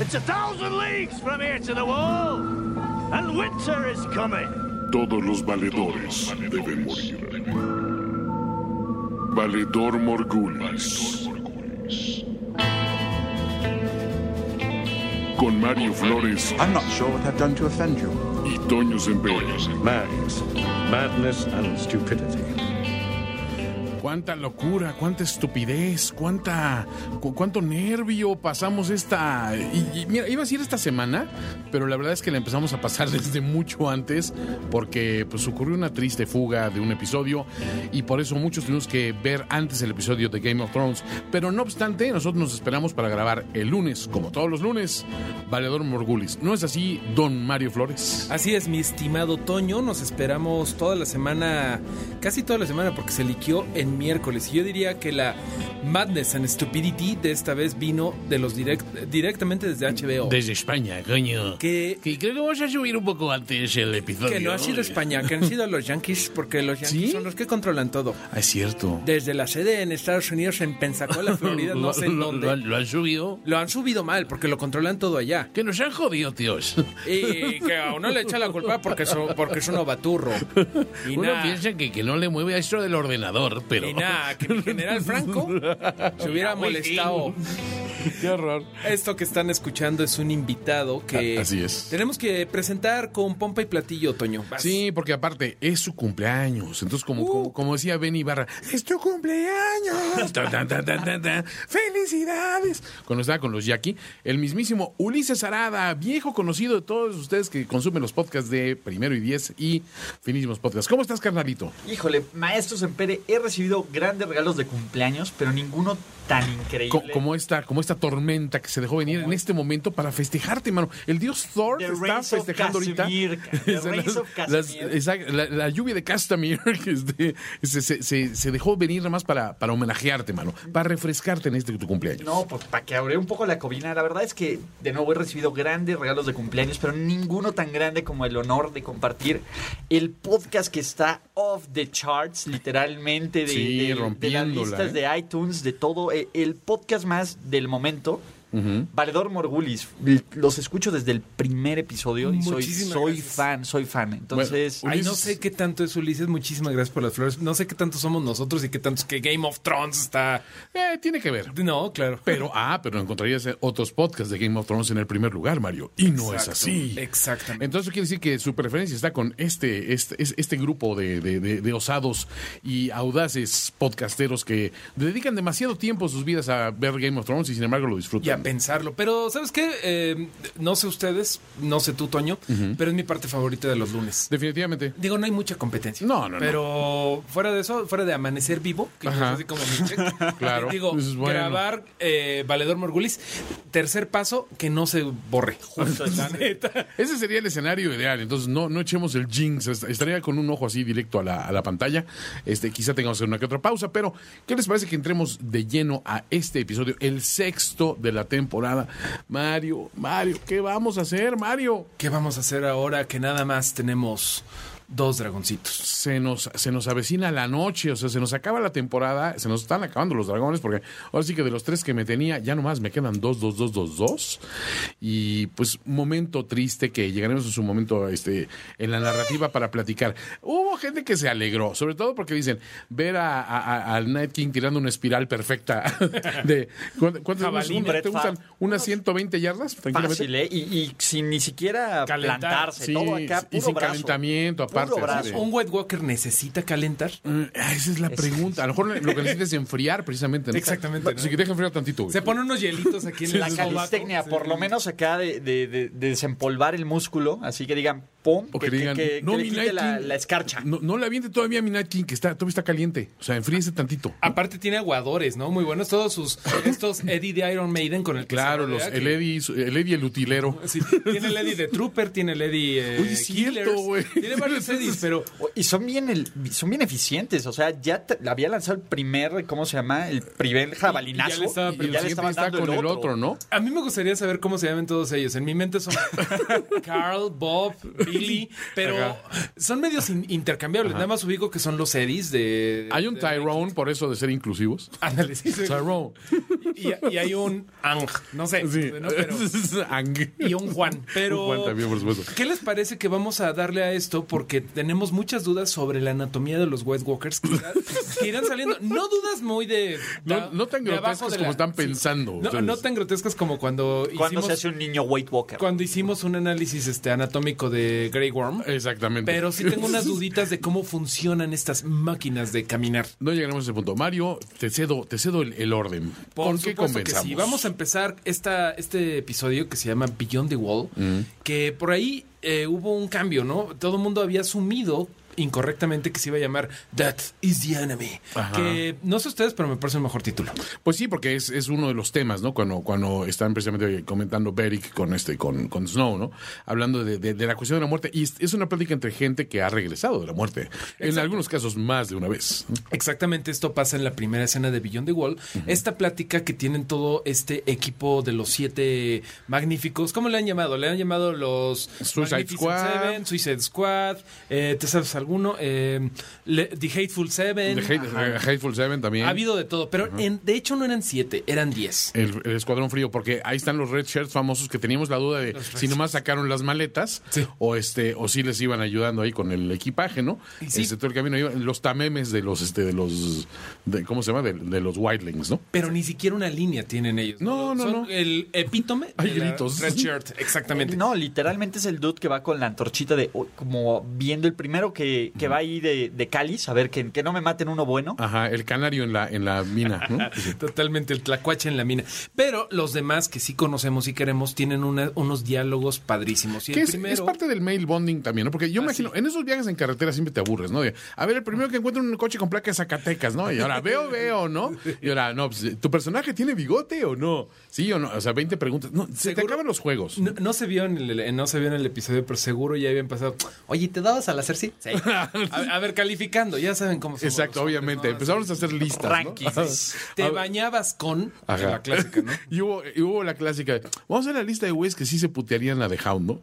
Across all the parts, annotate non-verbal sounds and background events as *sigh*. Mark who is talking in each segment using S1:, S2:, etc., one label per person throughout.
S1: It's a thousand leagues from here to the wall, and winter is coming.
S2: Todos los valedores deben morir. Valedor Morgulis. Con Mario Flores
S3: I'm not sure what I've done to offend you.
S2: y Toño Semper.
S4: Mags, madness and stupidity.
S5: Cuánta locura, cuánta estupidez, cuánta, cu- cuánto nervio pasamos esta. Y, y mira, iba a decir esta semana, pero la verdad es que la empezamos a pasar *laughs* desde mucho antes, porque pues ocurrió una triste fuga de un episodio y por eso muchos tuvimos que ver antes el episodio de Game of Thrones. Pero no obstante, nosotros nos esperamos para grabar el lunes, como todos los lunes, Valedor Morgulis. ¿No es así, don Mario Flores?
S6: Así es, mi estimado Toño, nos esperamos toda la semana, casi toda la semana, porque se liquió en miércoles. Y yo diría que la Madness and Stupidity de esta vez vino de los direct- directamente desde HBO.
S5: Desde España, coño.
S6: Que-
S5: Que creo que vamos a subir un poco antes el episodio.
S6: que no ha sido España, que han sido los Yankees, porque los Yankees
S5: ¿Sí?
S6: son los que controlan todo.
S5: Ah, es cierto.
S6: Desde la sede en Estados Unidos, en Pensacola,
S5: *laughs*
S6: Florida, no sé en
S5: Lo- lo- Lo,
S6: dónde.
S5: han- lo han subido.
S6: Lo han subido mal, porque lo controlan todo allá.
S5: Que nos han jodido, tíos.
S6: Y que a uno le echa la culpa porque, so- porque es uno baturro. Y
S5: *laughs* Uno
S6: nada.
S5: piensa que, que no le mueve a eso del ordenador, pero.
S6: Y nada, que mi general Franco se hubiera molestado.
S5: *laughs* Qué horror.
S6: Esto que están escuchando es un invitado que
S5: A- Ah, así es.
S6: tenemos que presentar con pompa y platillo, Toño. Vas.
S5: Sí, porque aparte es su cumpleaños. Entonces, como, como, como decía Benny Barra, ¡es tu *laughs* cumpleaños! Ta, ta, ta, ta, ta, ta. ¡Felicidades! Cuando estaba con los Jackie, el mismísimo Ulises Arada, viejo conocido de todos ustedes que consumen los podcasts de Primero y Diez y Finísimos Podcasts. ¿Cómo estás, carnalito?
S7: Híjole, maestros en Pere, he recibido grandes regalos de cumpleaños, pero ninguno tan increíble.
S5: Co- como esta, como esta tormenta que se dejó venir en este momento para festejarte, mano. El dios Thor
S7: The
S5: te está
S7: Reigns of
S5: festejando ahorita. *laughs*
S7: Casimir, cara. The
S5: Las-
S7: Reigns of
S5: las-
S7: Casimir.
S5: exact- la, la lluvia de Castamir *laughs* que este, se, se- se- se dejó venir nada más para, para homenajearte, mano. Para refrescarte en este tu cumpleaños.
S7: No, pues para que abre un poco la cobina. La verdad es que, de nuevo, he recibido grandes regalos de cumpleaños, pero ninguno tan grande como el honor de compartir el podcast que está off the charts, literalmente, de,
S5: Sí,
S7: de- de las
S5: rompiéndola,
S7: listas
S5: ¿eh?
S7: de iTunes, de todo. eh, El podcast más del momento.
S5: Ujú.
S7: Valedor Morgulis, los escucho desde el primer episodio y soy,
S6: Muchísimas
S7: soy
S6: gracias.
S7: fan, soy fan. Entonces,
S5: Bueno,
S6: Ay,
S5: Ulises-
S6: no sé qué tanto es Ulises, muchísimas gracias por las flores. No sé qué tanto somos nosotros y qué tanto es que Game of Thrones está.
S5: Eh, tiene que ver.
S6: No, claro.
S5: Pero, ah, pero encontrarías otros podcasts de Game of Thrones en el primer lugar, Mario. Y no es
S6: Exacto,
S5: así.
S6: *laughs* exactamente.
S5: Entonces quiere decir que su preferencia está con este, este, es- este grupo de, de- de- de osados y audaces podcasteros que dedican demasiado tiempo sus vidas a ver Game of Thrones y sin embargo lo
S6: Y a
S5: disfrutan.
S6: pensarlo. Pero, ¿sabes qué? Eh, no sé ustedes, no sé tú, Toño, pero es mi parte favorita de los lunes.
S5: Definitivamente.
S6: Digo, no hay mucha competencia.
S5: No, no, no.
S6: Pero fuera de eso, fuera de amanecer vivo, que es
S5: Ajá.
S6: así como mi check.
S5: *laughs* Claro,
S6: Digo,
S5: eso es bueno.
S6: grabar eh, Valedor Morgulis. Tercer paso, que no se borre. *laughs* La neta.
S5: Ese sería el escenario ideal, entonces no, no echemos el jinx, Est- estaría con un ojo así directo a la, a la pantalla, este, quizá tengamos que hacer una que otra pausa, pero ¿qué les parece que entremos de lleno a este episodio, el sexto de la temporada? Mario, Mario, ¿qué vamos a hacer, Mario?
S6: ¿Qué vamos a hacer ahora que nada más tenemos dos dragoncitos?
S5: se nos, se nos avecina la noche, o sea, se nos acaba la temporada, se nos están acabando los dragones, porque ahora sí que de los tres que me tenía, ya nomás me quedan dos, dos, dos, dos, dos. Y pues momento triste que llegaremos en su momento este, en la narrativa para platicar. Hubo gente que se alegró, sobre todo porque dicen, ver a, a- a- al Night King tirando una espiral perfecta *laughs* de... ¿cuánto- ¿Cuántas
S6: Jabalí,
S5: unas-
S7: Brett
S5: te gustan?
S7: Favre.
S5: ¿Unas 120 yardas? Tranquilamente.
S7: Fácil, ¿eh? Y, y sin ni siquiera
S6: Calentar.
S7: plantarse.
S5: Sí,
S7: todo acá,
S5: y
S7: puro
S5: sin
S7: brazo.
S5: calentamiento
S7: Puro
S5: aparte. así
S7: brazo.
S5: de-
S6: ¿Un White Walker necesita calentar?
S5: Mm, ah, Esa es la pregunta. A lo mejor lo que necesitas es enfriar precisamente. ¿no?
S6: Exactamente, ¿no?
S5: Si que deja enfriar tantito. güey.
S6: Se pone unos hielitos aquí en
S7: La
S6: el
S7: calistecnia,
S6: sobaco.
S7: por lo menos acá de, de- de- de desempolvar el músculo, así que digan, pum,
S5: O
S7: que, que- que- que
S5: no,
S7: le
S5: mi
S7: quite
S5: Night
S7: la,
S5: King,
S7: la escarcha.
S5: No, no le aviente todavía a mi Night King, que está, todavía está caliente. O sea, enfríese tantito.
S6: Aparte tiene aguadores, ¿no? Muy buenos todos sus... Estos Eddie de Iron Maiden con el que se
S5: Claro,
S6: rodea,
S5: los,
S6: que-
S5: el, Eddie, el Eddie el utilero.
S6: Sí, tiene el Eddie de Trooper, tiene el Eddie. eh,
S5: Oye, es cierto,
S6: Killers,
S5: güey.
S6: Tiene varios Eddies, pero.
S7: Y son bien, el- son bien eficientes, o sea, ya te- había lanzado el primer, ¿cómo se llama? El primer jabalinazo.
S6: y Ah, ya le
S5: Y
S6: estaba-
S5: el siguiente
S7: estaban
S5: está
S7: dando
S5: con el
S6: Este,
S5: otro, ¿no?
S6: A mí me gustaría saber cómo se llaman todos ellos. En mi mente son *laughs* Carl, Bob, Bill, Billy, pero son medios in- intercambiables. Nada más ubico que son los Eddies de.
S5: Hay un
S6: de-
S5: Tyrone por eso de ser inclusivos.
S6: Ándale, sí, sí.
S5: *laughs* Tyrone.
S6: Y, y hay un Ang, no sé. ¿no?
S5: *laughs*
S6: Pero-
S5: Ang.
S6: y un Juan.
S5: *laughs*
S6: Pero.
S5: Un Juan también, por supuesto.
S6: ¿Qué les parece que vamos a darle a esto? Porque tenemos muchas dudas sobre la anatomía de los White Walkers que, irán- que irán saliendo. No dudas muy de.
S5: No- no tan
S6: de abajo
S5: grotescas
S6: de
S5: como están pensando
S6: No,
S5: ustedes.
S6: no tan grotescas como cuando
S7: Cuando
S6: hicimos.
S7: se hace un niño White Walker.
S6: Cuando hicimos un análisis este, anatómico de Grey Worm.
S5: Exactamente.
S6: Pero sí tengo unas duditas de cómo funcionan estas máquinas de caminar.
S5: *laughs* No llegaremos a ese punto. Mario, te cedo, te cedo el, el orden.
S6: Por
S5: ¿Con qué
S6: supuesto que
S5: comenzamos?
S6: sí. Vamos a empezar esta, este episodio que se llama Beyond the Wall,
S5: Mm.
S6: que por ahí eh, hubo un cambio, ¿no? Todo el mundo había asumido incorrectamente que se iba a llamar That is the Enemy.
S5: Ajá.
S6: Que no sé ustedes, pero me parece el mejor título.
S5: Pues sí, porque es, es uno de los temas, ¿no? Cuando, cuando están precisamente comentando Beric con este, con, con Snow, ¿no? Hablando de, de- de la cuestión de la muerte. Y es- es una plática entre gente que ha regresado de la muerte. En algunos casos más de una vez.
S6: Exactamente, esto pasa en la primera escena de Beyond the Wall. Esta plática que tienen todo este equipo de los siete magníficos, ¿cómo le han llamado? Le han llamado los
S5: Suicide
S6: Magnificent
S5: Squad.
S6: Seven, Suicide Squad, eh, ¿te sabes alguno? Eh, le- The Hateful Seven.
S5: The Hate-
S6: Ajá.
S5: Hateful Seven también.
S6: Ha habido de todo, pero en- de hecho no eran siete, eran diez.
S5: El, el Escuadrón Frío, porque ahí están los Red Shirts famosos que teníamos la duda de si nomás sacaron las maletas
S6: Sí.
S5: o este o si les iban ayudando ahí con el equipaje, ¿no?
S6: Y sí.
S5: Este, todo el camino, iba- los tamemes de los, este, de los, de, ¿cómo se llama? De, de los Wildlings, ¿no?
S6: Pero ni siquiera una línea tienen ellos.
S5: No, no,
S6: Son
S5: no.
S6: El epítome.
S5: Hay
S6: de la
S5: gritos.
S6: Red shirt, exactamente.
S7: No, literalmente es el dude que va con la antorchita de oh, como viendo el primero que, que va ahí de, de cáliz, a ver que, que no me maten uno bueno.
S5: Ajá, el canario en la, en la mina,
S6: *laughs*
S5: ¿no? Sí.
S6: Totalmente el tlacuache en la mina. Pero los demás que sí conocemos y queremos tienen una- unos diálogos padrísimos. Y
S5: Que
S6: el
S5: es,
S6: primero,
S5: es parte del mail bonding también, ¿no? Porque yo imagino, en esos viajes en carretera siempre te aburres, ¿no? De, a ver, el primero que encuentra un coche con placa de Zacatecas, ¿no? Y ahora veo, veo, ¿no? Y ahora, no, pues, ¿tu personaje tiene bigote o no? Sí o no, o sea, 20 preguntas. No, se te
S6: Seguro-
S5: acaban los juegos.
S6: no, no se vio en el, no se vio en el episodio, pero seguro ya habían pasado. Oye, ¿te dabas al hacer sí? Sí. A, a ver, calificando, ya saben cómo se
S5: Exacto, obviamente. Empezamos a hacer listas. ¿no?
S7: Rankings.
S5: *laughs*
S6: Te
S5: A-
S6: bañabas con
S5: Ajá.
S6: la clásica,
S5: *laughs*
S6: ¿no?
S5: Y hubo, y hubo la clásica. de, Vamos a hacer la lista de güeyes que sí se putearían la de Hound,
S6: *laughs*
S5: ¿no?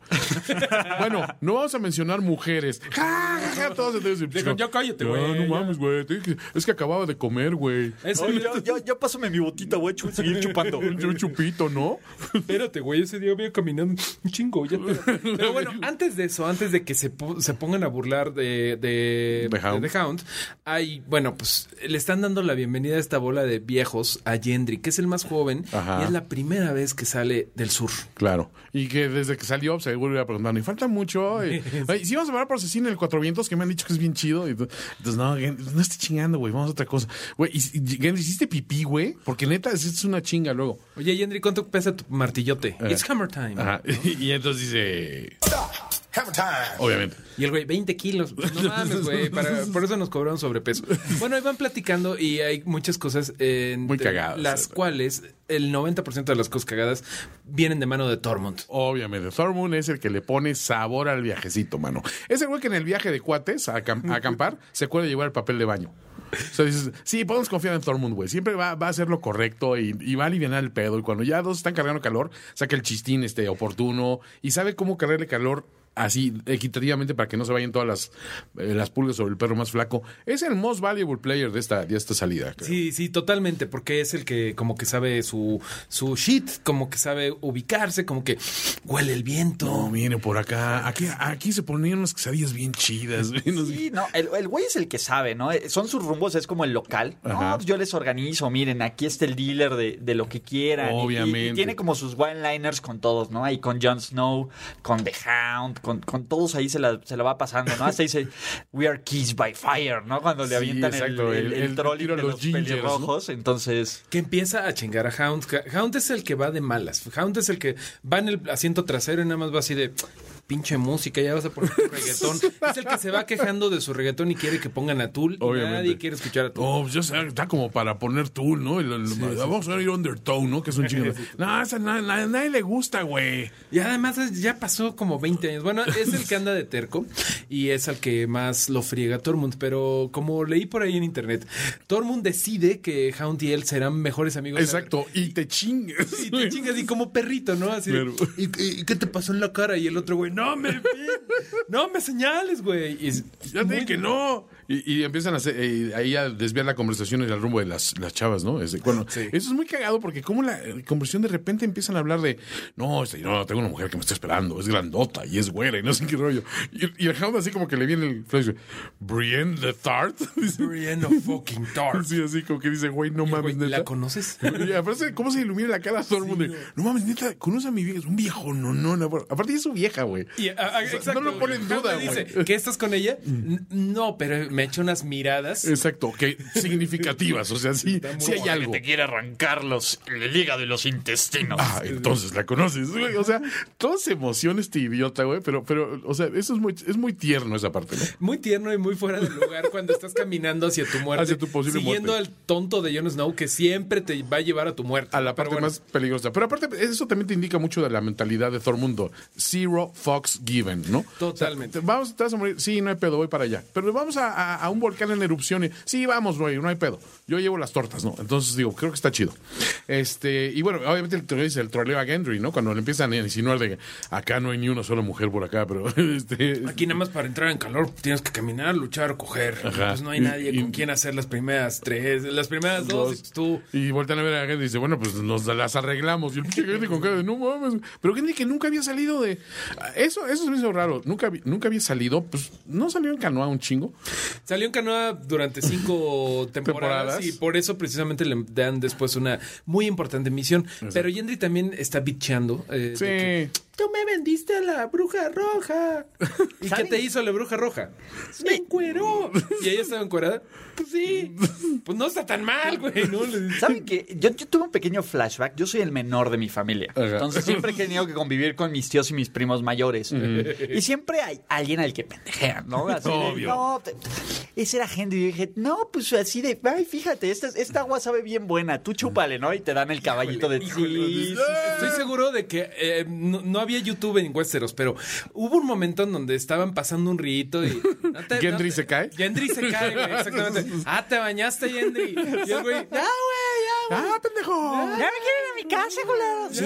S5: bueno, no vamos a mencionar mujeres. Ja, ja, ja, todos entonces,
S6: Digo, ya cállate,
S5: "Ya,
S6: güey,
S5: No
S6: ya".
S5: mames, güey. te dije, Es que acababa de comer, güey.
S6: Ese-
S7: Oye, ya, ya- ya pásame mi botita, voy a chu- seguir chupando.
S5: Un
S6: Eh.
S5: un chupito, ¿no?
S6: Espérate, güey, ese día había caminando un chingo. Ya te- Pero bueno, antes de eso, antes de que se, po- se pongan a burlar de, de,
S5: The Hound.
S6: de The Hound, hay, bueno, pues le están dando la bienvenida a esta bola de viejos a Gendry, que es el más joven
S5: Ajá.
S6: y es la primera vez que sale del sur.
S5: Claro. Y que desde que salió pues, se vuelve a preguntar, y falta mucho.
S6: *laughs*
S5: Y, Ay, sí, vamos a hablar por asesino en el Cuatro Vientos, que me han dicho que es bien chido. Y, entonces, no, Gen- no esté chingando, güey, vamos a otra cosa. Güey, y, y, Gen, ¿hiciste pipí, güey? Porque neta, es, es una chinga luego.
S6: Oye, Gendry, ¿cuánto pesa tu martillote? It's hammer time.
S5: Eh. Ajá. *laughs* Y entonces dice,
S8: Hammer time.
S5: obviamente.
S6: Y el güey, 20 kilos. No mames, güey. para- Por eso nos cobraron sobrepeso. Bueno, ahí van platicando y hay muchas cosas. eh,
S5: Muy
S6: de-
S5: cagadas,
S6: Las
S5: eh.
S6: cuales el 90% de las cosas cagadas vienen de mano de Tormund.
S5: Obviamente, Thormund es el que le pone sabor al viajecito, mano. Es el güey que en el viaje de cuates a, acam- a acampar se acuerda de llevar el papel de baño. O sea, dices, sí, podemos confiar en Thormund, güey. Siempre va, va a hacer lo correcto y, y va a aliviar el pedo. Y cuando ya dos están cargando calor, saca el chistín este oportuno y sabe cómo cargarle calor así equitativamente para que no se vayan todas las, eh, las pulgas sobre el perro más flaco. Es el most valuable player de esta, de esta salida. creo.
S6: Sí, sí, totalmente, porque es el que como que sabe su, su shit, como que sabe ubicarse, como que huele el viento.
S5: No, viene por acá. Aquí, aquí se ponían unas quesadillas bien chidas. güey. No sé
S7: Sí, no, el, el güey es el que sabe, ¿no? Eh, Son sus rumbos, es como el local.
S5: Ajá.
S7: No, pues yo les organizo, miren, aquí está el dealer de, de lo que quieran. Y- y- Y,
S5: Obviamente.
S7: tiene como sus one-liners con todos, ¿no? Ahí con Jon Snow, con The Hound, con, con todos ahí se la, se la va pasando, ¿no? Hasta dice, we are kissed by fire, ¿no? Cuando le
S5: Sí,
S7: avientan el-
S5: exacto,
S7: el,
S5: el-
S7: el
S5: el
S7: trolling
S5: tiro a
S7: de
S5: los
S7: los
S5: gingers, ¿no?
S7: pelirrojos. Entonces,
S6: Que empieza a chingar a Hound. Hound es el que va de malas. Hound es el que va en el asiento trasero y nada más va así de pinche música, ya vas
S5: *laughs*
S6: a poner tu reggaetón. es el que se va quejando de su reggaetón y quiere que pongan a Tool. y
S5: Obviamente.
S6: Nadie quiere escuchar a Tool.
S5: Oh, pues ya sé, está como para poner tú, ¿no? El- el- vamos a ver Undertone, ¿no? Que es un *laughs* chingo. no, esa na- na- nadie le gusta, güey.
S6: Y además es- ya pasó como 20 años. Bueno, es el que anda de terco y es al que más lo friega Tormund. Pero como leí por ahí en internet, Tormund decide que Hound y él serán mejores amigos.
S5: Exacto, *laughs* y te chingues.
S6: Y te chingas y como perrito, ¿no? Así. de,
S5: Claro.
S6: ¿Y, y- y qué te pasó en la cara? Y el otro güey, no me vi, no me señales, güey. Y es-
S5: Ya te dije que no. Y, y empiezan a, hacer, eh, ahí a desviar la conversación en el rumbo de las, las chavas, ¿no? Es de- bueno, Eso es muy cagado porque como la eh, conversión de repente empiezan a hablar de, no, este, no, tengo una mujer que me está esperando, es grandota y es güera y no sé qué rollo. Y, y el Hound así como que le viene el flash, Brienne de Tart. *laughs* Dice,
S6: Brienne of fucking Tarth.
S5: Sí, así como que dice, güey, no
S6: Y,
S5: mames,
S6: güey,
S5: neta.
S6: ¿La conoces?
S5: Y aparte, ¿cómo se ilumina la cara a todo el mundo? No mames, neta, conoce a mi vieja, es un viejo, no, no, no. Aparte, es su vieja, güey.
S6: *laughs* Y, a- a-
S5: O sea,
S6: exacto,
S5: no lo pone en
S6: güey.
S5: duda,
S6: Me
S5: güey.
S6: Dice, ¿qué estás con ella?
S5: Mm.
S6: N- No, pero me echa unas miradas.
S5: Exacto, que significativas, o sea, sí, sí hay algo.
S7: Te quiere arrancar los, el hígado y los *laughs* intestinos.
S5: Ah, entonces la conoces, güey. O sea, todo se emociona este idiota, güey. Pero, pero, o sea, eso es muy, es muy tierno esa parte, ¿no?
S6: Muy tierno y muy fuera de lugar cuando estás caminando hacia tu muerte.
S5: Hacia tu posible
S6: Siguiendo
S5: muerte.
S6: al tonto de Jon Snow que siempre te va a llevar a tu muerte.
S5: A la parte
S6: Pero bueno,
S5: más peligrosa. Pero aparte, eso también te indica mucho de la mentalidad de Thormundo. Zero fucks given, ¿no?
S6: Totalmente.
S5: O sea, te- vamos, te vas a morir. Sí, no hay pedo, voy para allá. Pero vamos a, a- a un volcán en erupción y. Sí, vamos, güey, no hay pedo. Yo llevo las tortas, ¿no? Entonces digo, creo que está chido. Este, y bueno, obviamente el troleo dice el troleo a Gendry, ¿no? Cuando le empiezan a insinuar de que acá no hay ni una sola mujer por acá, pero *laughs* este.
S6: Aquí nada más para entrar en calor tienes que caminar, luchar, coger.
S5: Ajá.
S6: Pues no hay
S5: Y-
S6: nadie
S5: y-
S6: con quien hacer las primeras tres, las primeras dos, y
S5: Dos.
S6: pues tú.
S5: Y voltean a ver a Gendry y dice, bueno, pues nos las arreglamos. Y el pinche Gendry con cara de, no mames. Pero Gendry que nunca había salido de... Eso eso se me hizo raro. Nunca, vi- nunca había salido. Pues no salió en canoa un chingo.
S6: Salió en canoa durante cinco
S5: *laughs*
S6: temporadas,
S5: Temporadas.
S6: y por eso precisamente le dan después una muy importante misión. Pero Yendri también está bitcheando. eh, de
S5: Sí.
S6: que, Tú me vendiste a la
S5: *laughs*
S6: bruja roja. ¿Y qué te hizo la bruja roja? Me encueró. ¿Y ella estaba encuerada? Pues
S5: *laughs*
S6: sí. Pues no está tan mal, güey. ¿no? Le-
S7: ¿Saben qué? Yo, yo tuve un pequeño flashback. Yo soy el menor de mi familia.
S5: Ajá.
S7: Entonces siempre he tenido que convivir con mis tíos y mis primos mayores. Y siempre hay alguien al que
S5: *laughs*
S7: pendejean, ¿no? Así de,
S5: Obvio.
S7: no, te- ese era gente. Y yo dije, no, pues así de, ay, fíjate, esta, esta agua sabe bien buena. Tú chúpale, ¿no? Y te dan el caballito de sí, sí,
S6: Estoy seguro de que eh, no, no había YouTube en Westeros, pero hubo un momento en donde estaban pasando un rito y. *laughs* no te-
S5: ¿Gendry
S6: no te-
S5: se cae?
S6: Gendry se cae, *laughs* güey, exactamente. Ah, te bañaste, Gendry. Y el güey. ¡Ah,
S5: ¡Ah, pendejo!
S7: Ya me quieren a mi casa, culeros.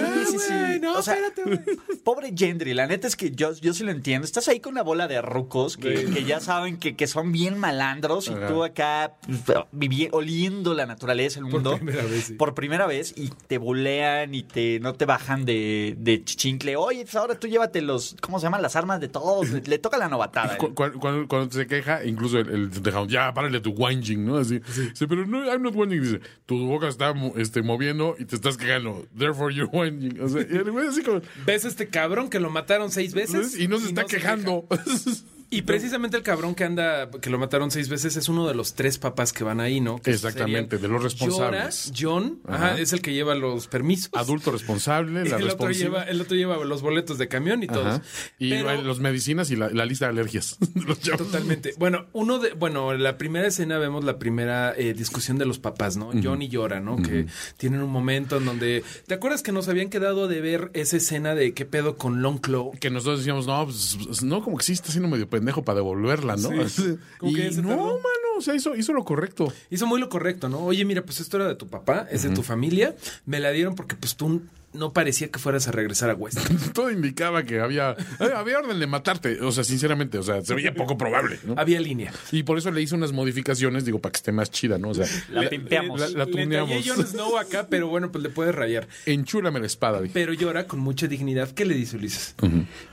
S6: Ya, güey, no, espérate, güey.
S7: *laughs* Pobre Gendry, la neta es que yo, yo sí lo entiendo. Estás ahí con una bola de rucos que, que ya saben que, que son bien malandros y tú acá pues, vivi- oliendo la naturaleza, el mundo.
S6: primera vez, sí.
S7: Por primera vez y te bulean y te no te bajan de, de chichincle. Oye, pues ahora tú llévate los, ¿cómo se llaman? Las armas de todos. Le, le toca la novatada.
S5: Cu- cu- Cuando, cuando se queja, incluso el, el The Hound, ya, párale tu whinging, ¿no? Así. Dice, pero no, I'm not whinging. Dice, tu boca está mo- este, moviendo y te estás quejando. Therefore you're whinging. O sea, y el güey así como...
S6: ¿Ves a este cabrón que lo mataron seis veces?
S5: Y no se está quejando.
S6: queja? Y precisamente el cabrón que anda, que lo mataron seis veces, es uno de los tres papás que van ahí, ¿no? Que
S5: Exactamente,
S6: serían
S5: de los responsables.
S6: Jorah, John, ajá,
S5: Ajá.
S6: es el que lleva los permisos.
S5: *laughs* Adulto responsable, la
S6: *laughs* el, otro
S5: responsabilidad.
S6: lleva, el otro lleva los boletos de camión y todos.
S5: Ajá. Y
S6: Pero-
S5: bueno, los medicinas y la, la lista de alergias. *laughs* Los chavos.
S6: *laughs* Totalmente. Bueno, uno de, bueno, la primera escena vemos la primera eh, discusión de los papás, ¿no? John y Yora, ¿no? Que tienen un momento en donde. ¿Te acuerdas que nos habían quedado de ver esa escena de qué pedo con Longclaw?
S5: Que nosotros decíamos, no, pues, pues, no, como que sí está siendo medio pendejo para devolverla, ¿no?
S6: Sí. Como
S5: Y
S6: que se
S5: no,
S6: tardó.
S5: mano, o sea, hizo, hizo lo correcto. *laughs*
S6: Hizo muy lo correcto, ¿no? Oye, mira, pues esto era de tu papá, es de tu familia, me la dieron porque pues tú no parecía que fueras a regresar a West.
S5: Todo indicaba que había, eh, había orden de matarte, o sea, sinceramente, o sea, se veía poco probable, ¿no?
S6: Había línea.
S5: Y por eso le hice unas modificaciones, digo, para que esté más chida, ¿no? O
S6: *laughs*
S5: sea,
S7: La
S5: le-
S7: pimpeamos.
S5: La, la
S6: Le tallé
S5: tuneamos.
S6: Jon Snow acá, pero bueno, pues le puedes rayar.
S5: Enchúlame la espada, dije.
S6: Pero llora con mucha dignidad. ¿Qué le dice Ulises?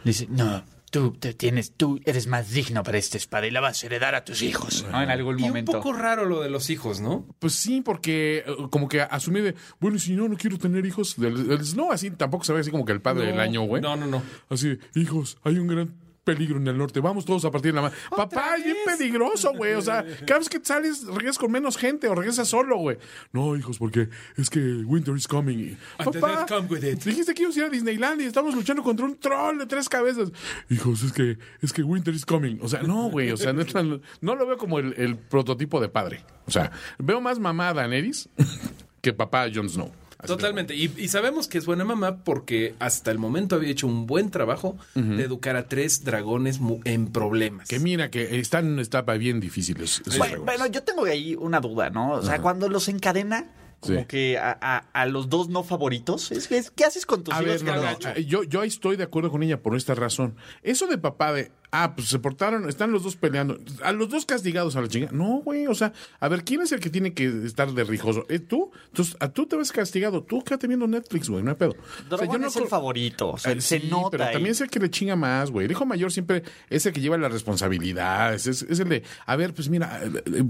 S7: Dice, no, tú te tienes, tú eres más digno para esta espada y la vas a heredar a tus hijos. ¿no? En algún
S6: Y un
S7: momento.
S6: poco raro lo de los hijos, ¿no?
S5: Pues sí, porque eh, como que asumí de, bueno, y si no, no quiero tener hijos. del- del- no, así tampoco se ve así como que el padre del año, güey.
S6: No, no, no.
S5: Así de, hijos, hay un gran peligro en el norte. Vamos todos a partir de la mano. Papá, es bien peligroso, güey. O
S6: *laughs*
S5: sea, cada vez que sales, regresas con menos gente o regresas solo, güey. No, hijos, porque es que winter is coming. Y,
S6: And the
S5: Papá,
S6: dead come with it."
S5: dijiste que íbamos a ir a Disneyland y estamos luchando contra un troll de tres cabezas. Hijos, es que, es que winter is coming. O sea, no, güey. O sea, neta, no, no lo veo como el, el prototipo de padre. O sea, veo más mamá a Daenerys *laughs* que papá a Jon Snow. Así te lo
S6: Totalmente. Y, y sabemos que es buena mamá porque hasta el momento había hecho un buen trabajo de educar a tres dragones mu- en problemas.
S5: Que mira, que están en una etapa bien difícil. es- esos
S7: Bueno,
S5: juegos.
S7: bueno, yo tengo ahí una duda, ¿no? O sea, cuando los encadena,
S5: Sí.
S7: como que a, a- a los dos no favoritos. Es, es- ¿Qué haces con tus
S5: A ver,
S7: hijos,
S5: no, no,
S7: Camacho?
S5: yo, yo ahí estoy de acuerdo con ella por esta razón. Eso de papá de, ah, pues se portaron, están los dos peleando, a los dos castigados a la chingada. No, güey, o sea, a ver, ¿quién es el que tiene que estar de rijoso? ¿Eh, ¿Tú? Entonces, a tú te ves castigado, tú quédate viendo Netflix, güey, no hay pedo. O sea,
S7: Drogon es el
S5: co-
S7: favorito. o sea,
S5: Eh,
S7: se
S5: sí,
S7: nota.
S5: Pero
S7: ahí.
S5: también es el que le chinga más, güey. El hijo mayor siempre es el que lleva las responsabilidades. Es, es el de, a ver, pues mira, eh, eh,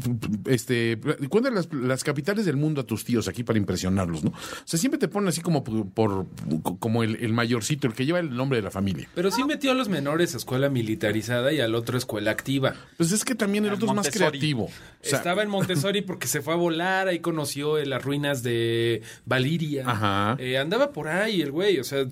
S5: este, cuéntale las, las capitales del mundo a tus tíos aquí para impresionarlos, ¿no? O sea, siempre te ponen así como por, por- como el, el mayorcito, el que lleva el nombre de la familia.
S6: Pero sí metió a los menores a escuela militarizada y al otro a escuela activa.
S5: Pues es que también el
S7: Al
S5: otro es más
S7: Montessori.
S5: creativo. O sea,
S6: Estaba en Montessori porque se fue a volar, ahí conoció eh, las ruinas de Valiria.
S5: Ajá.
S6: Eh, andaba por ahí el güey, o sea,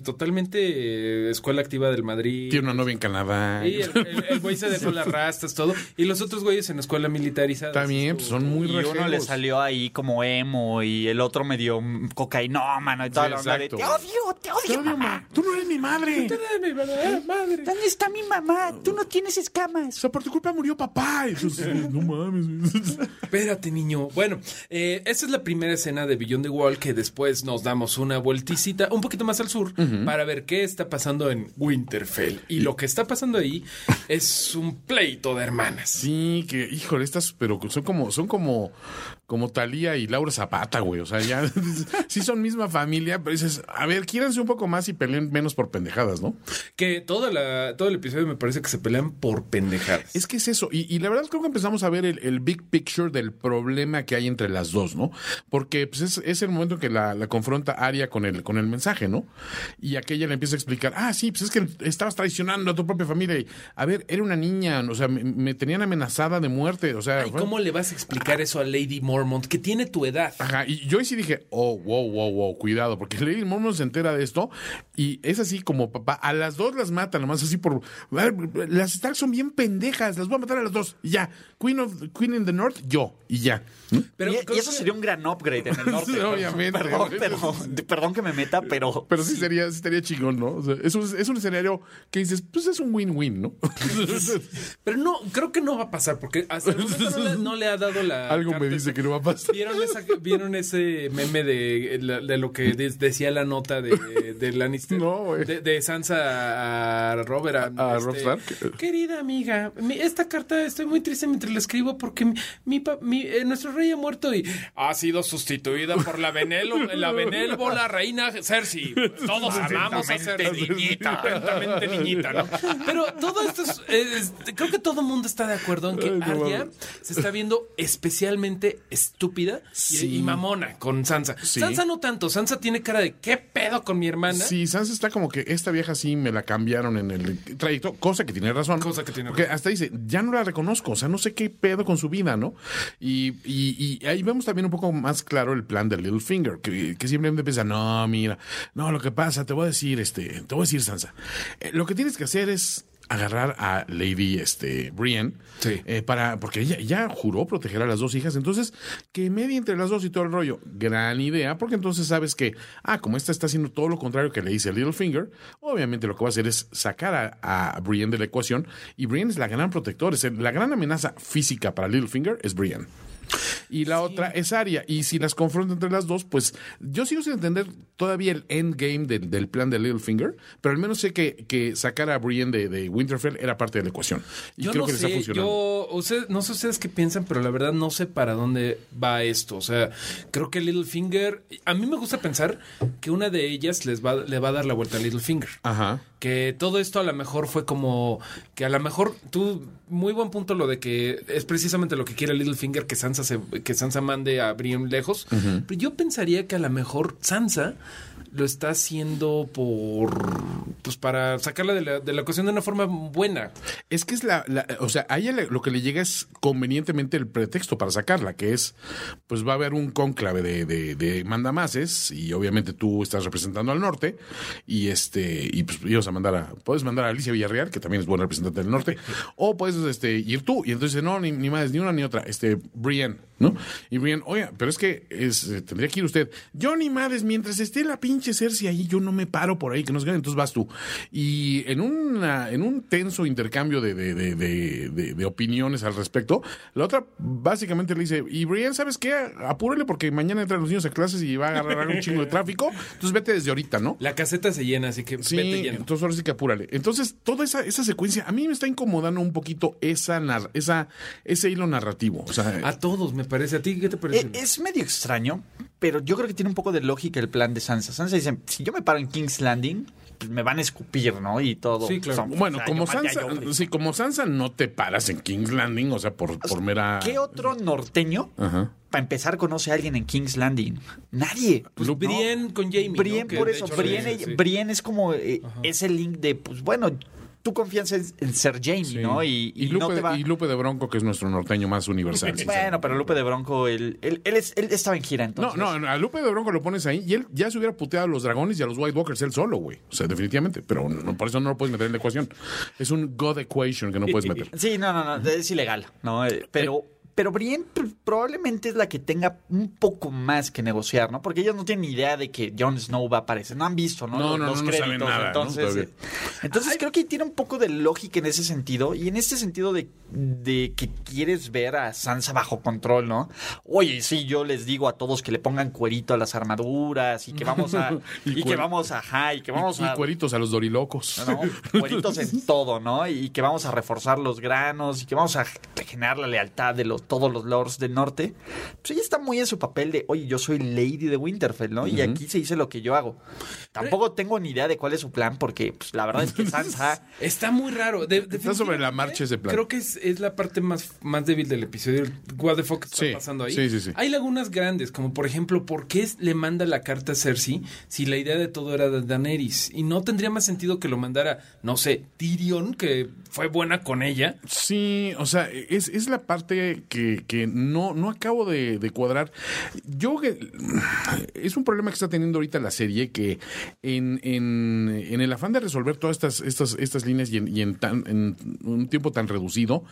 S6: totalmente eh, escuela activa del Madrid.
S5: tiene una novia en Canadá.
S6: Y el, el- el güey se
S5: *laughs*
S6: dejó las rastas, todo. Y los otros güeyes en escuela militarizada.
S5: También, pues son muy
S7: Y uno le
S5: rejeros.
S7: salió ahí como emo y el otro medio mm, cocainómano y toda
S5: Sí,
S7: la onda de,
S5: exacto.
S7: te odio, te
S5: Te
S7: odio,
S5: odio,
S7: mamá.
S5: ma. Tú no eres mi madre.
S6: Mi verdadera madre.
S7: ¿Dónde está mi mamá? Tú no tienes
S5: O
S7: escamas.
S5: sea, por tu culpa murió papá. Y pues, no mames. güey.
S6: Espérate, niño. Bueno, eh, esa es la primera escena de Beyond the Wall que después nos damos una vuelticita un poquito más al sur para ver qué está pasando en Winterfell. Y lo que está pasando ahí es un pleito de hermanas.
S5: Sí, que, híjole, estas, pero son como, son como, como Talía y Laura Zapata, güey. O sea, ya, *laughs* sí son misma familia, pero dices, a ver, quiéranse un poco más y peleen menos por pendejadas, ¿no?
S6: Que toda la, todo el episodio me parece que se pelean por pendejadas.
S5: Es que es eso. Y, y la verdad creo que empezamos a ver el, el big picture del problema que hay entre las dos, ¿no? Porque pues, es, es el momento que la, la confronta Aria con el, con el mensaje, ¿no? Y aquella le empieza a explicar, ah, sí, pues es que estabas traicionando a tu propia familia. Y, a ver, era una niña, o sea, me, me tenían amenazada de muerte, o sea...
S6: ¿Y
S5: fue-
S6: cómo le vas a explicar eso a Lady Mormont que tiene tu edad?
S5: Ajá, y yo ahí sí dije, oh, wow, wow, wow, cuidado, porque *laughs* Lady Mormon se entera de esto y es así como papá, a las dos las matan, nomás así por. Las Stark son bien pendejas, las voy a matar a las dos, y ya. Queen, of, Queen in the North, yo, y ya.
S6: Pero
S7: y, y
S6: creo
S7: eso
S6: que-
S7: sería un gran upgrade en el
S5: *laughs*
S7: norte.
S5: Sí, obviamente.
S7: Perdón,
S5: *laughs*
S7: pero- de- perdón que me meta, pero.
S5: Pero sí sería, sí sería chingón, ¿no? O sea, es, un, es un escenario que dices, pues es un win-win, ¿no? *laughs*
S6: Pero no, creo que no va a pasar porque hasta el momento no le, no le ha dado
S5: *laughs*
S6: la.
S5: Algo me
S6: carta
S5: dice que no va a pasar.
S6: *laughs* ¿Vieron, esa- vieron ese meme de, de lo que de- decía la nota de, de Lannister?
S5: No, güey.
S6: de, de Sansa a Robert.
S5: A- a Robb Stark.
S6: Querida amiga, mi- esta carta estoy muy triste mientras la escribo porque mi, mi pa- mi- eh, nuestro rey ha muerto y ha sido sustituida por la, Benelo- la benévola reina Cersei. Todos amamos a Cersei.
S7: niñita.
S6: Atentamente, niñita, ¿no? Pero todo esto es, es- creo que todo el mundo está de acuerdo en que
S5: Ay, no
S6: Arya
S5: mames.
S6: se está viendo especialmente estúpida y-
S5: Sí.
S6: y, mamona con Sansa.
S5: Sí.
S6: Sansa no tanto, Sansa tiene cara de qué pedo con mi hermana.
S5: Sí, Sansa está como que esta vieja sí me la cambiaron en el trayecto, cosa que tiene razón.
S6: Cosa que tiene
S5: Porque
S6: razón.
S5: hasta dice, ya no la reconozco, o sea, no sé qué pedo con su vida, ¿no? Y, y- y ahí vemos también un poco más claro el plan de Littlefinger, que, que simplemente piensa, no, mira, no, lo que pasa, te voy a decir, este, te voy a decir, Sansa, eh, lo que tienes que hacer es agarrar a Lady este, Brienne
S6: Sí.
S5: eh, para porque ella ya juró proteger a las dos hijas entonces que medie entre las dos y todo el rollo gran idea porque entonces sabes que ah como esta está haciendo todo lo contrario que le dice Littlefinger obviamente lo que va a hacer es sacar a, a Brienne de la ecuación y Brienne es la gran protectora es el- la gran amenaza física para Littlefinger es Brienne y la otra es Aria. Y si las confronto entre las dos, pues yo sigo sin entender todavía el endgame del, del plan de Littlefinger, pero al menos sé que, que sacar a Brienne de, de Winterfell era parte de la ecuación. Y
S6: yo
S5: creo
S6: no
S5: que le está
S6: sé,
S5: funcionando.
S6: yo, usted- no sé ustedes qué piensan, pero la verdad no sé para dónde va esto. O sea, creo que Littlefinger, a mí me gusta pensar que una de ellas les va, le va a dar la vuelta a Littlefinger.
S5: Ajá.
S6: Que todo esto a lo mejor fue como que a lo mejor tú, muy buen punto lo de que es precisamente lo que quiere Littlefinger que Sansa se, que Sansa mande a Brienne lejos. Pero yo pensaría que a lo mejor Sansa lo está haciendo por pues para sacarla de la, de la ecuación de una forma buena.
S5: Es que es la, la- eh, o sea, a ella le- lo que le llega es convenientemente el pretexto para sacarla, que es, pues va a haber un cónclave de, de, de mandamases y obviamente tú estás representando al norte y este y pues ibas a mandar a, puedes mandar a Alicia Villarreal, que también es buena representante del norte, o puedes este ir tú y entonces no ni, ni más ni una ni otra, este Brienne, ¿no? Y Brienne, oye, pero es que es, eh, tendría que ir usted. Yo ni madres mientras esté la pinche pinche Cersei ahí, yo no me paro por ahí, que nos ganen, entonces vas tú. Y en, una, en un tenso intercambio de, de, de- de- de- de opiniones al respecto, la otra básicamente le dice, y Brian, ¿sabes qué? Apúrale porque mañana entran los niños a clases y va a agarrar un chingo de tráfico, entonces vete desde ahorita, ¿no?
S6: La caseta se llena, así que
S5: Sí,
S6: vete lleno.
S5: entonces ahora sí que apúrale. Entonces, toda esa, esa secuencia, a mí me está incomodando un poquito esa, nar- esa, ese hilo narrativo. O sea,
S6: A todos, me parece. ¿A ti qué te parece?
S7: E- Es medio extraño, pero yo creo que tiene un poco de lógica el plan de Sansa. Sansa dice, si yo me paro en King's Landing, pues me van a escupir, ¿no? Y todo.
S6: Sí, claro.
S7: Son-
S5: Bueno,
S7: o sea,
S5: como
S7: yo maté a
S5: Sansa, eh,
S7: Joffrey.
S5: sí, como Sansa no te paras en King's Landing, o sea, por, por mera.
S7: ¿Qué otro norteño,
S5: Ajá.
S7: para empezar, conoce a alguien en King's Landing? Nadie.
S6: Pues Brienne con Jamie.
S7: Brien, por eso, Brien,
S6: Brienne
S7: Brien es como eh, ese link de, pues bueno, tu confianza es en ser Jamie, ¿no? Y, y
S5: Y Lupe,
S7: no te
S5: de-
S7: va...
S5: y Lupe de Bronco, que es nuestro norteño más universal.
S7: *laughs* Bueno, pero Lupe de Bronco, él, él, él es- él estaba en gira
S5: No,
S7: entonces.
S5: no, a Lupe de Bronco lo pones ahí y él ya se hubiera puteado a los dragones y a los White Walkers él solo, güey. O sea, definitivamente. Pero no- por eso no lo puedes meter en la ecuación. Es un God Equation que no puedes
S7: *laughs*
S5: meter.
S7: Sí, no, no, no, es ilegal, ¿no? Eh, Pero, pero Brienne pr- probablemente es la que tenga un poco más que negociar, ¿no? Porque ellos no tienen ni idea de que Jon Snow va a aparecer, no han visto, ¿no?
S5: No,
S7: Los-
S5: no,
S7: los
S5: no, no saben nada, ¿no?
S7: Entonces,
S5: Todavía.
S7: eh, entonces creo que tiene un poco de lógica en ese sentido y en este sentido de, de que quieres ver a Sansa bajo control, ¿no? Oye, sí, yo les digo a todos que le pongan cuerito a las armaduras y que vamos a,
S5: *laughs* Y
S7: y, que
S5: cuer-
S7: vamos a, ajá, y que vamos
S5: Y,
S7: a...
S5: cueritos a los dorilocos.
S7: Ah, ¿no? Cueritos
S5: *laughs*
S7: en todo, ¿no? Y que vamos a reforzar los granos y que vamos a generar la lealtad de los, todos los lords del norte. Pues ella está muy en su papel de, oye, yo soy Lady de Winterfell, ¿no? Y aquí se dice lo que yo hago. Tampoco tengo ni idea de cuál es su plan porque, pues, la verdad es
S5: *laughs*
S7: que Sansa...
S6: Está muy raro. De- definitivamente,
S5: sobre la marcha ese plan.
S6: Creo que es, es la parte más, más débil del episodio. What the fuck está
S5: Sí,
S6: pasando ahí.
S5: sí, sí, sí.
S6: Hay lagunas grandes, como por ejemplo, ¿por qué es- le manda la carta a Cersei si la idea de todo era de Daenerys? Y no tendría más sentido que lo mandara, no sé, Tyrion, que fue buena con ella.
S5: Sí, o sea, es, es la parte que, que no, no acabo de, de cuadrar. Yo que- es un problema que está teniendo ahorita la serie que en, en- en el afán de resolver todas estas, estas, estas líneas y, en, y en tan, en un tiempo tan reducido,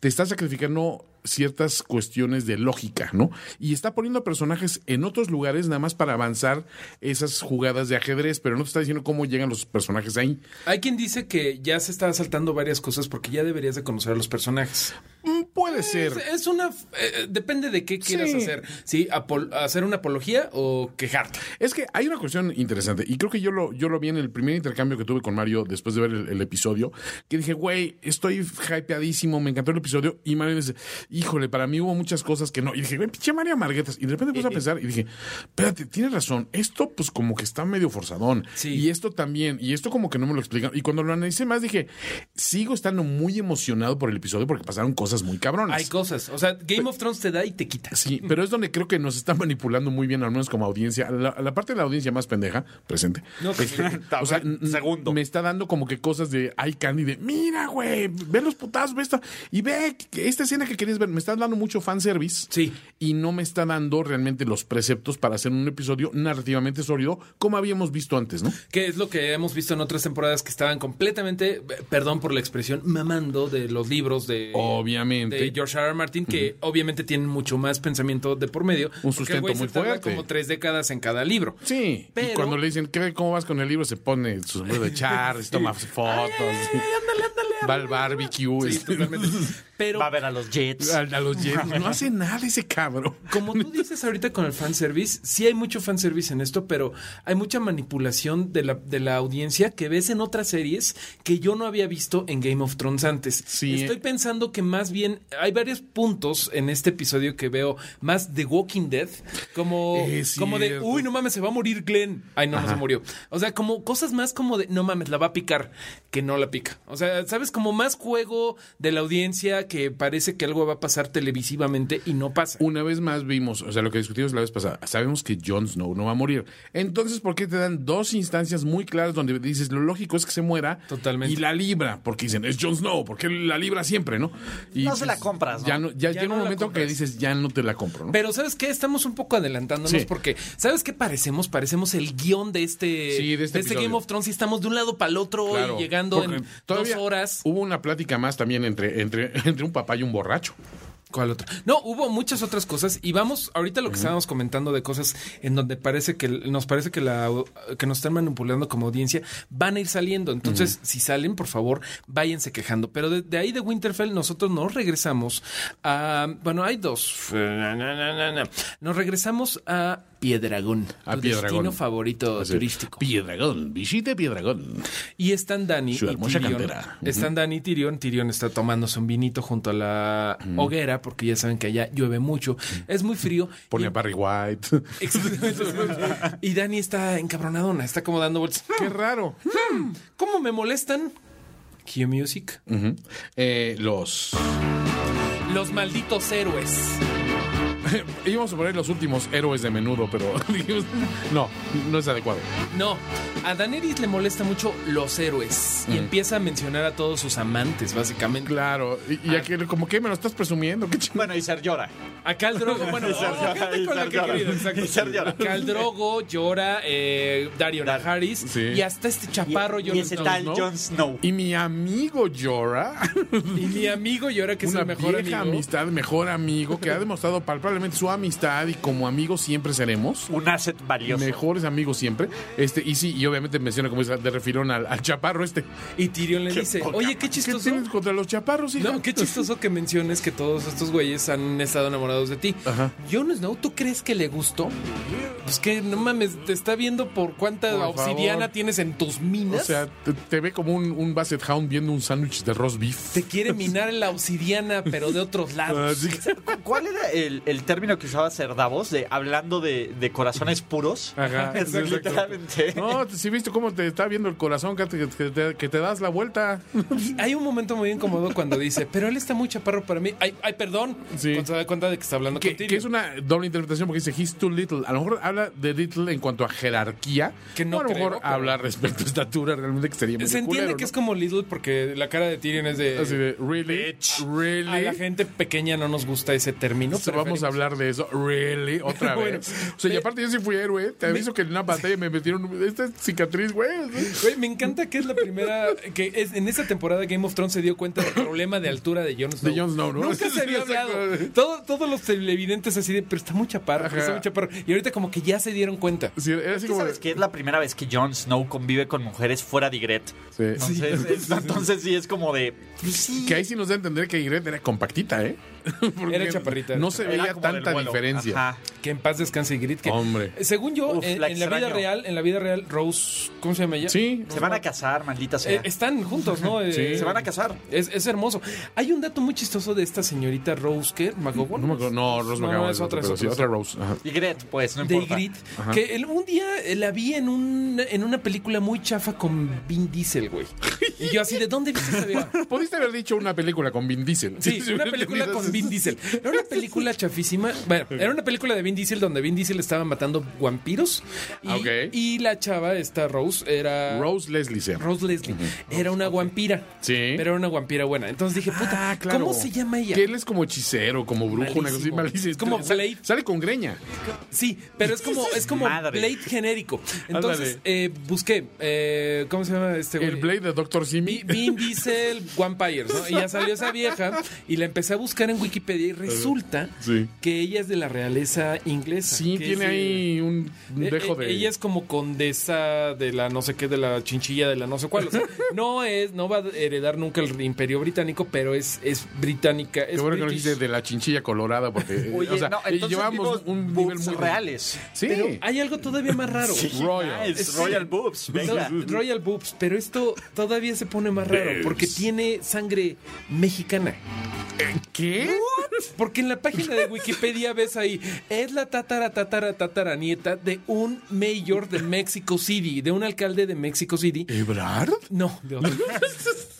S5: te está sacrificando ciertas cuestiones de lógica, ¿no? Y está poniendo a personajes en otros lugares nada más para avanzar esas jugadas de ajedrez, pero no te está diciendo cómo llegan los personajes ahí.
S6: Hay quien dice que ya se está saltando varias cosas porque ya deberías de conocer a los personajes.
S5: Mm, Puede ser.
S6: Es, es una... eh, depende de qué quieras
S5: Sí.
S6: hacer. Sí, apol- hacer una apología o quejarte.
S5: Es que hay una cuestión interesante, y creo que yo lo, yo lo vi en el primer intercambio que tuve con Mario después de ver el, el episodio, que dije, güey, estoy hypeadísimo, me encantó el episodio, y Mario dice, híjole, para mí hubo muchas cosas que no, y dije, güey, pinche Mario Marguetas, y de repente puse a pensar, y dije, espérate, tienes razón, esto pues como que está medio forzadón,
S6: Sí.
S5: y esto también, y esto como que no me lo explican, y cuando lo analicé más dije, sigo estando muy emocionado por el episodio porque pasaron cosas muy cabronas.
S6: Hay cosas. O sea, Game of Thrones te da y te quita.
S5: Sí, pero Pues, es donde creo que nos están manipulando muy bien, al menos como audiencia. La, la parte de la audiencia más pendeja, presente.
S6: No, pues,
S7: *laughs*
S5: o sea, n- n-
S7: segundo.
S5: Me está dando como que cosas de hay candy de mira, güey, ve los putazos, ve esta. Y ve que- esta escena que querías ver. Me está dando mucho fanservice.
S6: Sí.
S5: Y no me está dando realmente los preceptos para hacer un episodio narrativamente sólido, como habíamos visto antes, ¿no?
S6: que es lo que hemos visto en otras temporadas que estaban completamente, eh, perdón por la expresión, mamando de los libros de...
S5: Obviamente.
S6: De George R. R. Martin, que obviamente tienen mucho más pensamiento de por medio. porque el
S5: sustento
S6: güey se
S5: muy
S6: tarda
S5: fuerte.
S6: como tres décadas en cada libro.
S5: Sí.
S6: Pero-
S5: Y cuando le dicen, ¿qué, ¿cómo vas con el libro? Se pone su sombrero de Charles,
S6: *laughs*
S5: toma fotos. Va al barbecue.
S6: Sí,
S5: este.
S6: totalmente. Pero
S7: Va a ver a los Jets.
S5: A, a los Jets. No hace nada ese cabrón.
S6: Como tú dices ahorita con el fanservice, sí hay mucho fanservice en esto, pero hay mucha manipulación de la, de la audiencia que ves en otras series que yo no había visto en Game of Thrones antes.
S5: Sí.
S6: Estoy pensando que más bien hay varios puntos en este episodio que veo más de Walking Dead, como,
S5: Eh, Es
S6: como de,
S5: cierto.
S6: uy, no mames, se va a morir Glenn. Ay, no, no se murió. O sea, como cosas más como de, no mames, la va a picar, que no la pica. O sea, sabes, como más juego de la audiencia que parece que algo va a pasar televisivamente y no pasa.
S5: Una vez más vimos, o sea, lo que discutimos la vez pasada, sabemos que Jon Snow no va a morir. Entonces, ¿por qué te dan dos instancias muy claras donde dices, lo lógico es que se muera
S6: Totalmente.
S5: y la libra? Porque dicen, es Jon Snow, porque él la libra siempre, ¿no? Y
S7: No se la compras, ¿no?
S5: Ya, no, ya,
S6: Ya
S5: llega
S6: no
S5: un
S6: la
S5: momento que
S6: compras.
S5: dices, ya no te la compro, ¿no?
S6: Pero ¿sabes qué? Estamos un poco adelantándonos
S5: Sí.
S6: porque ¿sabes qué parecemos? Parecemos el guión de este,
S5: Sí, de este episodio.
S6: Game of Thrones y estamos de un lado para el otro
S5: Claro,
S6: y llegando
S5: porque
S6: en dos
S5: todavía
S6: horas.
S5: *laughs* Hubo una plática más también entre, entre, entre un papá y un borracho.
S6: ¿Cuál otra? No, hubo muchas otras cosas y vamos ahorita lo que estábamos comentando de cosas en donde parece que nos parece que la que nos están manipulando como audiencia van a ir saliendo. Entonces, si salen, por favor, váyanse quejando. Pero de, de ahí de Winterfell nosotros nos regresamos a bueno, hay dos. Nos regresamos a Piedragón,
S5: A
S6: tu
S5: Piedragón.
S6: destino favorito turístico.
S5: Piedragón, visite Piedragón.
S6: Y están Dani
S5: Su
S6: y
S5: hermosa
S6: Tyrion.
S5: cantera.
S6: Están Dani y Tyrion. Tyrion está tomándose un vinito junto a la hoguera, porque ya saben que allá llueve mucho. Es muy frío.
S5: *laughs* Pone
S6: *laughs*
S5: a Barry White.
S6: Exactamente. y Dani está encabronadona, está como dando vueltas.
S5: Qué raro.
S6: ¿Cómo me molestan? Q Music.
S5: Ujú. Eh, los.
S6: Los malditos héroes.
S5: Íbamos a poner los últimos héroes de menudo, pero *laughs* dijimos, no, no es adecuado.
S6: No, a Daenerys le molesta mucho los héroes y empieza a mencionar a todos sus amantes, básicamente.
S5: Claro, y, y aquel, como que me lo estás presumiendo, qué chingada.
S7: Bueno, y Ser llora.
S6: A Khal Drogo,
S7: *laughs*
S6: bueno,
S7: Y Ser llora,
S6: ojete
S7: y
S6: con lo que
S7: Ser
S6: he
S7: llora.
S6: querido, exacto.
S7: Y Ser llora.
S6: Khal Drogo llora, eh, Dario
S7: Dar-
S6: Naharis
S5: Sí.
S6: y hasta este chaparro
S7: y,
S6: Jon
S7: y ese
S6: Snow,
S7: tal
S6: ¿no?
S7: Jon Snow.
S5: Y mi amigo *laughs* Jorah,
S6: Y mi amigo llora que es
S5: una
S6: el mejor
S5: vieja
S6: amigo.
S5: amistad, mejor amigo, *laughs* que ha demostrado palpablemente su amistad y como amigos siempre seremos.
S7: Un asset valioso.
S5: Mejores amigos siempre. Este, y sí, y obviamente menciona como dice, de refirón al, al chaparro este.
S6: Y Tyrion le dice,
S7: poca
S6: oye, qué
S5: ¿Qué
S6: chistoso.
S5: tienes contra los chaparros, hija?
S6: No, qué chistoso que menciones que todos estos güeyes han estado enamorados de ti.
S5: Ajá.
S6: Jon Snow, ¿tú crees que le gustó? Pues que no mames, te está viendo por cuánta
S5: Por
S6: obsidiana
S5: favor.
S6: tienes en tus
S5: O
S6: minas.
S5: sea, te, te ve como un, un Basset Hound viendo un sándwich de roast beef.
S6: te quiere minar la obsidiana, pero de
S5: *laughs*
S6: otros lados.
S5: Así que-
S7: ¿Cuál era el, el término que usaba Ser Davos de hablando de, de corazones puros? *laughs*
S5: Ajá,
S7: Es
S5: exacto.
S7: literalmente.
S5: No, si viste cómo te está viendo el corazón, que te, que te- que te das la
S6: *laughs*
S5: vuelta.
S6: Hay un momento muy incómodo cuando dice, pero él está muy chaparro para mí. Ay, ay perdón.
S5: Sí.
S6: Cuando se da cuenta de que está hablando
S5: Que,
S6: con Tyrion.
S5: que es una doble interpretación porque dice he's too little. A lo mejor habla de little en cuanto a jerarquía.
S6: Que no
S5: o a lo
S6: creo,
S5: mejor
S6: pero-
S5: habla respecto a estatura realmente que sería medio
S6: Se entiende
S5: culero,
S6: que
S5: ¿no?
S6: es como Lidl porque la cara de Tyrion es de...
S5: Así de, really,
S6: Bitch.
S5: really.
S6: A la gente pequeña no nos gusta ese término.
S5: So, vamos a hablar de eso, really, otra
S6: *laughs* Bueno,
S5: vez. O sea, y
S6: me-
S5: aparte yo sí fui héroe. Te aviso que en una batalla me metieron esta cicatriz, güey.
S6: Güey, me encanta que es la primera que es, en esta temporada Game of Thrones se dio cuenta del problema de altura de Jon Snow.
S5: De Jon Snow, ¿no?
S6: Nunca se había
S5: *laughs*
S6: hablado.
S5: Exacto.
S6: Todo- todos los televidentes así de, pero está muy chaparro, pero está
S5: Ajá.
S6: muy chaparro. Y ahorita como que ya se dieron cuenta.
S5: Sí, era así
S7: ¿Qué
S5: como.
S7: ¿Sabes que Es la primera vez que Jon Snow convive con mujeres fuera de Ygritte.
S5: Sí.
S7: Entonces, es- entonces sí es como de. pues sí.
S5: Que ahí sí nos da a entender que Ygritte era compactita, ¿eh? Porque
S6: Era chaparrita.
S5: No se
S7: Era
S5: veía
S7: como del
S5: tanta
S7: vuelo.
S5: diferencia.
S7: Ajá.
S6: Que en paz descanse Ygritte. que-
S5: Hombre.
S6: Según yo,
S7: Uf,
S6: en,
S7: la
S6: en la vida
S7: extraño.
S6: real, en la vida real, Rose, ¿cómo se llama ella?
S5: Sí.
S7: Se van a casar, maldita sea.
S6: Eh, están juntos, ¿no? Eh,
S5: Sí.
S7: Se van a casar.
S6: Es, es hermoso. Hay un dato muy chistoso de esta señorita Rose que
S5: No, me acuerdo- no, Rose
S6: No,
S5: McGowan
S6: es otra, es
S5: pero sí,
S6: otra.
S5: otra Rose. Ajá.
S7: Ygritte, pues, no
S6: de
S7: importa.
S6: Ygritte, que el- un día eh, la vi en, un, en una película muy chafa con Vin Diesel, güey. Y yo así, ¿de dónde viste esa vieja?
S5: Pudiste haber dicho una película con Vin Diesel.
S6: Sí,
S5: *laughs* Si
S6: una
S5: hubiera
S6: película
S5: tenido
S6: con
S5: ese-
S6: Vin Diesel. Era una película chafísima. Bueno, era una película de Vin Diesel donde Vin Diesel estaba matando vampiros. Y,
S5: Ah, ok.
S6: y la chava, esta Rose, era...
S5: *laughs* Rose Leslie se llama.
S6: Rose Leslie. Era una vampira.
S5: Sí.
S6: Pero era una vampira buena. Entonces dije, puta,
S5: Ah, claro.
S6: ¿cómo se llama ella?
S5: Que él es como hechicero, como brujo, una cosa así
S6: Malísimo.
S5: malísimo.
S6: Es como
S5: sale,
S6: Blade.
S5: sale con greña.
S6: Sí, pero es como, es como
S7: Madre.
S6: Blade genérico. Entonces, eh, busqué, eh, ¿cómo se llama este güey?
S5: El Blade de Doctor Simi.
S6: Vi- Vin Diesel Vampires, ¿no? Y ya salió esa vieja y la empecé a buscar en Wikipedia y resulta
S5: Sí.
S6: que ella es de la realeza inglesa.
S5: Sí,
S6: que
S5: tiene
S6: es de-
S5: ahí un un
S6: Eh,
S5: dejo
S6: eh,
S5: de.
S6: Ella es como condesa de la no sé qué, de la chinchilla, de la no sé cuál. O sea, no es, no va a heredar nunca el imperio británico, pero es, es británica.
S5: Qué
S6: Es
S5: bueno que no
S6: british.
S5: dijiste de la chinchilla colorada,
S6: *laughs*
S5: porque.
S7: Oye,
S5: o sea,
S7: no,
S5: eh,
S7: entonces
S5: llevamos
S7: vimos
S5: un nivel
S7: boobs
S5: muy.
S7: reales. Ah,
S5: Sí.
S6: Pero hay algo todavía más raro.
S5: Royal.
S7: Es Royal Boobs. Venga.
S6: No, Royal Boobs, pero esto todavía se pone más raro porque tiene sangre mexicana.
S5: ¿Qué?
S6: Porque en la página de Wikipedia ves ahí, es la tatara, tatara, tatara nieta de un mayor de Mexico City, de un alcalde de Mexico City.
S5: ¿Ebrard?
S6: No,
S5: *laughs*
S6: de otro.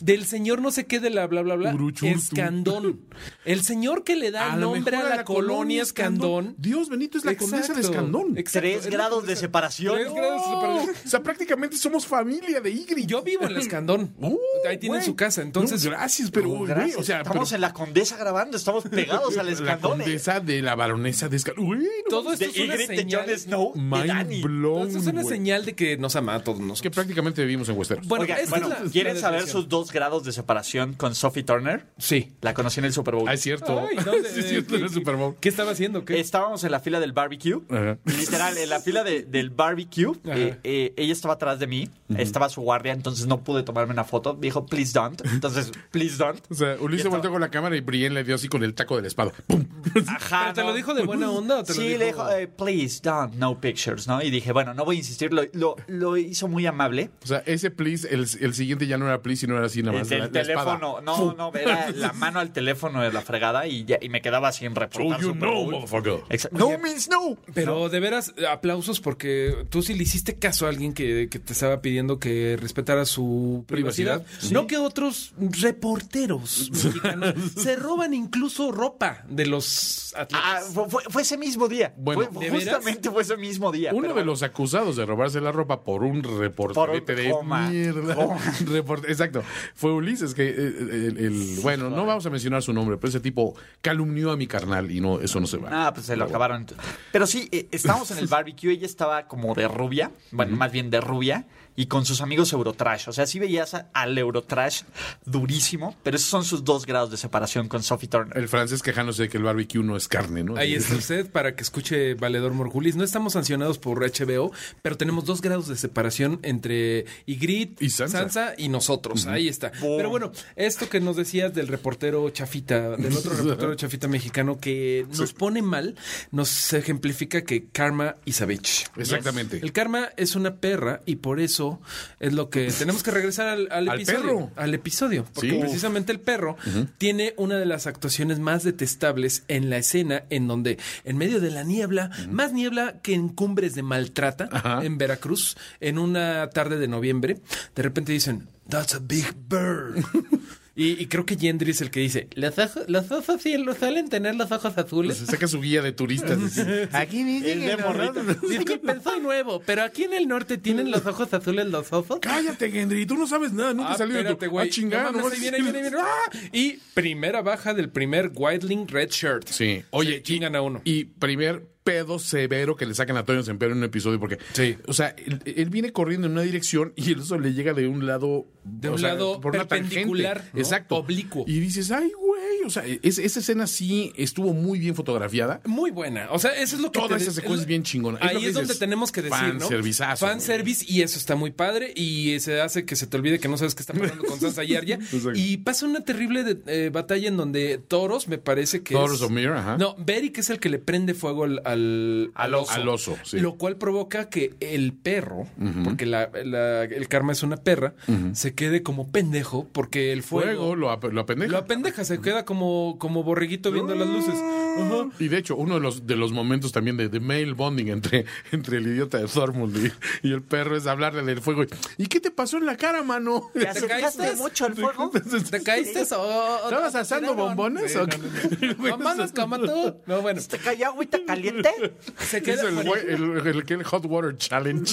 S6: del señor no sé qué de la bla bla bla.
S5: Uruchurtu.
S6: Escandón. El señor que le da
S5: lo
S6: nombre a
S5: mejor
S6: la, colonia Escandón.
S5: Dios bendito, es la condesa de
S6: Exacto,
S5: Escandón.
S6: exacto.
S7: Tres
S6: Es la
S7: grados de separación.
S6: Tres grados de separación.
S5: *laughs* O sea, prácticamente somos familia de Ygritte.
S6: Yo vivo en el Escandón.
S5: Uh,
S6: Ahí tienen
S5: güey.
S6: su casa. Entonces,
S5: No, gracias, pero. güey,
S7: Gracias.
S5: o sea,
S7: estamos
S5: pero-
S7: en la condesa grabando, estamos
S5: *laughs*
S7: pegados al
S5: la
S7: escandón. eh.
S5: condesa de la baronesa de Escandón. Uy, no
S6: todo esto
S7: De
S6: es una
S7: Ygritte, de
S6: señal.
S7: Jon Snow, de Dani.
S5: Mind blown.
S6: Esto es una
S5: Oh, güey.
S6: señal de que nos ama a todos nosotros.
S5: Que prácticamente vivimos en Westeros.
S6: Bueno,
S7: Oigan,
S6: esta
S7: bueno,
S6: es la-
S7: ¿quieren
S6: la
S7: saber
S6: desviación.
S7: sus dos dos grados de separación con Sophie Turner.
S6: Sí.
S7: La conocí en el Super Bowl.
S5: Ah, es cierto.
S6: Ay, ¿dónde-
S5: Sí, es cierto, en el Super Bowl.
S6: ¿Qué estaba haciendo? ¿Qué?
S7: Estábamos en la fila del barbecue.
S5: Ajá.
S7: Literal, en la fila de- del barbecue.
S6: Ajá.
S7: eh, eh, ella estaba atrás de mí. Estaba su guardia, entonces no pude tomarme una foto. Me dijo, please don't. Entonces, please don't.
S5: *laughs* O sea, Ulises
S7: estaba-
S5: volteó con la cámara y Brienne le dio así con el taco de la espada. ¡Pum!
S6: ¿Pero
S7: Ajá.
S6: te lo
S7: ah, no.
S6: dijo de buena onda o te lo
S7: sí,
S6: dijo?
S7: le dijo, eh, please don't, no pictures, ¿no? Y dije, bueno, no voy a insistir. Lo, lo- lo hizo muy amable.
S5: O sea, ese please, el, el siguiente ya no era please, sino era así nada
S7: El
S5: más. la-
S7: Eh, del
S5: la espada.
S7: teléfono, no, no, era la mano al teléfono de la fregada y, ya- y me quedaba sin
S5: Oh,
S7: reportar.
S5: you
S7: Super
S5: know,
S7: Bowl.
S5: motherfucker.
S7: Exacto. No means no.
S6: Pero de veras, aplausos porque tú sí le hiciste caso a alguien que, que te estaba pidiendo que respetara su privacidad.
S5: Privacidad,
S6: No que otros reporteros
S7: *laughs*
S6: mexicanos se roban incluso ropa de los
S7: Ah,
S6: atletas.
S7: fue, fue- fue ese mismo día.
S5: Bueno,
S7: Fue-
S6: ¿de veras?
S7: justamente fue ese mismo día.
S5: Uno
S7: Ah, pero
S5: de
S7: bueno.
S5: los acusados de robarse la ropa por un reporterete de
S7: coma,
S5: mierda. *laughs*
S7: coma.
S5: Report- Exacto. Fue Ulises que eh, el, el- bueno, no vamos a mencionar su nombre, pero ese tipo calumnió a mi carnal y no, eso no se va.
S7: Ah, pues se lo acabaron. Pero sí, eh, estábamos
S5: *laughs*
S7: en el barbecue, ella estaba como de rubia, bueno, más bien de rubia, y con sus amigos Eurotrash. O sea, sí veías a- al Eurotrash durísimo, pero esos son sus dos grados de separación con Sophie Turner.
S5: El francés quejándose de que el barbecue no es carne, ¿no? *laughs*
S6: Ahí está usted para que escuche Valedor Morgulis. No estamos sancionados por HBO, pero tenemos dos grados de separación entre Ygritte,
S5: Y Sansa.
S6: y nosotros. Ahí está. Pero bueno, esto que nos decías del reportero chafita,
S5: *laughs*
S6: del otro reportero chafita mexicano que nos pone mal, nos ejemplifica que Karma Isabich.
S5: Exactamente.
S6: El karma es una perra y por eso es lo que tenemos que regresar al, al
S5: Al
S6: episodio.
S5: perro.
S6: Al episodio. Porque
S5: Sí.
S6: precisamente el perro tiene una de las actuaciones más detestables en la escena en donde, en medio de la niebla, más niebla que en cumbres de maltrata en Veracruz, en una tarde de noviembre, de repente dicen, That's a big *laughs* bird. Y, y creo que Yendri es el que dice, los ojos, los ojos sí, los suelen tener los ojos azules.
S5: Se saca su guía de turistas. Aquí dice
S7: El de que no- morrito.
S6: Pues Es que pensó nuevo, pero aquí en el norte tienen los ojos azules los osos.
S5: Cállate, Henry, tú no sabes nada, nunca
S6: Ah,
S5: salió de
S6: espérate,
S5: tu
S6: güey.
S5: Ah, chingada,
S6: No mames,
S5: nomás-
S6: ahí viene, ahí viene, ahí viene. ¡Ah! Y primera baja del primer Wildling Red Shirt.
S5: Sí. Oye,
S6: Se chingan a uno.
S5: Y primer pedo severo que le sacan a Toño Sempero en un episodio porque
S6: Sí.
S5: o sea él, él viene corriendo en una dirección y el oso le llega de un lado
S6: De
S5: o
S6: un
S5: sea,
S6: lado
S5: por una tangente.
S6: perpendicular, ¿no?
S5: exacto
S6: Oblicuo.
S5: y dices ay güey o sea es- esa escena sí estuvo muy bien fotografiada
S6: Muy buena. O sea, eso es lo que.
S5: Toda esa secuencia es bien chingona. Es
S6: Ahí
S5: lo
S6: es,
S5: que
S6: donde
S5: dices,
S6: tenemos que decir, ¿no?
S5: fanservizazo, güey.
S6: Fanservice, y eso está muy padre. Y se hace que se te olvide que no sabes qué está pasando con Sansa
S5: *laughs*
S6: y Arya.
S5: Exacto.
S6: y pasa una terrible de- eh, batalla en donde Toros, me parece que.
S5: Thoros
S6: es-
S5: O'Meara, ajá.
S6: No, Beric es el que le prende fuego al, al,
S5: Al oso. Al oso, sí.
S6: Lo cual provoca que el perro, porque la- la- el karma es una perra, se quede como pendejo porque el fuego.
S5: fuego lo, ap- lo apendeja
S6: Lo apendeja, se queda como, como borreguito viendo las luces.
S5: Ah.
S6: Ajá.
S5: y de hecho, uno de los, de los momentos también de, de male bonding entre, *laughs* entre el idiota de Thormund y, y el perro es hablarle del fuego. ¿Y qué te pasó en la cara, mano?
S7: ¿Te acercaste
S6: caíste?
S7: mucho al
S5: *laughs*
S7: fuego?
S6: ¿Te caíste o- o
S5: ¿Estabas
S6: te
S5: asando
S6: tiraron?
S5: bombones
S6: Sí,
S5: o
S6: no,
S5: qué?
S6: *laughs* no, no. Bombones
S5: *laughs*
S6: como tú. No, bueno,
S7: ¿Te cayó agüita caliente?
S6: se
S5: Hizo
S6: queda,
S5: el,
S6: bueno,
S5: güey- el- el- el Hot Water Challenge.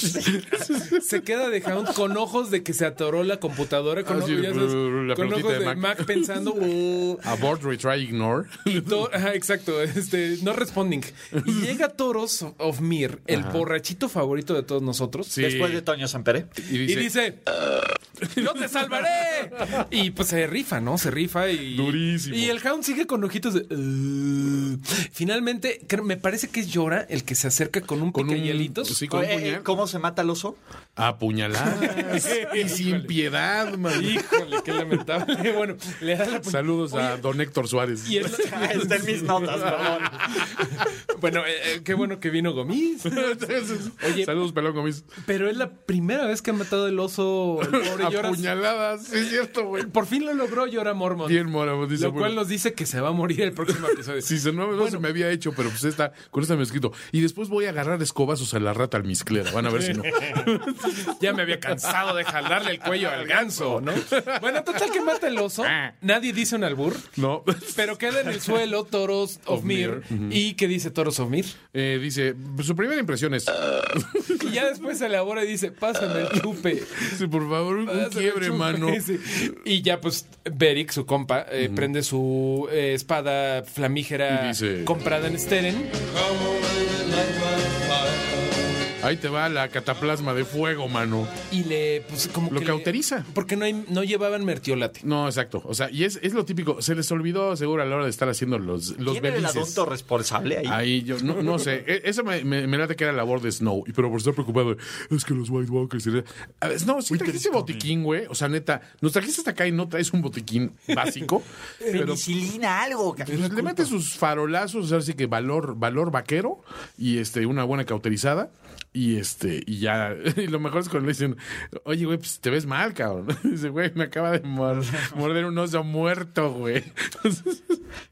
S6: se queda de Hound con ojos de que se atoró la computadora, con,
S5: Ah, sí,
S6: ojos, ya sabes,
S5: la
S6: con
S5: pelotita
S6: ojos
S5: de
S6: de
S5: Mac.
S6: Mac, pensando. "Uh".
S5: Abort, retry, ignore.
S6: Y to- ajá, exacto, este, no responding. Y llega Toros of Mir, el borrachito favorito de todos nosotros.
S5: Sí.
S7: Después de Toño Sampere.
S5: Y
S6: Y dice, ¡Yo te salvaré! Y pues se rifa, ¿no? Se rifa y.
S5: Durísimo.
S6: Y el Hound sigue con ojitos de. "Ugh". Finalmente, creo- me parece que es Llora el que se acerca con un
S5: con un, pues
S6: picayelitos.
S5: sí, con un
S7: Eh, eh,
S5: puñal.
S7: ¿Cómo se mata al
S5: *laughs*
S7: oso?
S5: A puñaladas. y sin piedad, man.
S6: *laughs* Híjole, qué lamentable. Bueno, le da la pu-
S5: Saludos a don Héctor Suárez.
S6: y es lo-
S5: *laughs*
S7: Está en mis notas, perdón.
S6: Bueno, eh, eh, qué bueno que vino Gomis. Oye.
S5: Saludos, pelón Gómez.
S6: Pero es la primera vez que ha matado el oso. el
S5: *laughs*
S6: pobre
S5: A
S6: Llora.
S5: puñaladas. Sí, es cierto, güey.
S6: Por fin lo logró Llora Mormon.
S5: Bien, mora, dice.
S6: Lo cual
S5: bueno,
S6: nos dice que se va a morir el próximo episodio.
S5: Si se, no, no se me había hecho, pero pues esta, con esta me he escrito. Y después voy a agarrar escobazos a la rata almizclera. Van a ver si
S6: *laughs*
S5: no.
S6: Ya me había cansado de jalarle el cuello al ganso, ¿no? *laughs* Ah. Bueno, total que mata el oso. Nadie dice un albur.
S5: No.
S6: Pero queda en el suelo Toros of
S5: Of Mir.
S6: Mir. ¿Y qué dice Toros of Mir?
S5: Eh, dice, su primera impresión es,
S6: Y ya después se elabora y dice, pásame el chupe.
S5: sí, por favor, un, un
S6: pásame el
S5: quiebre,
S6: chupe".
S5: mano.
S6: *laughs* Sí. Y ya pues Beric, su compa, eh, prende su eh, espada flamígera
S5: Y dice-
S6: comprada en Steren.
S5: Ahí te va la cataplasma de fuego, mano.
S6: Y le, pues como
S5: Lo
S6: que. le-
S5: cauteriza.
S6: porque no, hay- no llevaban mertiolate.
S5: No, exacto. O sea, y es, es lo típico. Se les olvidó, seguro, a la hora de estar haciendo los, los
S7: ¿Quién era el
S5: belices.
S7: adulto responsable ahí?
S5: Ahí yo no, no
S7: *laughs*
S5: sé. E- Eso me, me, me late que era labor de Snow. Y Pero por estar preocupado, es que los White Walkers. y- A ver, Snow, si trajiste botiquín, güey. O sea, neta, nos trajiste hasta acá y no traes un botiquín
S7: *laughs*
S5: básico. pero
S7: Penicilina, algo. ca-
S5: pues, le metes sus farolazos, o sea, así que valor, valor vaquero y este, una buena cauterizada. Y este, y ya, *laughs* y lo mejor es cuando le dicen, oye, güey, pues te ves mal, cabrón. *laughs* Dice, güey, me acaba de
S6: *laughs*
S5: mor- morder un oso muerto, güey. *laughs*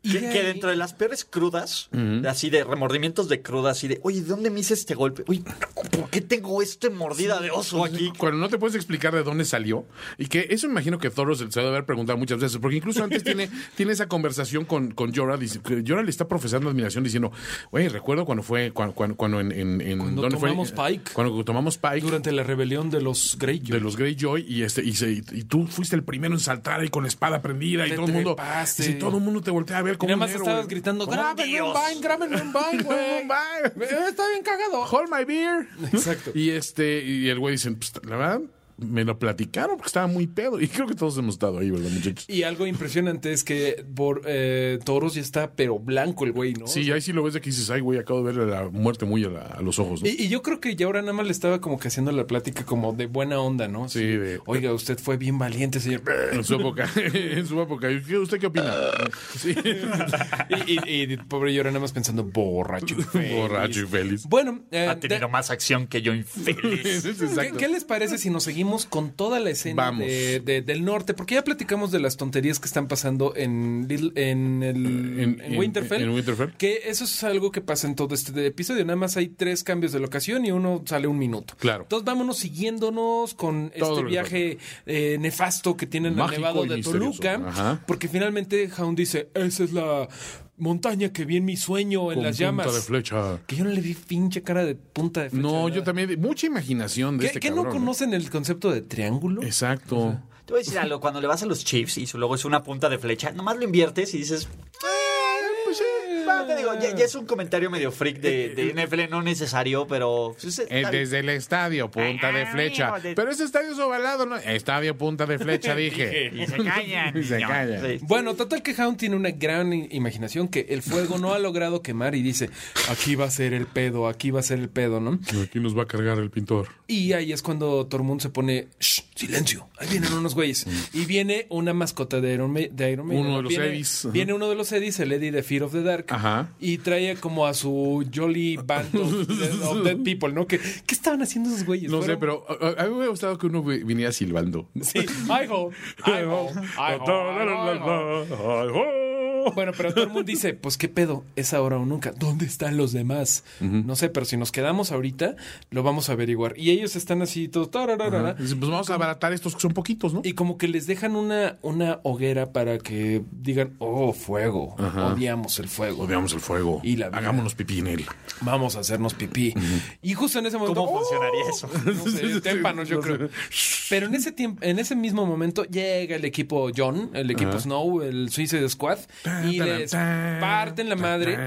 S7: Que,
S6: de
S7: que
S6: ahí-
S7: dentro de las peores crudas, así de remordimientos de crudas, así de, oye, ¿de dónde me hice este golpe? Oye, ¿por qué tengo esta mordida de oso aquí?
S5: cuando no te puedes explicar de dónde salió y que eso imagino que Thoros se debe haber preguntado muchas veces porque incluso antes
S6: *laughs*
S5: tiene, tiene esa conversación con, con Jorah dice- que Jorah le está profesando admiración diciendo güey recuerdo cuando fue cuando, cuando, cuando en, en- en-
S6: Cuando
S5: ¿dónde
S6: tomamos
S5: fue?
S6: Pike.
S5: cuando tomamos Pike
S6: Durante la rebelión de los Greyjoy.
S5: de los Greyjoy y este y, se- y- y tú fuiste el primero en saltar ahí con la espada prendida y
S6: Te
S5: todo el mundo
S6: trepaste.
S5: si todo el mundo te voltea a ver
S6: Y
S5: como
S6: nada más
S5: un héroe.
S6: estabas gritando,
S5: Como,
S6: grábenme un
S7: Dios".
S6: Vine, grábenme un Vine, güey. Eh, Está bien cagado.
S5: *laughs* Hold my beer.
S6: Exacto.
S5: Y este, y el güey dice, pues, la verdad, me lo platicaron porque estaba muy pedo. Y creo que todos hemos estado ahí, ¿verdad, muchachos?
S6: Y algo impresionante es que por, eh, Toros ya está, pero blanco el güey, ¿no?
S5: Sí, ahí sí lo ves de que dices, ay, güey, acabo de verle la muerte muy a, la- a los ojos. ¿no?
S6: Y, y yo creo que ya ahora nada más le estaba como que haciendo la plática como de buena onda, ¿no?
S5: Sí,
S6: Así,
S5: de-
S6: Oiga, usted fue bien valiente, señor.
S5: En su época, *laughs* en su época. ¿Y qué- ¿Usted qué
S6: *laughs*
S5: opina? Sí.
S6: y, y- y pobre llora nada más
S5: *laughs*
S6: pensando borracho. y feliz.
S5: Borracho y feliz.
S6: Bueno, eh,
S7: Ha tenido
S6: de-
S7: más acción que
S5: *laughs*
S7: yo, infeliz.
S6: ¿qué,
S5: Exacto.
S6: qué les parece si nos seguimos con toda la escena
S5: Vamos.
S6: de- de- del norte? Porque ya platicamos de las tonterías que están pasando en, Little- en, el-
S5: Eh, En-
S6: en
S5: en-
S6: Winterfell.
S5: en Winterfell.
S6: Que eso es algo que pasa en todo este episodio. Nada más hay tres cambios de locación y uno sale un minuto.
S5: Claro.
S6: Entonces vámonos siguiéndonos con
S5: Todo lo
S6: este
S5: que
S6: viaje eh, nefasto que tienen al
S5: Mágico
S6: Nevado
S5: y
S6: de
S5: misterioso.
S6: Toluca.
S5: Ajá.
S6: Porque finalmente Hound dice, esa es la montaña que vi en mi sueño en
S5: Con
S6: las
S5: punta
S6: llamas.
S5: de flecha.
S6: Que yo no le vi pinche cara de punta de flecha.
S5: No,
S6: nada.
S5: yo también. Mucha imaginación de
S6: ¿Qué,
S5: este
S6: qué
S5: cabrón.
S6: no
S5: ¿eh?
S6: conocen el concepto de triángulo?
S5: Exacto.
S7: Te voy a decir algo, cuando le vas a los Chiefs y su logo es una punta de flecha, nomás lo inviertes y dices... "Eh, pues sí, va", te digo, ya, ya es un comentario medio freak de, de NFL, no necesario, pero... pues,
S5: Eh,
S7: está bien.
S5: desde el estadio, punta de
S7: Ah,
S5: flecha.
S7: hijo de-
S5: Pero ese estadio es ovalado, ¿no? Estadio, punta de
S6: *laughs*
S5: flecha, dije.
S7: Y se callan.
S5: Y se
S7: niño.
S5: callan.
S7: Sí.
S6: Bueno, total que Hound tiene una gran i- imaginación que el fuego no ha logrado quemar y dice, aquí va a ser el pedo, aquí va a ser el pedo, ¿no?
S5: Aquí nos va a cargar el pintor.
S6: Y ahí es cuando Tormund se pone, "Shh, silencio, ahí vienen unos güeyes. Y viene una mascota de Iron, Ma- de Iron Maiden.
S5: Uno de los
S6: viene,
S5: Eddies, ajá.
S6: Viene uno de los Eddies, el Eddie de Fear of the Dark.
S5: Ajá.
S6: Y trae como a su Jolly Band
S5: *laughs*
S6: of, Dead- of Dead People, ¿no? ¿Qué, qué estaban haciendo esos güeyes?
S5: No sé,
S6: Fueron-
S5: pero a, a- a mí me hubiera gustado que uno vi- viniera silbando.
S6: Sí, ay, ho, ay, ho, ay, ho, ay, ho, ay, ho. Bueno, pero todo el mundo dice, pues qué pedo, es ahora o nunca. ¿Dónde están los demás? No sé, pero si nos quedamos ahorita, lo vamos a averiguar. Y ellos están así, todo, tarararara.
S5: Dicen, pues vamos a abaratar estos que son poquitos, ¿no?
S6: y como que les dejan una, una hoguera para que digan, oh, fuego, odiamos el fuego.
S5: Odiamos el fuego.
S6: Y la vida.
S5: Hagámonos pipí en él.
S6: Vamos a hacernos pipí. Y justo en ese momento... ¡oh!
S7: ¿Cómo funcionaría eso?
S6: No sé, témpanos, yo
S5: *laughs*
S6: creo. Pero en ese tiempo, en ese mismo momento llega el equipo John, el equipo Snow, el Suicide Squad y les parten la madre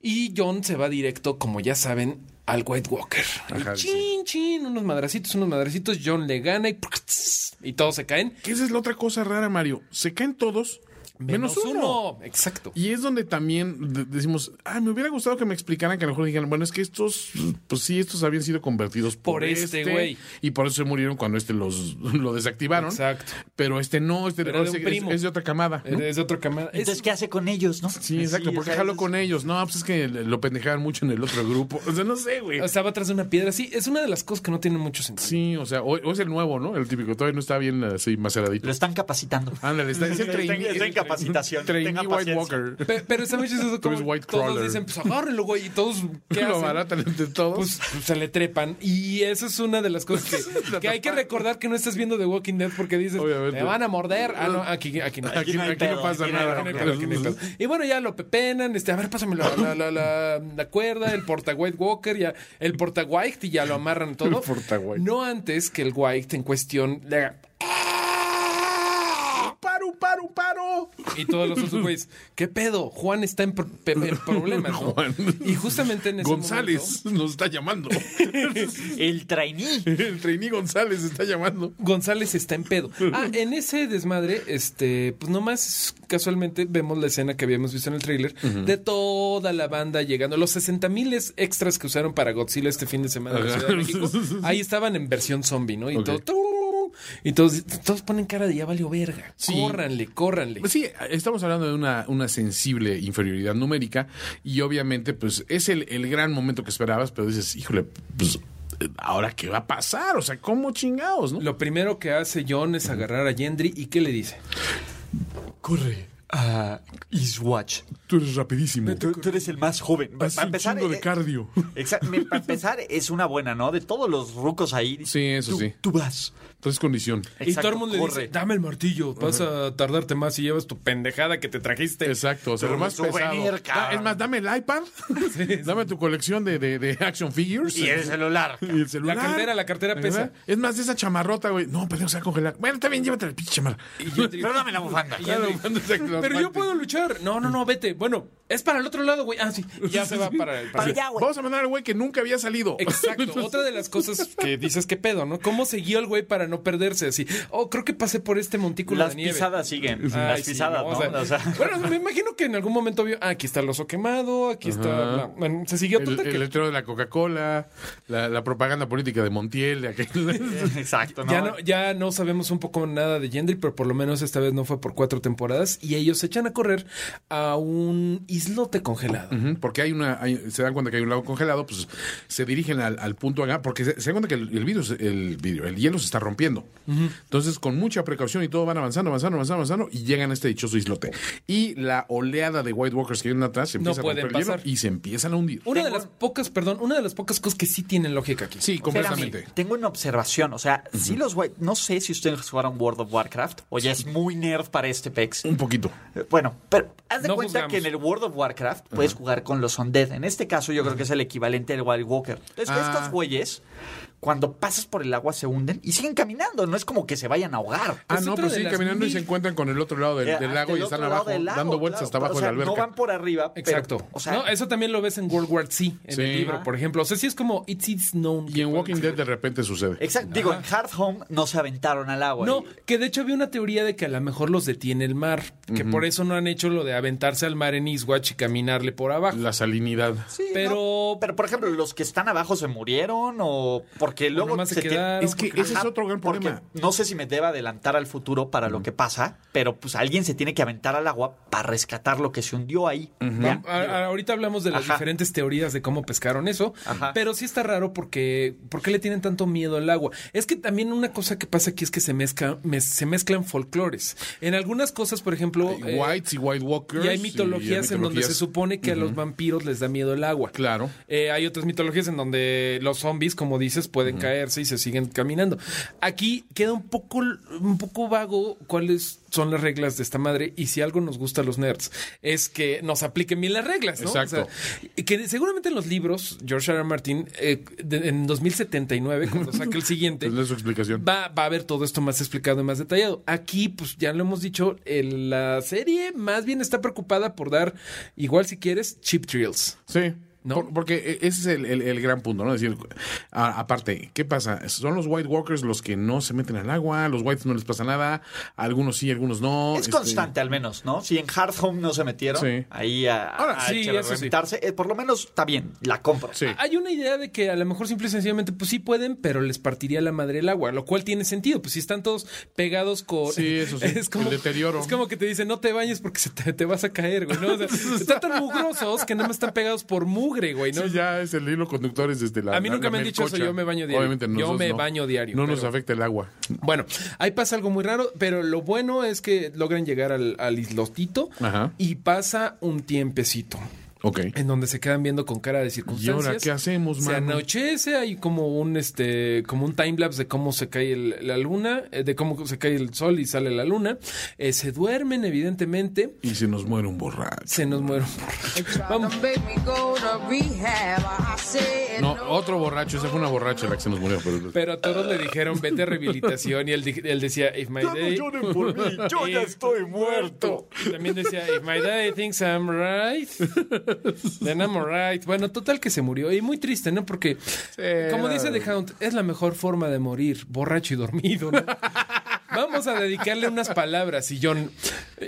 S6: y John se va directo, como ya saben, al White Walker. Y
S5: Ajá, sí.
S6: chin chin, unos madracitos, unos madracitos, John le gana y *laughs* y todos se caen.
S5: Que esa es la otra cosa rara, Mario. Se caen todos menos, uno.
S6: Exacto.
S5: Y es donde también de- decimos, ah, me hubiera gustado que me explicaran que a lo mejor dijeran, bueno, es que estos, pues sí, estos habían sido convertidos por,
S6: Por este güey.
S5: Y por eso se murieron cuando este los *laughs* lo desactivaron.
S6: Exacto.
S5: Pero este no, este
S6: Pero era
S5: es,
S6: de un primo. Eh,
S5: es de otra camada. ¿no?
S6: Es de otra camada. Es-
S7: Entonces, ¿qué hace con ellos, no?
S5: Sí, exacto, porque
S7: o sea,
S5: jaló
S7: es-
S5: con ellos. No, pues es que le- lo pendejaban mucho en el otro grupo. O sea, no sé, güey.
S6: estaba atrás de una piedra. Sí, es una de las cosas que no tiene mucho sentido.
S5: Sí, o sea, o, o es el nuevo, ¿no? El típico, todavía no está bien así maceradito.
S7: Lo están capacitando.
S5: Ándale, está,
S7: *laughs*
S5: es el
S7: Está en-
S5: trainee-
S7: está en
S5: el-
S7: capacitación,
S5: trainee
S7: tenga
S5: White
S7: paciencia.
S5: Walker.
S6: Pe- Pero está muy chistoso
S5: *laughs* Tú
S6: como
S5: ves White
S6: todos
S5: Crawler.
S6: dicen, pues agárrenlo, güey, y todos
S5: *laughs*
S6: ¿qué
S5: Lo
S6: hacen?
S5: baratan entre todos.
S6: Pues, pues, se le trepan. Y esa es una de las cosas
S5: *laughs*
S6: que, que hay que recordar que no estás viendo The Walking Dead porque dices,
S5: Obviamente.
S6: te van a morder. Ah, no, aquí, aquí no.
S5: aquí,
S7: no hay
S5: aquí no
S7: pedo,
S5: pasa
S7: aquí no hay
S5: nada.
S6: Aquí no hay pedo, aquí no hay pedo. Y bueno, ya lo pepenan, este, a ver, pásame la, la, la, la- la cuerda, el porta White Walker, ya, el porta White, y ya lo amarran todo.
S5: El porta White.
S6: No antes que el White en cuestión le haga.
S5: ¡Ah! ¡Paro, paro, paro!
S6: y todos los otros güeyes, ¿qué pedo? Juan está en, pro- pe- en problemas, ¿no?
S5: *laughs* Juan.
S6: Y justamente en ese
S5: González nos está
S7: *laughs*
S5: llamando.
S7: El trainee.
S5: El trainee González está llamando.
S6: momento, González está
S5: *laughs*
S6: en pedo. Ah, en ese desmadre, este, pues nomás casualmente vemos la escena que habíamos visto en el tráiler de toda la banda llegando. Los 60 mil extras que usaron para Godzilla este fin de semana en la Ciudad
S5: *laughs*
S6: de México, ahí estaban en versión zombie, ¿no? Y
S5: Ok.
S6: todo- y todos, todos ponen cara de ya valió verga.
S5: Sí.
S6: Córranle, córranle.
S5: Pues sí, estamos hablando de una, una sensible inferioridad numérica y obviamente pues es el, el gran momento que esperabas, pero dices, híjole, pues ahora qué va a pasar, o sea, ¿cómo chingados, no?
S6: Lo primero que hace John es agarrar a Gendry y ¿qué le dice?
S7: Corre a Iswatch.
S5: Tú eres rapidísimo,
S7: Ah, Tú, tú eres el más joven. Pa- Para empezar, eh,
S5: cardio.
S7: exact- me- para empezar, es una buena, ¿no? De todos los rucos ahí.
S5: Sí, eso
S7: tú-
S5: sí.
S7: Tú vas.
S5: Entonces condición.
S6: y todo el mundo le
S7: corre.
S6: dice, dame el martillo, vas a tardarte más si llevas tu pendejada que te trajiste.
S5: Exacto, o sea, lo
S7: Pero
S5: más
S7: no souvenir,
S5: pesado. Da-
S7: cabrón.
S5: Es más, dame el iPad, dame tu colección de, de- de action figures.
S7: Y el celular.
S5: Y el celular.
S6: La cartera, la cartera pesa.
S5: Es más, de esa chamarrota, güey. No, pero se va a congelar. Bueno, está bien, llévate la pinche chamarra. *laughs*
S6: Y Gendry-
S7: Pero dame la bufanda.
S6: y Gendry, *laughs* Pero yo puedo luchar. No, no, no, vete. Bueno, es para el otro lado, güey. Ah, sí. Ya se va para
S5: *laughs*
S6: el... para-
S5: Vamos a mandar al güey que nunca había salido.
S6: Exacto. Otra de las cosas que dices, qué pedo, ¿no? ¿Cómo siguió el güey para no perderse así? Oh, creo que pasé por este montículo
S7: Las
S6: de nieve.
S7: pisadas siguen.
S6: Ay,
S7: Las
S6: sí,
S7: pisadas,
S6: no,
S7: ¿no?
S6: o sea,
S7: O sea, *laughs*
S6: bueno, me imagino que en algún momento vio, ah, aquí está el oso quemado, aquí está... la- bueno, se siguió
S5: El,
S6: total
S5: el
S6: que-
S5: letrero de la Coca-Cola, la, la propaganda política de Montiel, de
S6: *laughs*
S5: aquel.
S7: Exacto, ¿no?
S5: Ah.
S6: Ya no, ya no sabemos un poco nada de Gendry, pero por lo menos esta vez no fue por cuatro temporadas. Y ellos se echan a correr a un islote congelado.
S5: Ujú, Porque hay una, hay- se dan cuenta que hay un lago congelado, pues se dirigen al, al punto acá, porque se, se dan cuenta que el, el vidrio, se- el vidrio, el hielo se está rompiendo. Entonces, con mucha precaución y todo, van avanzando, avanzando, avanzando, avanzando, y llegan a este dichoso islote. Y la oleada de White Walkers que vienen atrás se
S6: No
S5: empieza a romper
S6: pueden
S5: el hielo
S6: pasar.
S5: y se empiezan a hundir.
S6: Una de las pocas, perdón, una de las pocas cosas que sí tienen lógica aquí.
S5: Sí, completamente.
S7: Espérame, tengo una observación. O sea, si los White. No sé si ustedes jugaron World of Warcraft o ya es muy nerd para este pex.
S5: Un poquito.
S7: Eh, Bueno, pero haz de
S6: No
S7: cuenta
S6: juzgamos.
S7: que en el World of Warcraft puedes jugar con los Undead. En este caso, yo creo que es el equivalente del Wild Walker. Entonces,
S5: Ah.
S7: estos güeyes, cuando pasas por el agua, se hunden y siguen caminando. No es como que se vayan a ahogar.
S5: Ah,
S6: Es
S5: no,
S6: otra
S5: pero
S6: de
S5: siguen
S6: las
S5: caminando y
S6: mil-
S5: se encuentran con el otro lado del,
S7: Eh,
S5: del
S7: hasta
S5: lago
S7: el
S5: y están
S7: otro lado
S5: abajo,
S7: del lago,
S5: dando vueltas
S7: claro.
S5: hasta abajo
S7: O
S5: de
S7: sea,
S5: la alberca.
S7: No van por arriba. pero,
S6: Exacto.
S7: o sea,
S6: No, eso también lo ves en World War C, en
S5: Sí.
S6: el libro, por ejemplo. O sea, sí es como It's, it's known.
S5: Y en Walking Dead de repente sucede.
S7: Exacto. Digo, en Hard Home no se aventaron al agua.
S6: No,
S7: Y-
S6: que de hecho había una teoría de que a lo mejor los detiene el mar, que por eso no han hecho lo de aventarse al mar en Iswatch y caminarle por abajo.
S5: La salinidad.
S7: Sí,
S6: Pero-
S7: no, pero por ejemplo, los que están abajo se murieron o porque luego
S6: nomás se
S7: tie-
S6: quedaron.
S5: Es que ese es
S7: Ajá,
S5: otro gran
S7: porque
S5: problema.
S7: No sé si me deba adelantar al futuro para lo que pasa, pero pues alguien se tiene que aventar al agua para rescatar lo que se hundió ahí. Ya.
S6: A- a- ahorita hablamos de las
S7: Ajá.
S6: diferentes teorías de cómo pescaron eso,
S7: Ajá.
S6: pero sí está raro porque ¿por qué le tienen tanto miedo al agua? Es que también una cosa que pasa aquí es que se mezcla, mez- se mezclan folclores. En algunas cosas, por ejemplo, eh,
S5: Whites y White Walkers.
S6: y hay mitologías en donde se
S5: mitologías-
S6: supone que a los vampiros les da miedo el agua.
S5: Claro.
S6: Eh, hay otras mitologías en donde los zombies, como dices, pueden caerse y se siguen caminando. Aquí queda un poco, un poco vago cuáles son las reglas de esta madre y si algo nos gusta a los nerds es que nos apliquen bien las reglas, ¿no?
S5: Exacto.
S6: sea, que seguramente en los libros, George R. R. Martin, eh, de- en 2079, cuando saque el
S5: *laughs*
S6: siguiente,
S5: Tendré pues, su explicación.
S6: Va, va a haber todo esto más explicado y más detallado. Aquí, pues ya lo hemos dicho, el- la serie más bien está preocupada por dar, igual si quieres, chip drills.
S5: Sí.
S6: ¿No?
S5: Por- porque e, ese es el, el- el gran punto, ¿no? Es decir, a- aparte, ¿qué pasa? Son los White Walkers los que no se meten al agua, los Whites no les pasa nada, algunos sí, algunos no.
S7: Es
S5: este-
S7: constante al menos, ¿no? Si en Hard Home no se metieron,
S5: Sí.
S7: ahí a,
S5: Ahora,
S7: a
S6: sí,
S7: echar a
S6: eso sí.
S7: reventarse, eh, por lo menos está bien, la compro.
S5: Sí.
S6: Hay una idea de que a lo mejor simple y sencillamente, pues sí pueden, pero les partiría la madre el agua, lo cual tiene sentido. Pues si están todos pegados con.
S5: Sí, eso sí, el deterioro.
S6: *laughs* Es como que te dicen, no te bañes porque se te, te vas a caer, güey. ¿no? O sea, están tan mugrosos que nada más están pegados por mugre, güey. ¿no?
S5: Sí, ya es el hilo conductor es desde la.
S6: A mí
S5: la-
S6: nunca
S5: la
S6: me han dicho
S5: melcocha.
S6: eso, yo me baño diario.
S5: Obviamente
S6: Yo
S5: nosotros
S6: me
S5: no.
S6: baño diario,
S5: No nos
S6: pero-
S5: afecta el agua.
S6: Bueno, ahí pasa algo muy raro, pero lo bueno es que logran llegar al, al islotito
S5: Ajá.
S6: y pasa un tiempecito.
S5: Ok.
S6: en donde se quedan viendo con cara de circunstancias.
S5: ¿Y ahora qué hacemos,
S6: Se
S5: mano?
S6: anochece, hay como un este, como un time lapse de cómo se cae el- la luna, eh, de cómo se cae el sol y sale la luna. Eh, se duermen, evidentemente.
S5: Y se nos muere un borracho.
S6: Se nos mueren. Vamos.
S5: No, otro borracho. Esa fue una borracha la que se nos murió. Pero,
S6: Pero a todos le dijeron, vete a rehabilitación. Y él, di- él decía, if my day...
S7: por mí, yo
S6: *laughs*
S7: ya estoy muerto.
S6: Y También decía, if my daddy thinks I'm right, then I'm alright. Bueno, total que se murió. Y muy triste, ¿no? Porque, como dice The Hound, es la mejor forma de morir, borracho y dormido. ¿no? *laughs* Vamos a dedicarle unas palabras. Y John.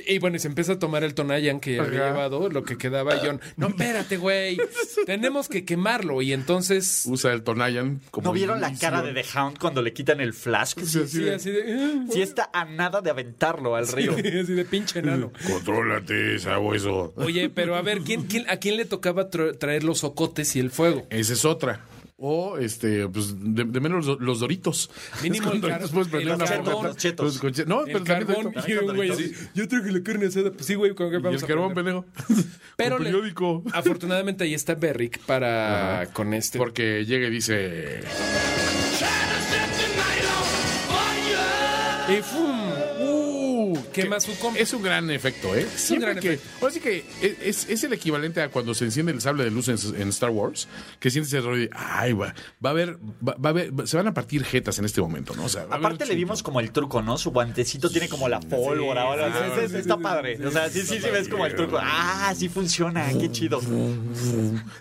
S6: Y bueno, y se empieza a tomar el Tonayan que había llevado, lo que quedaba. Y John, no, espérate, güey. Tenemos que quemaarlo. Y entonces.
S5: Usa el Tonayan como.
S7: ¿No vieron la
S5: inicio.
S7: cara de The Hound cuando le quitan el flask? Sí,
S6: Sí, así de. "Ah".
S7: está a nada de aventarlo
S6: *laughs*
S7: al río.
S6: Así de pinche enano.
S5: Contrólate, sabueso.
S6: Oye, pero a ver, ¿quién, quién, a quién le tocaba tra- traer los ocotes y el fuego?
S5: Esa es otra. O, este, pues, de, de menos los, los
S6: *laughs*
S5: doritos.
S6: Mínimo
S5: Es
S6: el
S5: cuando
S6: car-
S5: los puedes prender
S6: el
S5: una
S6: carbón,
S5: fogata.
S7: los chetos.
S5: Los coche- No, pero
S6: El
S5: también
S6: carbón
S5: doritos.
S6: y un güey así. Yo traje la carne asada. Pues sí, güey, ¿con qué
S5: Y
S6: vamos
S5: el
S6: a
S5: carbón,
S6: prender?
S5: pendejo.
S6: *laughs* Pero
S5: Un
S6: le-
S5: periódico.
S6: Afortunadamente ahí está Berrick para con este.
S5: Porque llega y dice...
S6: Y ¡fum!
S5: Uh,
S6: Quema su compa.
S5: Es un gran efecto, ¿eh? Siempre
S6: gran
S5: que- Ahora sí que es, es- es el equivalente a cuando se enciende el sable de luz en, en Star Wars, que sientes el rollo de, ay, va, va a haber, va, va a haber, se van a partir jetas en este momento, ¿no? O sea, va a haber
S7: Aparte le vimos como el truco, ¿no? Su guantecito tiene como la pólvora. o algo así. Ese- ese está padre. o sea, sí, sí, sí, ves como el truco. Ah, sí funciona. Qué chido.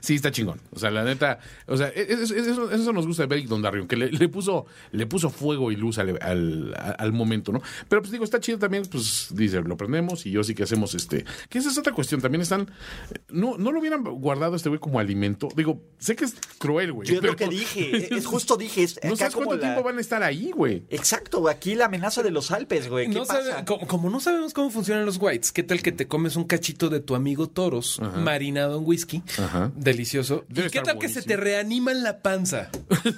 S5: Sí, está chingón. O sea, la neta, o sea, e-, es- es- es- eso, eso nos gusta de Beric Dondarrion, que le, le puso, le puso fuego y luz al, al- al momento, ¿no? Pero pues digo, está chido también, pues dice, lo prendemos y yo sí que hacemos este. Que esa es otra cuestión, también están. No, no lo hubieran guardado este güey como alimento. Digo, sé que es cruel, güey.
S7: Yo es lo
S5: pero
S7: que dije. Es justo dije. Es
S5: No
S7: acá
S5: sabes
S7: como
S5: cuánto
S7: la-
S5: tiempo van a estar ahí, güey.
S7: Exacto, aquí la amenaza de los Alpes, güey. ¿Qué
S6: No sabe-
S7: pasa?
S6: como, como no sabemos cómo funcionan los whites, ¿qué tal que te comes un cachito de tu amigo toros marinado en whisky? Delicioso.
S5: Debe
S6: ¿Y ¿Qué
S5: estar
S6: tal que se te
S5: buenísimo.
S6: reanima en la
S5: *laughs*
S6: panza?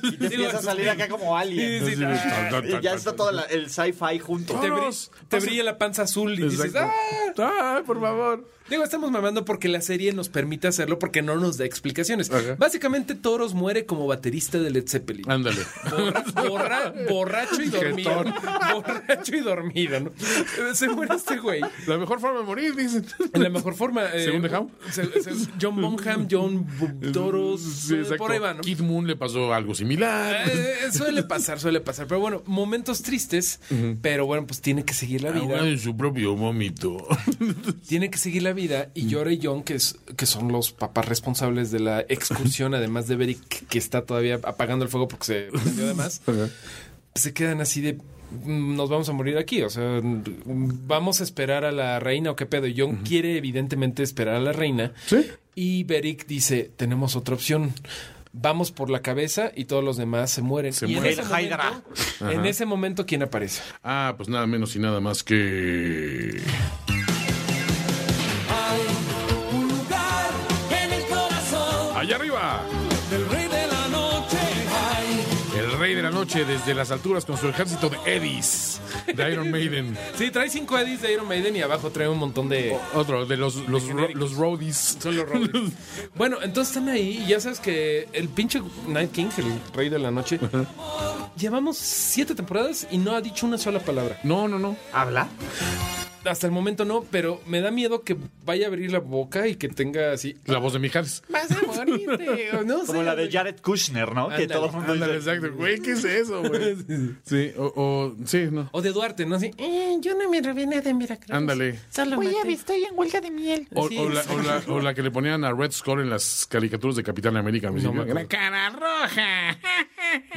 S7: Y te empieza a salir acá como alien.
S6: Sí, sí,
S7: Ah, y ya está todo la- el sci-fi junto.
S6: Te, bri-
S5: Toros,
S6: te
S5: pasa-
S6: brilla la panza azul y dices,
S5: Exacto.
S6: ¡ah!
S5: Ay,
S7: Mm.
S5: por favor.
S6: Digo, estamos mamando porque la serie nos permite hacerlo porque no nos da explicaciones.
S5: Ajá.
S6: Básicamente, Toros muere como baterista de Led Zeppelin.
S5: Ándale.
S6: Borra- borra- borracho y dormido. borracho y dormido, ¿no? Se muere este güey.
S5: La mejor forma de morir, dicen. *laughs*
S6: En la mejor forma. eh,
S5: Según The Hound.
S6: se- se- John Bonham, John B- Toros.
S5: Sí,
S6: eh,
S5: exacto.
S6: por ahí va, ¿no?
S5: Kid Moon le pasó algo similar.
S6: Eh, suele pasar, suele pasar. Pero bueno, momentos tristes. Pero bueno, pues tiene que seguir la vida.
S5: Ahogado en su propio vómito.
S6: tiene que seguir la vida
S5: Mm.
S6: y Yora y John, que, es, que son los papás responsables de la
S5: *laughs*
S6: excursión, además de Beric, que está todavía apagando el fuego porque se prendió además, se quedan así de "Mm, nos vamos a morir aquí, o sea, mm, vamos a esperar a la reina o qué pedo. Y John quiere evidentemente esperar a la reina.
S5: Sí.
S6: Y Beric dice, tenemos otra opción. Vamos por la cabeza y todos los demás se mueren.
S5: Se
S6: Y en
S5: mueren.
S6: ese
S7: El Hydra.
S6: momento- en ese momento, ¿quién aparece?
S5: Ah, pues nada menos y nada más que.
S8: Un lugar en el corazón
S5: Allá arriba,
S8: del rey de la noche. Ay,
S5: el rey de la noche desde las alturas con su ejército de Eddies, de Iron Maiden.
S6: Sí, trae cinco Eddies de Iron Maiden y abajo trae un montón de...
S8: Oh,
S5: Otro, de los, los, ro- los roadies.
S6: Son los Rodríguez. bueno, entonces están ahí y ya sabes que el pinche Night King, el rey de la noche, llevamos siete temporadas y no ha dicho una sola palabra.
S5: No, no, no.
S7: ¿Habla?
S6: Hasta el momento no, pero me da miedo que vaya a abrir la boca y que tenga así.
S5: La voz de Mijares.
S6: *laughs* Vas a morirte", o no sé.
S7: Como la de Jared Kushner, ¿no?
S6: Ándale,
S7: que todo el mundo
S5: Ándale,
S7: dice,
S5: exacto. Güey, ¿qué es eso, güey? *laughs* Sí, o, o- Sí, no.
S6: O de Duarte, ¿no? Así. "Eh, yo no me revené de Veracruz.
S5: Ándale. O, o la, o la- o la que le ponían a Red Skull en las caricaturas de Capitán América. me decían,
S6: me
S5: "Gran
S6: acuerdo.
S5: cara roja.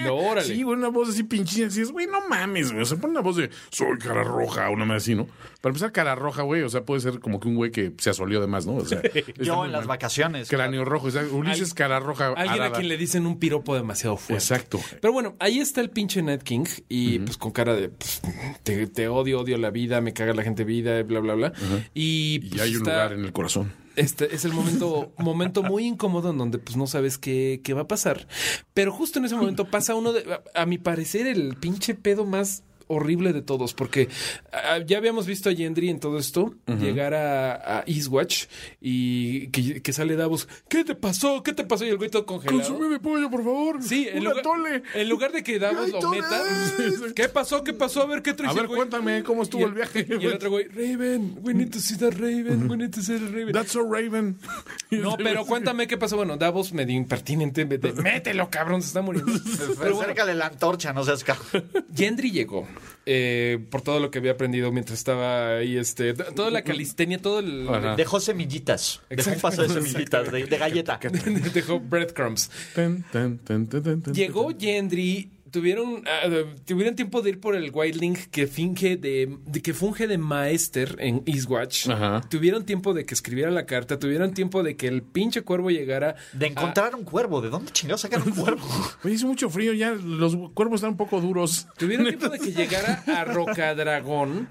S6: No, órale.
S5: Sí, güey, una voz así pinchina, así es, güey, no mames, güey. O sea, pone una voz de soy cara roja, una más así, ¿no? Para empezar, cara roja, güey, o sea, puede ser como que un güey que se asoleó de más, ¿no? O
S6: *laughs*
S5: sea, está
S7: yo
S5: muy
S7: en las
S5: mal.
S7: vacaciones.
S5: Cráneo rojo, o sea, Ulises,
S6: Al-
S5: cara roja.
S6: Alguien a
S5: arada.
S6: quien le dicen un piropo demasiado fuerte.
S5: Exacto.
S6: Pero bueno, ahí está el pinche Night King y pues con cara de pues, te, te odio, odio la vida, me caga la gente vida, bla, bla, bla. Y,
S5: Y
S6: pues,
S5: hay un
S6: está-
S5: lugar en el corazón.
S6: este es
S5: *laughs*
S6: el momento, momento muy incómodo en donde pues no sabes qué, qué va a pasar. Pero justo en ese momento pasa uno de, a, a mi parecer, el pinche pedo más horrible de todos, porque ah, ya habíamos visto a Gendry en todo esto llegar a, a Eastwatch y que, que sale Davos, ¿qué te pasó? ¿Qué te pasó? Y el güey todo congelado.
S5: Consumí mi pollo, por favor.
S6: Sí, en
S5: Un
S6: lugar,
S5: atole.
S6: en lugar de que Davos
S5: ¡Ay,
S6: lo
S5: Torres!
S6: meta. *laughs* ¿Qué pasó? ¿Qué pasó? A ver, ¿qué traes
S5: A
S6: el
S5: ver,
S6: güey?
S5: cuéntame cómo estuvo
S6: Y
S5: el viaje.
S6: Y el otro güey, Raven, we need to see that Raven, we need to see that Raven.
S5: That's so Raven.
S6: *laughs* No, pero cuéntame qué pasó. Bueno, Davos medio impertinente. *laughs* vete, Mételo, cabrón, se está *laughs* muriendo. Pero bueno,
S7: Acércale la antorcha, no seas cabrón.
S6: Gendry llegó eh, por todo lo que había aprendido mientras estaba ahí, este, t- toda la calistenia, todo el...
S5: Ajá.
S7: Dejó semillitas. Dejó
S6: Ah.
S7: un
S6: Exacto.
S7: paso de semillitas, de, de galleta.
S6: *laughs* Dejó breadcrumbs.
S5: Ten, ten, ten, ten, ten, ten.
S6: Llegó Gendry, tuvieron, ah, tuvieron tiempo de ir por el Wildling que finge de, de- que funge de maester en Eastwatch.
S5: Ajá.
S6: Tuvieron tiempo de que escribiera la carta, tuvieron tiempo de que el pinche cuervo llegara.
S7: De encontrar un cuervo. ¿De dónde chingados sacan un cuervo?
S5: Oye, hizo mucho frío, ya los cuervos están un poco duros.
S6: Tuvieron tiempo de que llegara a Rocadragón,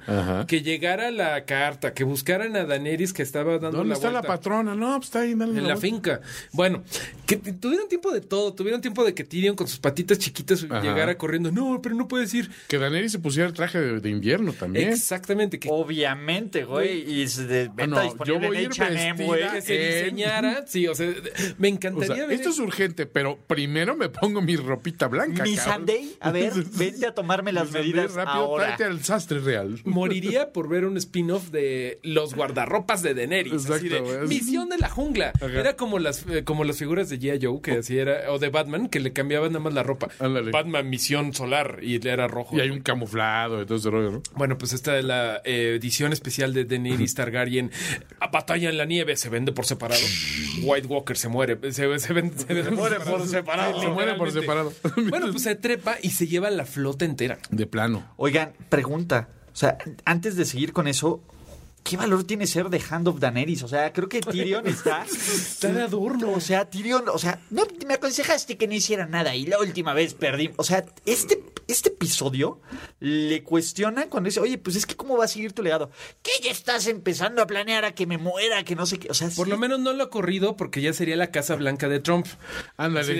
S6: que llegara la carta, que buscaran a Daneris que estaba dando
S5: ¿Dónde
S6: la
S5: está la
S6: vuelta.
S5: patrona? No, pues está ahí, dale
S6: En la
S5: vuelta.
S6: finca. Bueno, que t- tuvieron tiempo de todo. Tuvieron tiempo de que Tyrion con sus patitas chiquitas llegara corriendo. No, pero no puedes ir.
S5: Que Daenerys se pusiera el traje de, de invierno también.
S6: Exactamente. Que,
S7: *laughs* Obviamente, güey. Y es de venta
S5: no,
S7: disponible
S5: yo voy a
S7: en
S5: ir
S7: H&M,
S6: que
S7: güey.
S5: vestida.
S6: se
S5: eh.
S6: diseñara. Sí, o sea, me
S5: O
S6: encantaría
S5: sea,
S6: ver.
S5: esto es urgente, pero primero me pongo mi ropita blanca.
S7: Mi
S5: cabrón.
S7: Sunday,
S5: *laughs*
S7: a ver, vente a tomarme las
S5: Sunday,
S7: medidas
S5: rápido,
S7: ahora.
S5: Tráete al sastre real.
S6: Moriría por ver un spin-off de los guardarropas de Daenerys.
S5: Exacto,
S6: así de,
S5: güey.
S6: Misión de la jungla. Era como las, eh, como las figuras de G.I. Joe, que así era, o de Batman, que le cambiaban nada más la ropa.
S5: Ándale.
S6: Batman, misión solar, y era rojo.
S5: Y hay un camuflado y todo ese rollo, ¿no?
S6: Bueno, pues esta es la eh, edición especial de Daenerys Targaryen. A batalla en la nieve se vende por separado. White Walker se muere. Se, se vende- se vende
S7: Muere por separado.
S5: Se muere por
S6: literalmente.
S5: separado.
S6: Bueno, pues se trepa y se lleva la flota entera.
S5: De plano.
S7: Oigan, pregunta. O sea, antes de seguir con eso, ¿qué valor tiene ser de Hand of Daenerys? O sea, creo que Tyrion está.
S6: Está de adorno.
S7: O sea, Tyrion, o sea, no, me aconsejaste que no hiciera nada y la última vez perdí. O sea, este, este episodio le cuestiona cuando dice, oye, pues es que cómo va a seguir tu legado. ¿Qué ya estás empezando a planear a que me muera, que no sé qué? O sea,
S6: Por
S7: sí,
S6: lo menos no lo ha corrido porque ya sería la Casa Blanca de Trump. Así de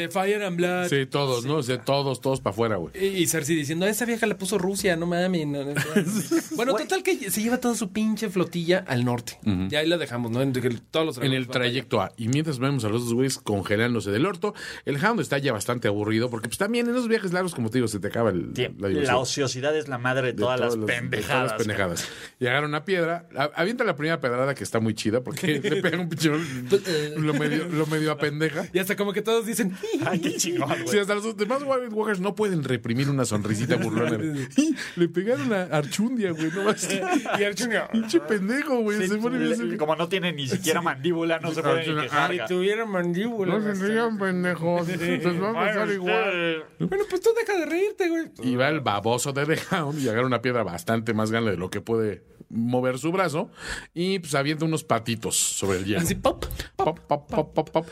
S5: Ándale.
S6: Fire and Blood.
S5: Sí, todos, ¿no? O sea, todos, todos para afuera, güey.
S6: Y y Cersei diciendo, esa vieja la puso Rusia, no mames.
S5: *laughs*
S6: no, no, no". Bueno, total que se lleva toda su pinche flotilla al norte. Ya ahí la dejamos, ¿no? En, todos los
S5: En el
S6: dragones van
S5: trayecto A. Y mientras vemos a los dos güeyes congelándose del orto, el Hound está ya bastante aburrido porque pues también en esos viajes largos, como te digo, se te acaba el,
S7: tiempo.
S5: la
S7: La,
S5: diversión.
S7: ociosidad es la madre de,
S5: De
S7: todas, las
S5: de todas las
S7: pendejadas.
S5: pendejadas. Llegaron a una piedra, a- avienta la primera pedrada que está muy chida
S7: *laughs*
S5: porque le pega un pichón,
S7: Pues, eh.
S5: lo medio, lo medio apendeja.
S6: Y hasta como que todos dicen,
S7: *laughs*
S5: *laughs*
S7: Ay, qué chingón, güey.
S5: Sí, hasta los demás Wild Walkers no pueden reprimir una sonrisita burlona. Y le pegaron a Archundia, güey, no más.
S6: y Archundia,
S5: Pinche pendejo, güey. se pone bien.
S7: Le- Como no tiene ni siquiera mandíbula, no se puede ni quejar.
S6: si tuviera mandíbula.
S5: No se rían, pendejos. Les va a pasar igual.
S6: Bueno, pues tú deja de reírte, güey.
S5: Y va el baboso de The Hound y agarra una piedra bastante más grande de lo que puede mover su brazo y pues avienta unos patitos sobre el hielo.
S6: Así pop.
S5: Pop, pop, pop, pop, pop.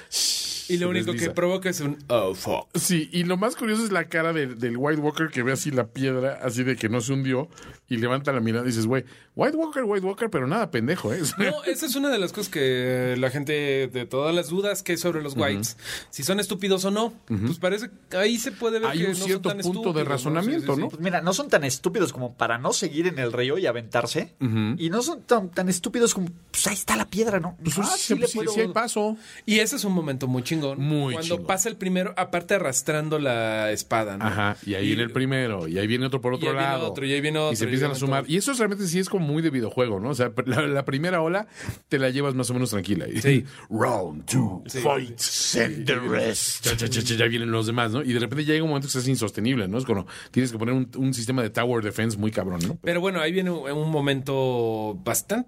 S6: Y lo
S5: Se
S6: único que
S5: desliza.
S6: provoca es un oh fuck.
S5: Sí, y lo más curioso es la cara del, del White Walker que ve así la piedra, así de que no se hundió, y levanta la mirada y dices, güey, White Walker, White Walker, pero nada pendejo, ¿eh? *laughs*
S6: No, esa es una de las cosas que la gente, de todas las dudas que hay sobre los whites, si son estúpidos o no, pues parece que ahí se puede ver
S5: Hay
S6: que
S5: un
S6: no son
S5: cierto
S6: tan
S5: punto de
S6: estúpidos, ¿no?
S5: razonamiento,
S6: Sí, sí,
S5: ¿no?
S6: sí.
S7: Pues mira, no son tan estúpidos como para no seguir en el río y aventarse. Y no son tan, tan estúpidos como, pues ahí está la piedra, ¿no?
S5: Pues
S7: Ah,
S5: sí,
S7: sí le
S5: sí,
S7: puedo-
S5: sí hay paso.
S6: Y ese es un momento muy chingón.
S5: Muy
S6: Cuando
S5: chingón.
S6: pasa el primero, aparte arrastrando la espada, ¿no?
S5: Ajá, y ahí viene el primero, y ahí viene otro por otro
S6: ahí viene
S5: lado.
S6: otro, y ahí viene otro,
S5: Y se
S6: y
S5: empiezan
S6: viene
S5: a sumar.
S6: otro.
S5: Y eso es realmente sí es como muy de videojuego, ¿no? O sea, la, la primera ola te la llevas más o menos tranquila. Y-
S6: Sí.
S5: *laughs* Round two, fight, send the rest. Ya, ya, ya, ya, ya vienen los demás, ¿no? Y de repente llega un momento que es insostenible, ¿no? Es cuando tienes que poner un, un sistema de tower defense muy cabrón, ¿no?
S6: Pero bueno, ahí viene un un momento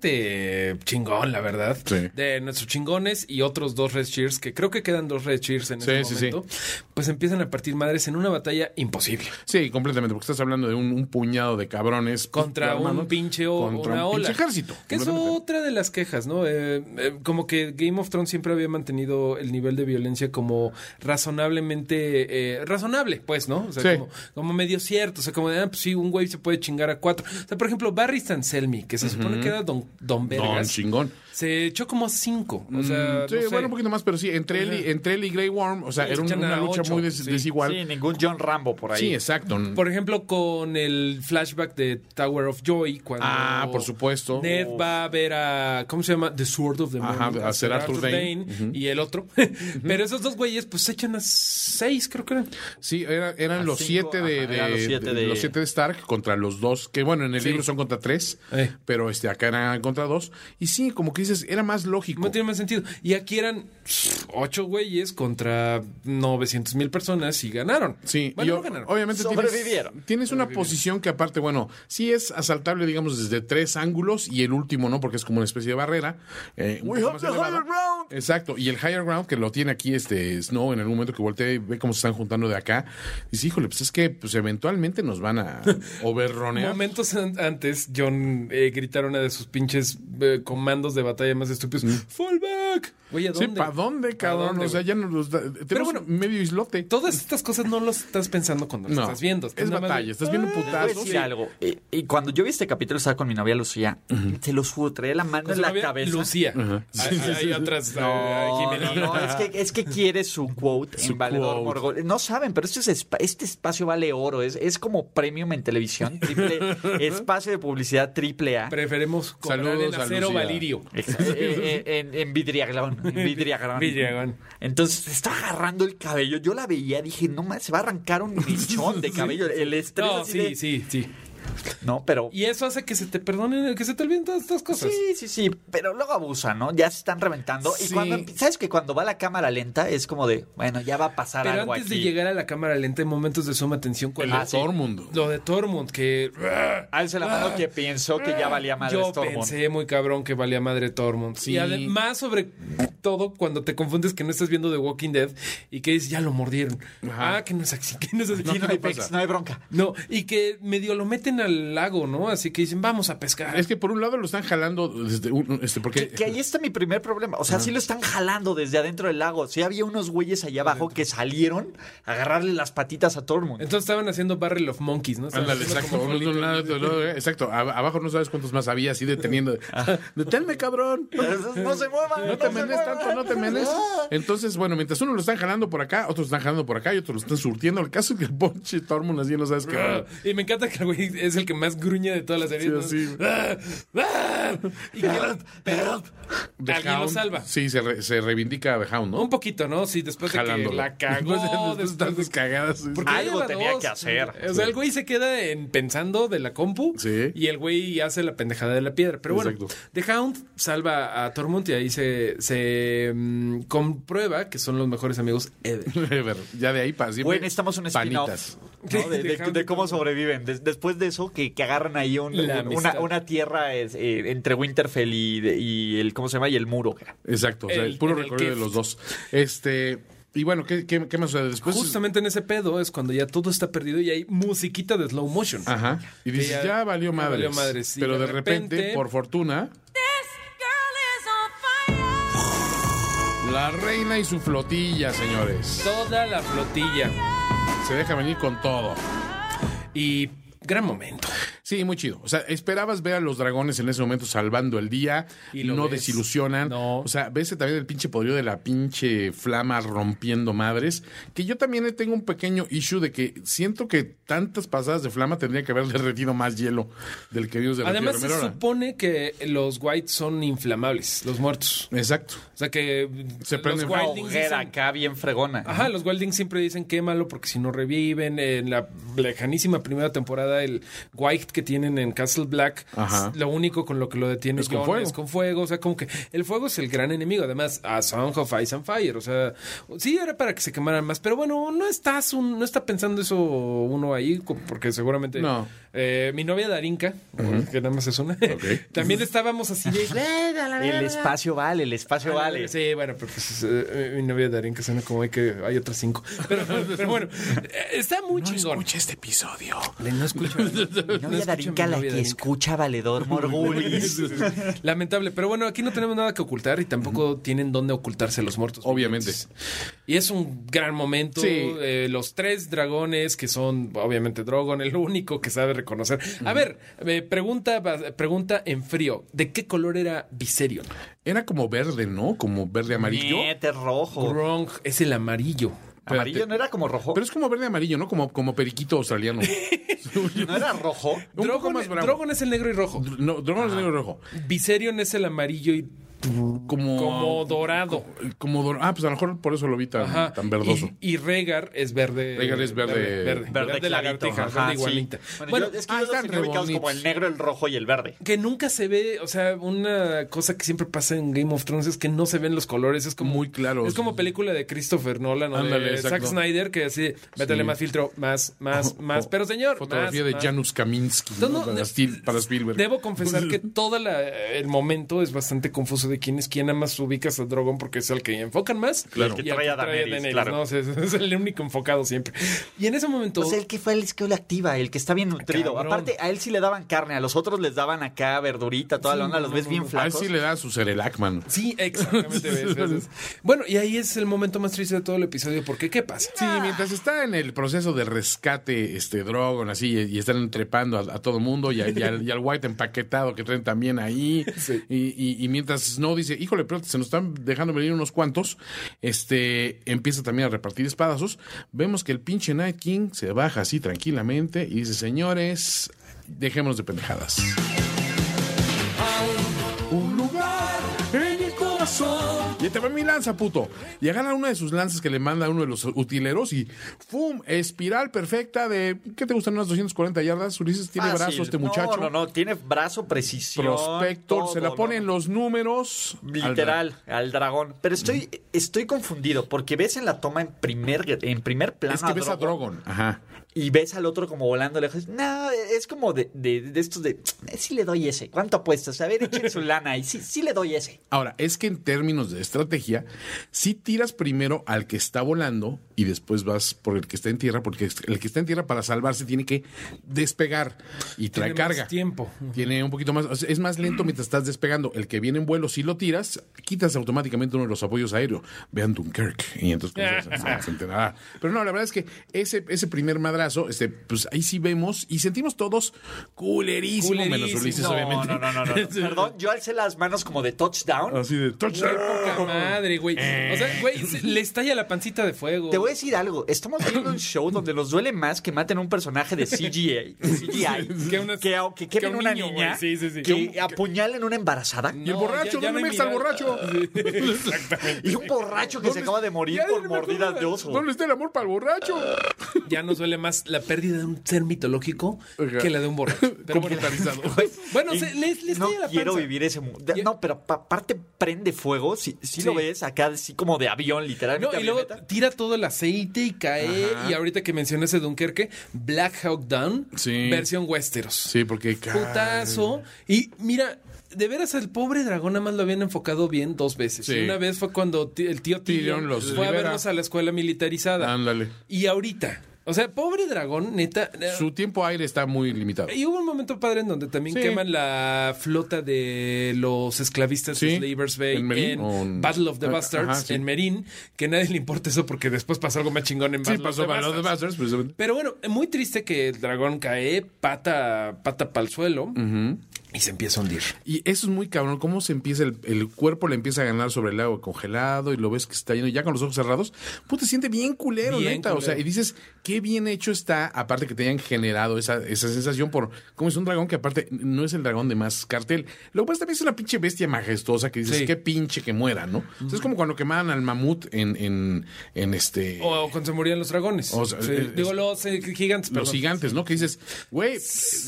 S6: bastante chingón, la verdad,
S5: Sí.
S6: de nuestros chingones y otros dos Red Cheers, que creo que quedan dos Red Cheers en
S5: Sí,
S6: este
S5: sí, sí.
S6: momento, pues empiezan a partir madres en una batalla imposible.
S5: Sí, completamente, porque estás hablando de un, un puñado de cabrones.
S6: Contra
S5: hermanos,
S6: un pinche o
S5: contra
S6: una
S5: un
S6: ola.
S5: pinche ejército.
S6: Que es
S5: completamente.
S6: otra de las quejas, ¿no? Eh, eh, como que Game of Thrones siempre había mantenido el nivel de violencia como razonablemente. eh, razonable, pues, ¿no? O sea,
S5: Sí.
S6: como, como medio cierto. O sea, como de, ah, pues sí, un güey se puede chingar a cuatro. O sea, por ejemplo, Barry Stanselmi, que se supone que era Don, don
S5: No,
S6: Vergas.
S5: chingón. Mm,
S6: Se echó como a cinco. O sea,
S5: Sí,
S6: no sé.
S5: bueno, un poquito más, pero sí, entre él y, entre él y Grey Worm, o sea,
S6: Sí,
S5: era un-
S6: echan a
S5: una lucha
S6: ocho,
S5: muy des-
S6: sí.
S5: desigual.
S7: Sí, ningún John Rambo por ahí.
S5: Sí, exacto.
S6: Por ejemplo, con el flashback de Tower of Joy, cuando.
S5: Ah, por supuesto.
S6: Ned va a ver a. ¿Cómo se llama? The Sword of the Moon.
S5: Ajá, a Sir Arthur Dane.
S6: Y el otro. *laughs* Pero esos dos güeyes, pues se echan a seis, creo que eran.
S5: Sí, era- eran
S7: A
S5: los
S7: cinco,
S5: siete de,
S7: ajá,
S5: de-
S7: eran los siete
S5: de-
S7: de-
S5: los siete de Stark contra los dos, que bueno, en el
S6: Sí.
S5: libro son contra tres,
S6: Eh.
S5: pero este acá eran contra dos. Y sí, como que dices, era más lógico.
S6: No tiene más sentido. Y aquí eran ocho güeyes contra 900 mil personas y ganaron.
S5: Sí,
S6: bueno,
S5: y
S6: no
S5: o-
S6: ganaron.
S5: obviamente tienes-
S7: Sobrevivieron.
S5: Tienes, una posición que aparte, bueno, sí es asaltable, digamos, desde tres ángulos y el último no, porque es como una especie de barrera. eh, un
S7: We
S5: poco
S7: have
S5: más
S7: the
S5: elevada.
S7: higher ground.
S5: Exacto, y el higher ground que lo tiene aquí este Snow en algún momento que voltea y ve cómo se están juntando de acá. Dice, híjole, pues es que pues eventualmente nos van
S6: *laughs*
S5: a overronear.
S6: Momentos an- antes, John eh, gritaron una de sus pinches eh, comandos de batalla más estúpidos. ¡Fallback! Güey, ¿a
S5: Sí,
S6: dónde?
S5: ¿para dónde,
S6: ¿Pa'
S5: cabrón?
S6: dónde,
S5: o sea,
S6: güey?
S5: ya nos los da- tenemos
S6: bueno,
S5: medio islote.
S6: Todas estas cosas no las estás pensando cuando las
S5: No,
S6: estás viendo. Estás
S5: es
S6: nada más
S5: batalla,
S6: de- Pues
S5: estás viendo
S7: Les voy a
S5: putazos.
S7: decir
S5: Sí.
S7: algo. Y, y cuando yo vi este capítulo, estaba con mi novia Lucía. Te lo juro, traía la mano
S6: Con
S7: en
S6: su
S7: la
S6: novia,
S7: cabeza.
S6: Lucía. Hay, hay otras. eh,
S7: No,
S6: Jimena.
S7: no, no, es que, es que quiere su quote en Valedor
S5: quote.
S7: Morgol. No saben, pero este, es espa- este espacio vale oro. Es, es como premium en televisión. Triple,
S6: *laughs*
S7: espacio de publicidad triple A.
S6: Preferimos cobrar
S5: Saludos
S6: en
S5: a
S6: acero
S5: Lucía.
S6: valirio.
S7: Exacto. Eh, eh, en,
S6: *laughs*
S7: en vidriagrón. En vidriagrón.
S6: Vidriagrón.
S7: Entonces se está agarrando el cabello. Yo la veía, dije, no mames, se va a arrancar
S6: *laughs*
S7: un mechón de cabello. El estrés.
S6: No,
S7: así
S6: sí,
S7: de-
S6: sí, sí.
S7: No, pero.
S6: Y eso hace que se te perdonen, que se te olviden todas estas cosas.
S7: Sí, sí, sí, pero luego abusa, ¿no? Ya se están reventando.
S5: Sí.
S7: Y cuando, empie- ¿sabes que cuando va la cámara lenta es como de, bueno, ya va a pasar
S6: Pero
S7: algo
S6: antes de
S7: aquí.
S6: llegar a la cámara lenta, en momentos de suma atención, cuando
S7: Ah, sí.
S5: Todo el mundo.
S6: lo de Tormund, que
S7: Alce la mano que pensó que ya valía madre
S6: yo
S7: Stormborn.
S6: pensé muy cabrón que valía madre Tormund.
S5: Sí.
S6: Y además, sobre todo, cuando te confundes que no estás viendo The Walking Dead y que dices, ya lo mordieron.
S5: Ajá.
S6: Ah, que no es así, *laughs* que no es así.
S7: Aquí no,
S6: No,
S7: hay pex, no hay bronca.
S6: y que medio lo meten al lago, ¿no? Así que dicen, vamos a pescar.
S5: Es que por un lado lo están jalando desde un, este porque
S7: Que, que ahí está mi primer problema. O sea, sí lo están jalando desde adentro del lago. Sí había unos güeyes allá abajo que salieron a agarrarle las patitas a Tormund.
S6: Entonces estaban haciendo Barrel of Monkeys, Pues, ¿no? Estaban
S5: Ándale,
S6: haciendo
S5: exacto.
S6: como
S5: Uno de un
S6: bolitas.
S5: lado, del otro, eh, exacto. A- Abajo no sabes cuántos más había así
S6: *laughs*
S5: deteniendo. Deténme, cabrón.
S7: *laughs* Entonces, no se muevan,
S5: No
S7: no,
S5: te
S7: se
S5: menes
S7: muevan.
S5: tanto, no te menes.
S6: *laughs*
S5: Entonces, bueno, mientras uno lo están jalando por acá, otros lo están jalando por acá y otros lo están surtiendo. El caso es que el ponche Tormund así no sabes
S6: *laughs*
S5: qué.
S6: Ah, Y me encanta que el güey es el que más gruñe de todas las series.
S5: Sí,
S6: ¿no? *laughs* Ah, ah, y que- pero
S5: The
S6: alguien lo
S5: Hound-
S6: salva.
S5: Sí, se, re- se reivindica a The Hound,
S6: Un
S5: ¿no?
S6: poquito, ¿no? Sí, después de
S5: Jalándolo. *laughs*
S6: que la cagó.
S5: Después de- después de
S6: después de-
S5: tantas cagadas. sí,
S6: porque
S5: sí.
S7: Algo
S6: lleva
S7: tenía que hacer.
S6: O sea, el güey se queda en, pensando de la compu
S5: Sí.
S6: y el güey hace la pendejada de la piedra. Pero bueno,
S5: Exacto.
S6: The Hound salva a Tormund y ahí se, se mm, comprueba que son los mejores amigos ever.
S5: Ever, ya *laughs* de ahí para siempre.
S7: Güey, necesitamos un spin-off.
S5: Panitas.
S7: ¿no? De, de- de cómo sobreviven. Des- después de eso, que, que agarran ahí un-
S6: La
S7: un-
S6: amistad.
S7: una, una tierra es, eh, entre Winterfell y, de- y el, ¿cómo se llama? Y el muro.
S5: Exacto, o sea,
S6: El-
S5: el puro
S6: en el
S5: recorrido de
S6: que-
S5: los dos. Este, y bueno, ¿qué, qué, qué más sucede después?
S6: Justamente en ese pedo es cuando ya todo está perdido y hay musiquita de slow motion.
S5: Ajá. Y dices,
S6: ya-
S5: ya, valió
S6: ya
S5: madres.
S6: valió madres, sí,
S5: Pero
S6: de
S5: de repente,
S6: repente-
S5: por fortuna,
S9: This girl is on fire.
S5: la reina y su flotilla, señores.
S6: Toda la flotilla.
S5: Se deja venir con todo.
S6: Y gran momento.
S5: Sí, muy chido. O sea, esperabas ver a los dragones en ese momento salvando el día.
S6: Y
S5: Y
S6: lo
S5: no
S6: ves.
S5: desilusionan.
S6: No.
S5: O sea, ves también el pinche podrido de la pinche flama rompiendo madres. Que yo también tengo un pequeño issue de que siento que tantas pasadas de flama tendría que haber *laughs* derretido más hielo del que vimos de la
S6: Además,
S5: tía
S6: se
S5: Romero.
S6: supone que los Whites son inflamables, los muertos.
S5: Exacto.
S6: O sea que
S5: Se
S6: los
S5: prenden
S7: Una
S5: Wildings
S7: hoguera
S6: dicen-
S7: acá bien fregona.
S6: Ajá, los Wildings siempre dicen quémalo porque si no reviven. En la lejanísima primera temporada, el White que tienen en Castle Black,
S5: Ajá.
S6: lo único con lo que lo detiene
S5: Es con
S6: Jon
S5: fuego.
S6: es con fuego. O sea, como que el fuego es el gran enemigo. Además, a Song of Ice and Fire. O sea, sí era para que se quemaran más. Pero bueno, no estás un- no está pensando eso uno ahí, co- porque seguramente.
S5: No.
S6: Eh, mi novia Darinka, que nada más es una, *laughs* también estábamos así de.
S7: El espacio vale, el espacio vale.
S6: Ah, Sí, bueno, pero pues eh, mi novia Darín que suena como hay que hay otras cinco. pues, Pero, pero bueno, eh, está muy chingón.
S5: este episodio.
S6: Le- No escucho.
S7: Mi novia Darinka
S6: mi
S7: la
S6: novia
S7: que
S6: Darinka.
S5: *laughs*
S7: escucha Valedor Morgulis.
S6: Lamentable, pero bueno, aquí no tenemos nada que ocultar y tampoco tienen dónde ocultarse los muertos.
S5: Obviamente.
S6: Y es un gran momento.
S5: Sí.
S6: eh, los tres dragones, que son obviamente Drogon, el único que sabe reconocer. A ver, eh, pregunta, pregunta en frío: ¿de qué color era Viserion?
S5: Era como verde, ¿no? Como verde amarillo.
S7: Niete rojo.
S6: Wrong, es el amarillo.
S7: Amarillo no era como rojo.
S5: Pero es como verde amarillo, ¿no? Como, como periquito
S6: *laughs*
S5: australiano.
S7: No
S5: *laughs*
S7: era rojo.
S5: Un poco
S6: Drogon,
S5: más bravo.
S6: Drogon es el negro y rojo.
S5: No, Drogon es negro y rojo.
S6: Viserion es el amarillo y
S5: Como.
S6: como dorado.
S5: como dor- Ah, pues a lo mejor por eso lo vi tan,
S6: Ajá.
S5: tan verdoso.
S6: Y, y Regar es verde.
S5: Regar es verde-
S6: Verde, verde,
S7: Verde,
S6: verde
S7: clarito.
S6: lagartija,
S7: Ajá,
S6: verde
S7: sí.
S6: igualita.
S7: Bueno,
S6: Bueno,
S7: yo- es que
S5: ah,
S7: yo los
S5: están
S7: tenía
S5: re
S7: ubicados como
S5: bonitos.
S7: el negro, el rojo y el verde.
S6: que nunca se ve, o sea, una cosa que siempre pasa en Game of Thrones es que no se ven los colores, es como
S5: Muy claros.
S6: Es como película de Christopher Nolan o
S5: Ándale,
S6: de Zack
S5: exacto.
S6: Snyder que así, métele más filtro, más,
S5: *laughs*
S6: más, más, pero señor,
S5: Fotografía
S6: más,
S5: de
S6: más.
S5: Janusz Kaminski
S6: No,
S5: ¿no?
S6: no,
S5: para,
S6: de-
S5: Stil- para Spielberg.
S6: Debo
S5: *laughs*
S6: confesar que todo el momento es bastante confuso de quién es quién, nada más ubicas a Drogon porque es el que enfocan más.
S5: Claro.
S6: Y
S7: El que trae
S6: al
S7: a Daenerys, claro.
S6: ¿no? O sea, es, es el único enfocado siempre. Y en ese momento...
S7: O sea, Pues el que fue el que lo activa, el que está
S5: Ah,
S7: bien nutrido.
S6: Cabrón.
S7: Aparte, a él sí le daban carne, a los otros les daban acá verdurita, toda la onda, los ves bien
S5: A él
S7: flacos.
S5: sí le da su Cerelac, mano.
S6: Sí, exactamente. ves, ves, ves. Bueno, y ahí es el momento más triste de todo el episodio, porque ¿qué pasa?
S5: Sí, mientras está en el proceso de rescate este Drogon, así, y y están trepando a, a todo mundo, y, a- y al, y al White empaquetado que traen también ahí.
S6: Sí.
S5: Y, y- y mientras Snow dice, híjole, pero se nos están dejando venir unos cuantos, este empieza también a repartir espadazos. Vemos que el pinche Night King se baja así tranquilamente y dice, señores, dejémonos de pendejadas. Un lugar en el corazón. Y ahí te va mi lanza, puto. Y agarra una de sus lanzas que le manda uno de los utileros y ¡fum! Espiral perfecta de. ¿Qué te gustan unas 240 yardas? Ulises tiene
S7: Fácil.
S5: brazos este
S7: No,
S5: muchacho.
S7: No, no, tiene brazo precisión.
S5: Prospector, se la
S7: todo,
S5: pone
S7: ¿no?
S5: en los números.
S7: Literal, al, dragón. Pero estoy, estoy confundido, porque ves en la toma en primer, en primer plano.
S5: Es que ves a Drogon. Ajá.
S7: Y ves al otro como volando lejos. No, es como de, de, de estos de. "Eh, Sí le doy ese. ¿Cuánto apuestas? A ver, echen su lana y sí, sí le doy ese.
S5: Ahora, es que en términos de estrategia, si tiras primero al que está volando y después vas por el que está en tierra, porque el que está en tierra para salvarse tiene que despegar y trae
S6: Tiene más
S5: carga.
S6: tiempo.
S5: Tiene un poquito más, o sea, es más lento mientras estás despegando. El que viene en vuelo, si lo tiras, quitas automáticamente uno de los apoyos aéreos. Vean Dunkirk. Y entonces pues, se- se, se enterará. Pero no, la verdad es que ese, ese primer madrazo, este, pues ahí sí vemos y sentimos todos culerísimo, menos
S6: Culerísimo.
S5: Ulises,
S7: No,
S5: obviamente.
S7: no, no,
S6: *laughs*
S7: no, no. Perdón, yo alcé las manos como de touchdown.
S5: Así de touchdown.
S6: Poca madre, güey. O sea, güey, se- le estalla la pancita de fuego.
S7: Te voy a decir algo. Estamos viendo un show donde nos duele más que maten a un personaje de CGI, CGI
S6: Que
S7: que,
S6: una-
S7: a- que quemen
S6: que un
S7: una
S6: niño,
S7: niña,
S6: güey. Sí, sí, sí.
S7: que
S6: Que un-
S7: apuñalen a una embarazada
S5: Y el
S6: No,
S5: borracho,
S6: ya- ya
S5: no
S6: no
S5: me
S6: hay
S5: está el
S6: mirada.
S5: borracho.
S7: y un borracho que se acaba de morir
S5: Ya,
S7: por
S5: no me
S7: mordidas
S5: acuerdo.
S7: de oso.
S5: ¿Dónde está el amor para el borracho?
S6: *laughs* Ya nos duele más la pérdida de un ser mitológico
S5: Oiga.
S6: que la de un borracho. Pero bueno,
S5: Computarizado.
S6: Bueno,
S7: Y
S6: se- le- le
S7: Pues, eh, no
S6: estalla la
S7: quiero
S6: panza.
S7: vivir ese mundo.
S6: Ya-
S7: No, pero pa- aparte prende fuego. Si, si lo
S6: Sí.
S7: ves acá, así como de avión, literalmente.
S6: No, y luego
S7: avioneta.
S6: tira todo el aceite y cae. Y ahorita que mencioné ese Dunkerque, Black Hawk Down,
S5: Sí.
S6: versión Westeros.
S5: Sí, porque
S6: putazo. Y mira, de veras al pobre dragón nada más lo habían enfocado bien dos veces.
S5: Sí.
S6: Y Una vez fue cuando ti- el tío
S5: Tyrion
S6: Tyrion
S5: los
S6: fue a
S5: libera.
S6: vernos a la escuela militarizada.
S5: Ándale.
S6: Y ahorita, o sea, pobre dragón, neta. eh,
S5: Su tiempo aire está muy limitado.
S6: Y hubo un momento padre en donde también
S5: Sí.
S6: queman la flota de los esclavistas
S5: Sí,
S6: de Slavers Bay
S5: en
S6: en,
S5: Merín, o en-
S6: Battle of the
S5: Ah,
S6: Bastards,
S5: ajá, sí.
S6: en Merín, que a nadie le importa eso porque después pasó algo más chingón en
S5: Sí,
S6: Battle of
S5: pasó
S6: the
S5: para los pues, de
S6: Bastards.
S5: Bastards, precisamente.
S6: Pero bueno, muy triste que el dragón cae pata pata para el suelo y se empieza a hundir.
S5: Y eso es muy cabrón, cómo se empieza, el, el cuerpo le empieza a ganar sobre el agua congelado y lo ves que está lleno, ya con los ojos cerrados, pues te siente bien culero,
S6: Bien
S5: neta. O sea,
S6: culero.
S5: y dices, qué bien hecho está, aparte que te hayan generado esa, esa sensación por cómo es un dragón que aparte no es el dragón de más cartel. Lo que pasa también es una pinche bestia majestuosa que dices,
S6: Sí.
S5: qué pinche que muera, ¿no? Entonces es como cuando quemaban al mamut en, en, en este...
S6: O, o cuando se morían los dragones.
S5: O sea,
S6: Sí,
S5: es-
S6: digo, los eh, gigantes.
S5: los
S6: perdón.
S5: gigantes, ¿no? Que dices, güey,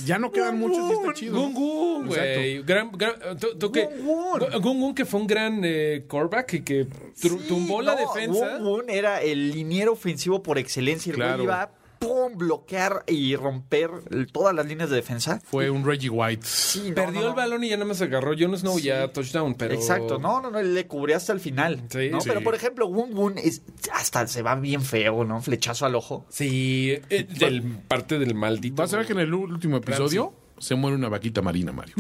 S5: ya no quedan muchos y está chido.
S6: Gungun, güey. Gran- gran- tú- tú que-
S7: Gungun.
S6: Gungun, que fue un gran eh, coreback y que tru-
S7: Sí,
S6: tumbó la
S7: no,
S6: defensa.
S7: Wun Wun era el liniero ofensivo por excelencia. El güey
S5: Claro.
S7: iba a pum, bloquear y romper el- todas las líneas de defensa.
S5: Fue un Reggie White.
S7: Sí, no,
S6: Perdió
S7: no,
S6: el
S7: no.
S6: balón y ya nada más agarró Jon Snow ya touchdown, pero...
S7: Exacto, no, no, no, le cubrió hasta el final.
S6: Sí,
S7: ¿no?
S6: sí.
S7: Pero por ejemplo, Wun Wun es, hasta se va bien feo, ¿no? Flechazo al ojo.
S6: Sí, eh, del, parte del maldito.
S5: Vas a ver que en el último episodio se muere una vaquita marina,
S6: *laughs*
S5: Mario.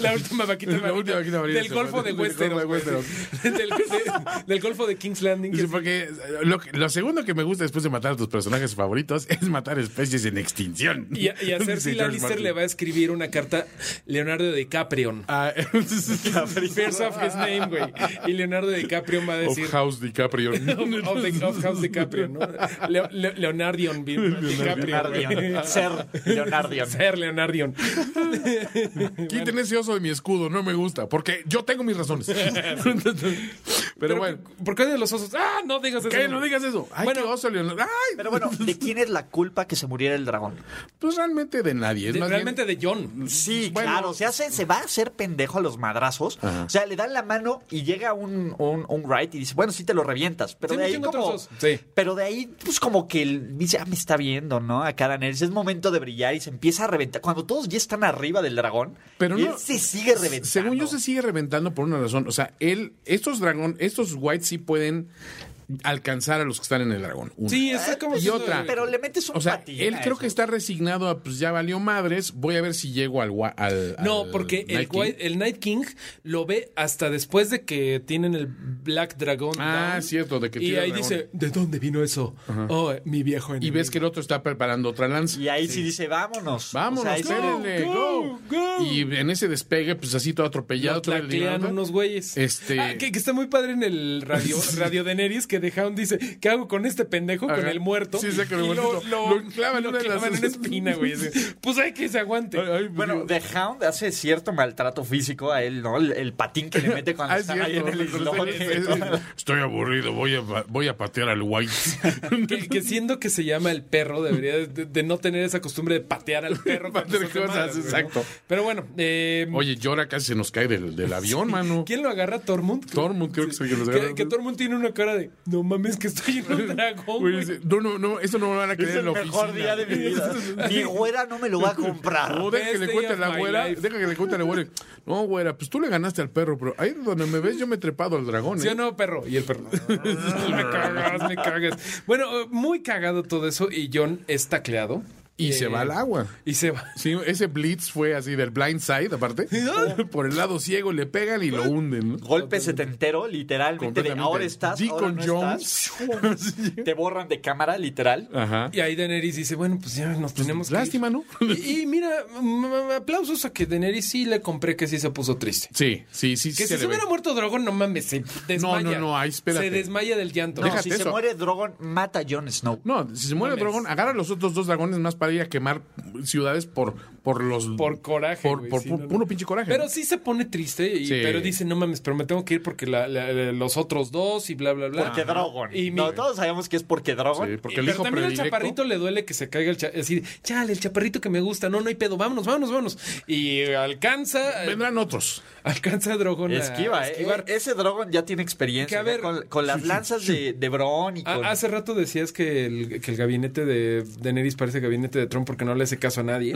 S6: La última
S5: *laughs*
S6: vaquita
S5: La
S6: marina
S5: última vaquita marina
S6: del
S5: se fue,
S6: Golfo de
S5: del Golfo de
S6: Westeros. *laughs* del, de- del Golfo de King's Landing.
S5: Dice, porque lo, que- lo segundo que me gusta después de matar a tus personajes favoritos es matar especies en extinción.
S6: Y a,
S5: *laughs*
S6: y a Cersei
S5: Dice George
S6: Lannister
S5: Martin.
S6: le va a escribir una carta
S5: *laughs*
S6: Leonardo DiCaprio.
S5: Ah,
S6: *laughs* First of his name, güey. Y Leonardo DiCaprio
S5: *laughs*
S6: va a decir.
S5: Of House
S6: *laughs*
S5: DiCaprio.
S6: Of, of the- of House DiCaprio, ¿no? Leo- Leo-
S5: *laughs*
S6: Leonardion. vi- DiCaprio, güey. *laughs*
S7: Leonardion. Ser Leonardion.
S6: Ser Leonardion.
S5: Quiten ese oso de mi escudo, no me gusta, porque yo tengo mis
S6: *laughs*
S5: razones. *laughs* Pero bueno,
S6: ¿Por qué de los osos? ¡Ah, no digas eso!
S5: ¿qué? No digas eso. Ay,
S6: Bueno.
S5: qué oso, Leonardo. Ay,
S7: Pero bueno, ¿de quién es la culpa que se muriera el dragón?
S5: pues realmente de nadie. Es
S6: De-
S5: más bien-
S6: realmente de John.
S7: Sí,
S5: Bueno.
S7: claro, se hace, se va a hacer pendejo a los madrazos. O sea, le dan la mano y llega un, un, un Wright y dice, bueno, sí te lo revientas. Pero
S6: Sí,
S7: de
S6: me
S7: ahí
S6: chingo
S7: como.
S6: trozos. Sí.
S7: Pero de ahí, pues como que él dice, ah, me está viendo, ¿no? Acá Daenerys es momento de brillar y se empieza a reventar. Cuando todos ya están arriba del dragón,
S5: Pero
S7: y
S5: no-
S7: él se sigue reventando.
S5: Según yo se sigue reventando por una razón. O sea, él, estos dragón, estos whites sí pueden alcanzar a los que están en el dragón. Una.
S6: Sí, está como.
S5: Y otra.
S7: Ah, Pero le metes un
S5: O sea,
S7: patín
S5: él
S7: a
S5: creo
S7: eso.
S5: que está resignado a pues ya valió madres, voy a ver si llego al gua- al,
S6: No,
S5: al
S6: porque el,
S5: Night King.
S6: White- el Night King lo ve hasta después de que tienen el Black Dragon.
S5: Ah, cierto, de que
S6: Y
S5: tira el
S6: ahí
S5: dragón.
S6: dice, ¿de dónde vino eso? Oh, mi viejo
S5: y
S6: enemigo.
S5: ves que el otro está preparando otra lanza.
S7: Y ahí sí, dice, vámonos.
S5: Vámonos,
S7: O sea, es-
S5: espérenle,
S6: go,
S5: go,
S6: go.
S5: Y en ese despegue, pues así todo atropellado,
S6: Lo
S5: trae el
S6: taclean
S5: dinero.
S6: unos güeyes.
S5: Este-
S6: Ah, que, que está muy padre en el
S5: *laughs*
S6: radio, radio de Neris que Dejaun dice, ¿qué hago con este pendejo? Con
S5: Ajá.
S6: el muerto.
S5: Sí, saca el
S6: Y
S5: muertito.
S6: Lo,
S5: Lo clavan en una de las- *laughs*
S6: clavan en una espina, güey. Así, Pues hay que se aguante.
S5: Ay, ay, pues,
S7: Bueno,
S5: digo,
S7: The Hound hace cierto maltrato físico a él, ¿no? El, el
S5: *laughs*
S7: patín que le mete cuando
S5: ah, es
S7: están ahí en
S5: cierto, *laughs*
S7: el
S5: cuando
S7: islote.
S5: están- es- es- Estoy aburrido, voy a, pa- voy a patear al
S6: *laughs*
S5: white.
S6: Que, que siendo que se llama el perro, debería de, de no tener esa costumbre de patear
S5: *laughs*
S6: al perro. cuando
S5: Patear
S6: se hace
S5: cosas,
S6: güey,
S5: exacto.
S6: Pero bueno, eh,
S5: Oye, llora casi se nos cae del, del avión, mano.
S6: ¿quién lo agarra? ¿Tormund?
S5: Tormund, creo que se los
S6: Que,
S5: agarra.
S6: que Tormund tiene una cara de, no mames, que estoy
S5: *laughs*
S6: en un
S5: Güey,
S6: dragón, güey".
S5: dice, No, no, no, eso no me lo van a creer
S7: Es
S5: en
S7: el
S5: la
S7: mejor
S5: oficina.
S6: *laughs*
S7: día de mi vida. Mi güera no me lo va a comprar.
S5: No, deja que
S6: Best
S5: le
S6: day
S5: cuente a
S6: of
S5: la
S6: my
S5: güera.
S6: life.
S5: Deja que le cuente a la güera. No, güera, pues tú le ganaste al perro, pero ahí donde me ves yo me he trepado al dragón.
S6: ¿Sí
S5: ¿eh?
S6: o no, perro? Y el perro. me cagas, me cagas. Bueno, eh, muy cagado todo eso y John es tacleado.
S5: Y
S6: Eh,
S5: se va al agua.
S6: Y se va.
S5: Sí, ese blitz fue así del blind side, aparte. *laughs* Por el lado ciego le pegan
S6: *laughs*
S5: y lo hunden. ¿no?
S7: Golpe setentero, literalmente. De
S5: Completamente.
S7: ahora estás, ahora
S5: Deacon
S7: no
S5: Jones.
S7: estás.
S6: *laughs*
S7: Te borran de cámara, literal.
S6: Ah,
S5: Ajá.
S6: Y ahí Daenerys dice, bueno, pues ya nos tenemos que ir".
S5: Lástima, ¿no?
S6: *laughs* Y, y mira, m- m- aplausos a que Daenerys sí le compré que sí se puso triste.
S5: Sí, sí, sí.
S6: Que
S5: sí se
S6: si
S5: le
S6: se
S5: ve.
S6: hubiera muerto Drogon, no mames, se desmaya.
S5: no, no, ahí, espérate.
S6: Se desmaya del llanto.
S7: No,
S5: Déjate
S7: si se
S5: eso.
S7: muere Drogon, mata a Jon Snow.
S5: No, si se muere el
S6: Mames.
S5: dragón, agarra a los otros dos dragones más para ir a quemar ciudades por, por los.
S6: Por coraje,
S5: Por,
S6: güey,
S5: por
S6: sí,
S5: pu-
S6: no, no.
S5: puro pinche coraje.
S6: Pero sí se pone triste, y-
S5: Sí.
S6: pero dice, no mames, pero me tengo que ir porque la- la- la- los otros dos y bla, bla, bla.
S7: Porque Drogon.
S6: Y mi-
S7: No, todos sabemos que es porque Drogon.
S5: Sí, porque el
S6: pero
S5: hijo
S6: también
S5: predilecto.
S6: al chaparrito le duele que se caiga el cha así de, chale, el chaparrito que me gusta, no, no hay pedo, vámonos, vámonos, vámonos. Y alcanza,
S5: Vendrán otros.
S6: alcanza a Drogon a
S7: Esquiva, eh.
S6: esquivar.
S7: Ese Drogon ya tiene experiencia.
S6: Que a
S7: ya
S6: ver-
S7: con, con
S6: *laughs*
S7: las lanzas de, de Bron y
S6: Ah,
S7: con.
S6: Hace rato decías que el, que el gabinete de Daenerys parece gabinete de Trump porque no le hace caso a nadie.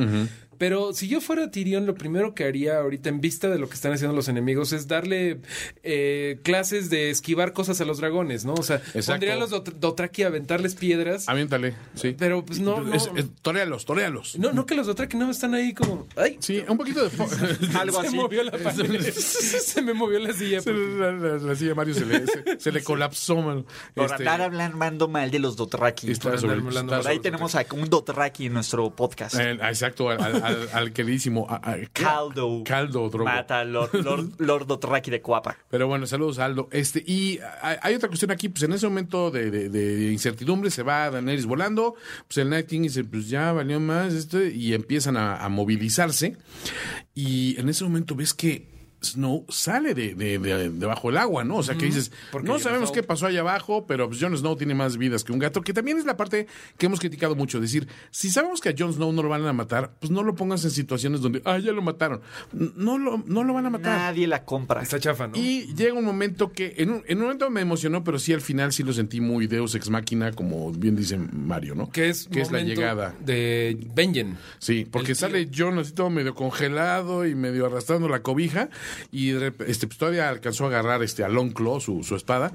S6: Pero si yo fuera Tyrion, lo primero que haría ahorita en vista de lo que están haciendo los enemigos es darle eh, clases de esquivar cosas a los dragones, ¿no? O sea,
S5: Exacto.
S6: pondría a los dot- Dothraki a aventarles piedras.
S5: Aviéntale, sí.
S6: Pero, pues, no,
S5: Es-
S6: no.
S5: es- toréalos, toréalos.
S6: No, no que los Dothraki no están ahí como... ¡Ay!
S5: Sí, un poquito de.
S7: *laughs*
S5: fo-
S6: *laughs*
S7: Algo
S6: Se
S7: así.
S6: movió la pared. *laughs* se me movió la silla. pues.
S5: Se le- la, la- la silla de Mario se le, se, se le colapsó, mano.
S7: Por
S5: Este,
S7: andar hablando mal de los Dothraki.
S5: está
S7: Por
S5: sobre-
S7: andar hablando-
S5: está
S7: Por ahí
S5: sobre-
S7: tenemos a un Dothraki en nuestro podcast.
S6: Eh,
S5: el- ah, exacto, al, al, al- al queridísimo. a- a-
S7: Caldo.
S5: Caldo, drogo.
S7: Mata a Lord, Lord, Lord Dothraki de Cuapa.
S5: *laughs* Pero bueno, saludos Aldo. Este, y hay, hay otra cuestión aquí, pues en ese momento de, de- de incertidumbre se va Daenerys volando, pues el Night King dice, pues ya valió más, esto, y empiezan a, a movilizarse. Y en ese momento ves que Snow sale de, de- de- debajo del agua, ¿no? O sea que dices,
S6: Porque
S5: no
S6: Jon
S5: sabemos
S6: Snow-
S5: qué pasó allá abajo, pero pues Jon Snow tiene más vidas que un gato, que también es la parte que hemos criticado mucho, decir, si sabemos que a Jon Snow no lo van a matar, pues no lo pongas en situaciones donde, ah, ya lo mataron. No lo, no lo van a matar.
S7: Nadie la compra.
S6: Está chafa, ¿no?
S5: Y llega un momento que, en un, en un momento me emocionó, pero sí al final sí lo sentí muy Deus ex máquina, como bien dice Mario, ¿no?
S6: que es,
S5: que es la
S6: momento
S5: llegada.
S6: de Benjen.
S5: Sí, porque
S6: El tío.
S5: sale John así todo medio congelado y medio arrastrando la cobija, y de rep- este, pues, todavía alcanzó a agarrar este, a Longclaw, su, su espada.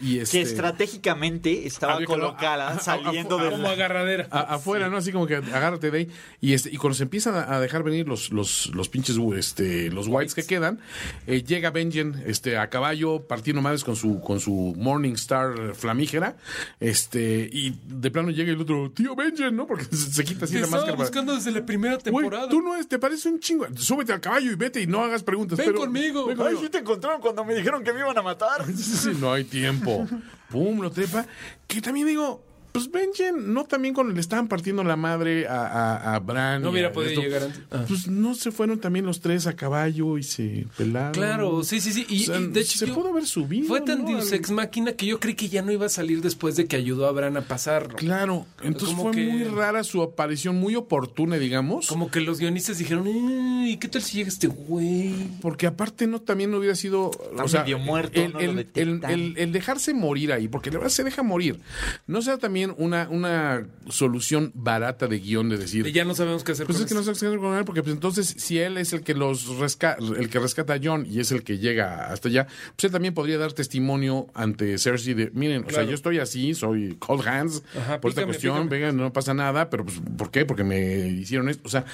S5: Y, este,
S7: Que estratégicamente estaba
S5: había que-
S7: colocada
S5: a- a- a-
S7: saliendo de
S6: Como agarradera.
S5: a- afuera, ¿no? Así como que agárrate de ahí. Y, este, y cuando se empiezan a, a dejar venir los, los, los pinches, este, los whites que quedan, eh, llega Benjen, este, a caballo, partiendo madres con su, con su Morning Star flamígera, este, y de plano llega el otro, tío Benjen, ¿no? Porque *laughs* se, se quita así
S6: Te
S5: la
S6: estaba
S5: máscara. para-
S6: buscando desde la primera
S5: Güey,
S6: temporada.
S5: tú no es, te parece un chingo. Súbete al caballo y vete y no hagas preguntas.
S6: Ven
S5: pero-
S6: conmigo.
S5: Ven
S7: Ay,
S5: conmigo.
S7: sí te encontraron cuando me dijeron que me iban a matar.
S5: Sí, sí, no hay tiempo. Pum, lo trepa. Que también digo, pues Benjen, no también con le estaban partiendo la madre a, a, a Bran.
S6: No
S5: y
S6: hubiera
S5: a
S6: podido llegar antes. Ah.
S5: Pues no se fueron también los tres a caballo y se pelaron.
S6: Claro, sí, sí, sí. Y,
S5: O sea,
S6: y de hecho,
S5: Ah. se
S6: yo-
S5: pudo haber subido.
S6: Fue tan
S5: ¿no?
S6: Deus
S5: Al-
S6: Ex Máquina que yo creí que ya no iba a salir después de que ayudó a Bran a pasarlo.
S5: Claro, entonces
S6: Como
S5: fue
S6: que-
S5: muy rara su aparición, muy oportuna, digamos.
S6: Como que los guionistas dijeron, "Eh, ¿y qué tal si llega este güey?
S5: Porque aparte no también no hubiera sido o sea,
S7: medio muerto,
S5: el,
S7: no
S5: el-
S7: lo
S5: el-
S7: detectan.
S5: el- el dejarse morir ahí, porque la verdad se deja morir. No sea también una, una solución barata de guión de decir.
S6: Y ya no sabemos qué hacer
S5: Pues
S6: con
S5: es que no
S6: esto.
S5: sabes qué hacer con él, porque pues, entonces si él es el que los resca- el que rescata a John y es el que llega hasta allá, pues él también podría dar testimonio ante Cersei de, miren, o sea,
S6: Claro.
S5: yo estoy así, soy cold hands
S6: Ajá,
S5: por esta
S6: pícame,
S5: cuestión,
S6: pícame.
S5: vengan, no pasa nada, pero pues ¿por qué? Porque me hicieron esto, o sea,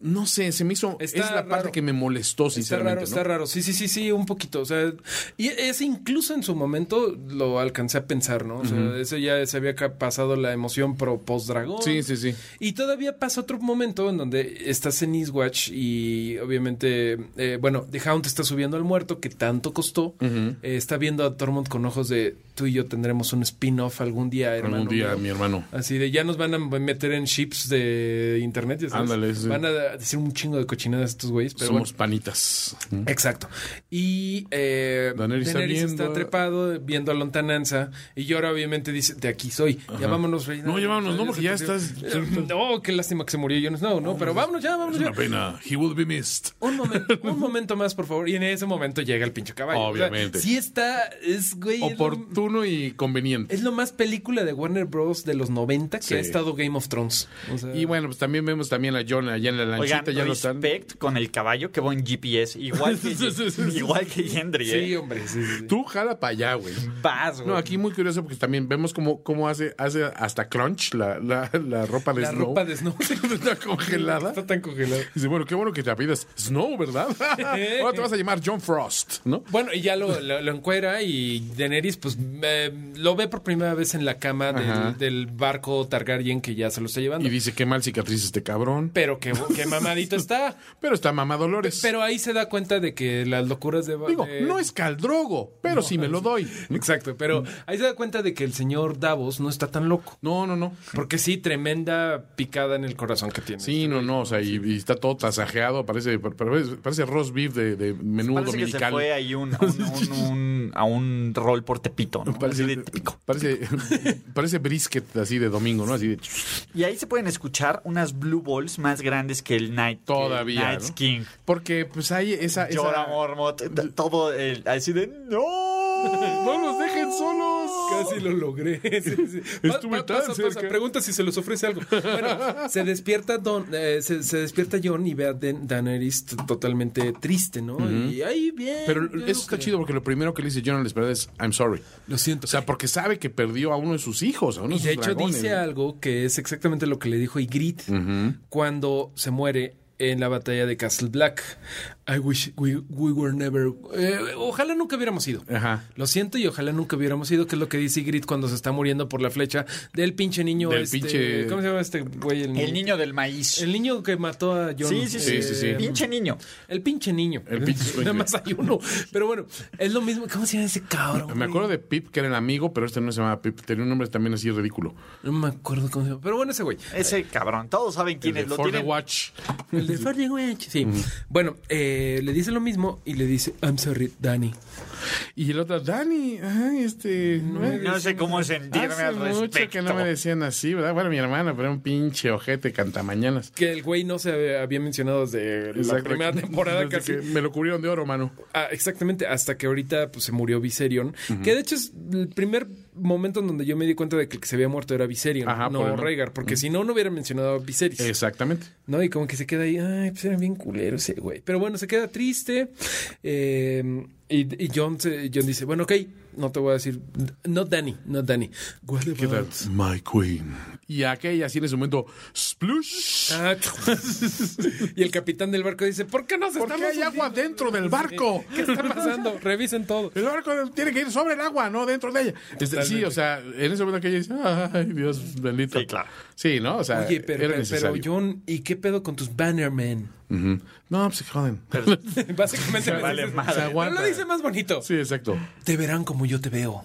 S5: no sé, se me hizo
S6: Está
S5: es la parte
S6: raro.
S5: que me molestó
S6: Está
S5: sinceramente,
S6: raro, está
S5: ¿no?
S6: raro. Sí, sí, sí, sí, un poquito. O sea, y ese incluso en su momento lo alcancé a pensar, ¿no? O sea, eso ya se había ca- pasado la emoción pro post-dragón.
S5: Sí, sí, sí.
S6: Y todavía pasa otro momento en donde estás en Eastwatch y obviamente, eh, bueno, The Hound está subiendo al muerto que tanto costó. Eh, está viendo a Tormund con ojos de tú y yo tendremos un spin-off algún día, hermano.
S5: Algún día,
S6: mío".
S5: mi hermano.
S6: Así de ya nos van a meter en chips de internet. ya sabes.
S5: Ándale, sí.
S6: Van a decir un chingo de cochinadas estos güeyes, pero
S5: Somos
S6: bueno. *laughs*
S5: panitas.
S6: Exacto. Y eh,
S5: Daenerys está
S6: Daenerys está,
S5: viendo-
S6: trepado, viendo a lontananza. Y llora, obviamente, dice: De aquí soy. Ya vámonos, Reina.
S5: No, ya vámonos, no, porque ya *laughs*
S6: se-
S5: estás-
S6: Eh, No, qué lástima que se murió Jon Snow, ¿no? Pero vámonos ya, vámonos ya.
S5: pena. He would be missed.
S6: Un momento, un momento más, por favor. Y en ese momento llega el pinche caballo. O sea,
S5: Obviamente.
S6: sí está, es güey. es lo-
S5: Oportuno y conveniente.
S6: Es lo más película de Warner Bros. de los 90 que
S5: Sí.
S6: ha estado Game of Thrones. O sea,
S5: Y bueno, pues también vemos también a John allá en la lanchita,
S7: Oigan,
S5: ya lo están.
S7: respect con el caballo que va en GPS, igual
S5: *laughs*
S7: que,
S5: Sí, sí, sí, sí.
S7: igual que Gendry,
S6: sí,
S7: ¿eh?
S6: hombre, sí, sí, sí.
S5: Tú jala para allá, güey.
S7: Vas, güey.
S5: No, aquí muy curioso porque también vemos cómo, cómo hace, hace hasta crunch la, la, la ropa de
S6: La
S5: Snow.
S6: ropa de Snow
S5: pues,
S6: *laughs*
S5: Está congelada.
S6: Está tan congelada.
S5: Dice, bueno, qué bueno que te apidas Snow,
S6: *laughs*
S5: ¿verdad? Ahora te vas a llamar John Frost, ¿no?
S6: Bueno, y ya lo, lo, lo encuera y Daenerys pues eh, lo ve por primera vez en la cama
S5: Ajá.
S6: del, del barco Targaryen que ya se lo está llevando.
S5: Y dice, qué mal cicatriz este cabrón.
S6: Pero qué, qué mamadito está.
S5: Pero está mamá Dolores.
S6: Pero ahí se da cuenta de que las locuras de...
S5: Digo,
S6: de-
S5: no es Mm. caldrogo, pero sí me lo doy.
S6: *laughs* Exacto, pero ahí se da cuenta de que el señor Davos no está tan loco.
S5: No, no, no.
S6: Porque sí, tremenda picada en el corazón que tiene.
S5: Sí, no, no, o sea, y, y está todo tasajeado, parece, parece, parece roast beef de, de menú
S7: Parece que se
S5: dominical.
S7: fue ahí un, a
S5: *laughs*
S7: un- un- un- a un rol por tepito, ¿no?
S5: Parece,
S7: Así de típico.
S5: parece, *laughs* parece brisket así de domingo, ¿no? Así de,
S7: Y ahí se pueden escuchar unas blue balls más grandes que el Night
S5: Todavía,
S7: que el Night's
S5: ¿no?
S7: King.
S5: porque pues hay esa... esa-
S7: Llora Mormont, t- todo el, así de no.
S5: *laughs* No los dejen solos.
S6: Casi lo logré. *laughs* Sí, sí. Pa-
S5: Estuve
S6: pa-
S5: tan
S6: pasa,
S5: cerca.
S6: pasa. Pregunta si se los ofrece algo.
S5: *laughs*
S6: Bueno, se despierta Don, eh, se, se despierta John y ve a Dan- Daenerys t- totalmente triste, ¿no? Y ahí bien.
S5: Pero
S6: yo
S5: eso está
S6: que-
S5: chido porque lo primero que le dice John al esperar es I'm sorry.
S6: Lo siento.
S5: O sea, porque sabe que perdió a uno de sus hijos, a uno de
S6: y
S5: sus
S6: de hecho
S5: dragones.
S6: dice algo que es exactamente lo que le dijo Ygritte cuando se muere en la batalla de Castle Black. I wish we, we were never. eh, ojalá nunca hubiéramos ido.
S5: Ajá.
S6: Lo siento y ojalá nunca hubiéramos ido, que es lo que dice Ygritte cuando se está muriendo por la flecha del pinche niño.
S5: Del
S6: este,
S5: pinche-
S6: ¿Cómo se llama este güey? El,
S7: El niño del maíz.
S6: El niño que mató a John.
S7: sí, sí,
S5: Sí,
S7: sí,
S5: sí, sí.
S7: Pinche niño.
S6: El pinche niño.
S5: El pinche
S6: Nada
S5: sueño.
S6: más hay uno. Pero bueno, es lo mismo. ¿Cómo se llama ese cabrón?
S5: Me
S6: güey?
S5: acuerdo de Pip, que era el amigo, pero este no se llamaba Pip. Tenía un nombre también así ridículo.
S6: No me acuerdo cómo se llama. Pero bueno, ese güey.
S7: Ese cabrón. Todos saben quién
S5: El de
S7: es. Eh, Lo
S5: For the
S7: tienen
S5: Watch.
S6: El de Farley Witch. Sí. Bueno, eh, le dice lo mismo y le dice, I'm sorry, Danny.
S5: Y el otro, Dani, ay, este... No, me
S7: No sé cómo sentirme
S5: Hace
S7: al
S5: mucho
S7: respecto.
S5: que no me
S7: *laughs*
S5: decían así, ¿verdad? Bueno, mi hermana, pero era un pinche ojete cantamañanas.
S6: Que el güey no se había mencionado desde la
S5: Exacto. *laughs*
S6: primera temporada
S5: Desde
S6: casi.
S5: que me lo cubrieron de oro, mano.
S6: Ah, exactamente, hasta que ahorita pues, se murió Viserion, que de hecho es el primer momento en donde yo me di cuenta de que el que se había muerto era Viserion,
S5: Ajá, por
S6: no
S5: el-
S6: Rhaegar, porque si no, no hubiera mencionado a Viserys.
S5: Exactamente.
S6: ¿no? Y como que se queda ahí, ay, pues era bien culero ese güey. Pero bueno, se queda triste. eh, y y John, se- John dice, bueno, ok, no te voy a decir, no Danny, no Danny. What about-
S5: My queen. Y aquella así en ese momento, splush.
S6: Ah,
S5: *laughs*
S6: y el capitán del barco dice, ¿por qué nos
S5: ¿Por qué
S6: estamos
S5: hay agua
S6: hundiendo?
S5: dentro del barco?
S6: *laughs* ¿Qué está pasando? Revisen todo.
S5: *laughs* El barco tiene que ir sobre el agua, no dentro de ella. Este, sí, o sea, en ese momento que ella dice, ay, Dios bendito. Sí, claro. Sí, ¿no? O sea,
S6: Oye,
S5: Ah,
S6: pero,
S5: era
S6: pero- pero,
S5: necesario.
S6: John, ¿y qué pedo con tus Bannermen?
S5: Ujú. No, pues joden.
S6: *laughs* Básicamente me *laughs*
S7: Vale,
S6: dices-
S7: madre.
S5: Se
S6: Pero
S5: aguanta.
S6: lo dice más bonito.
S5: Sí, exacto.
S6: Te verán como yo te veo.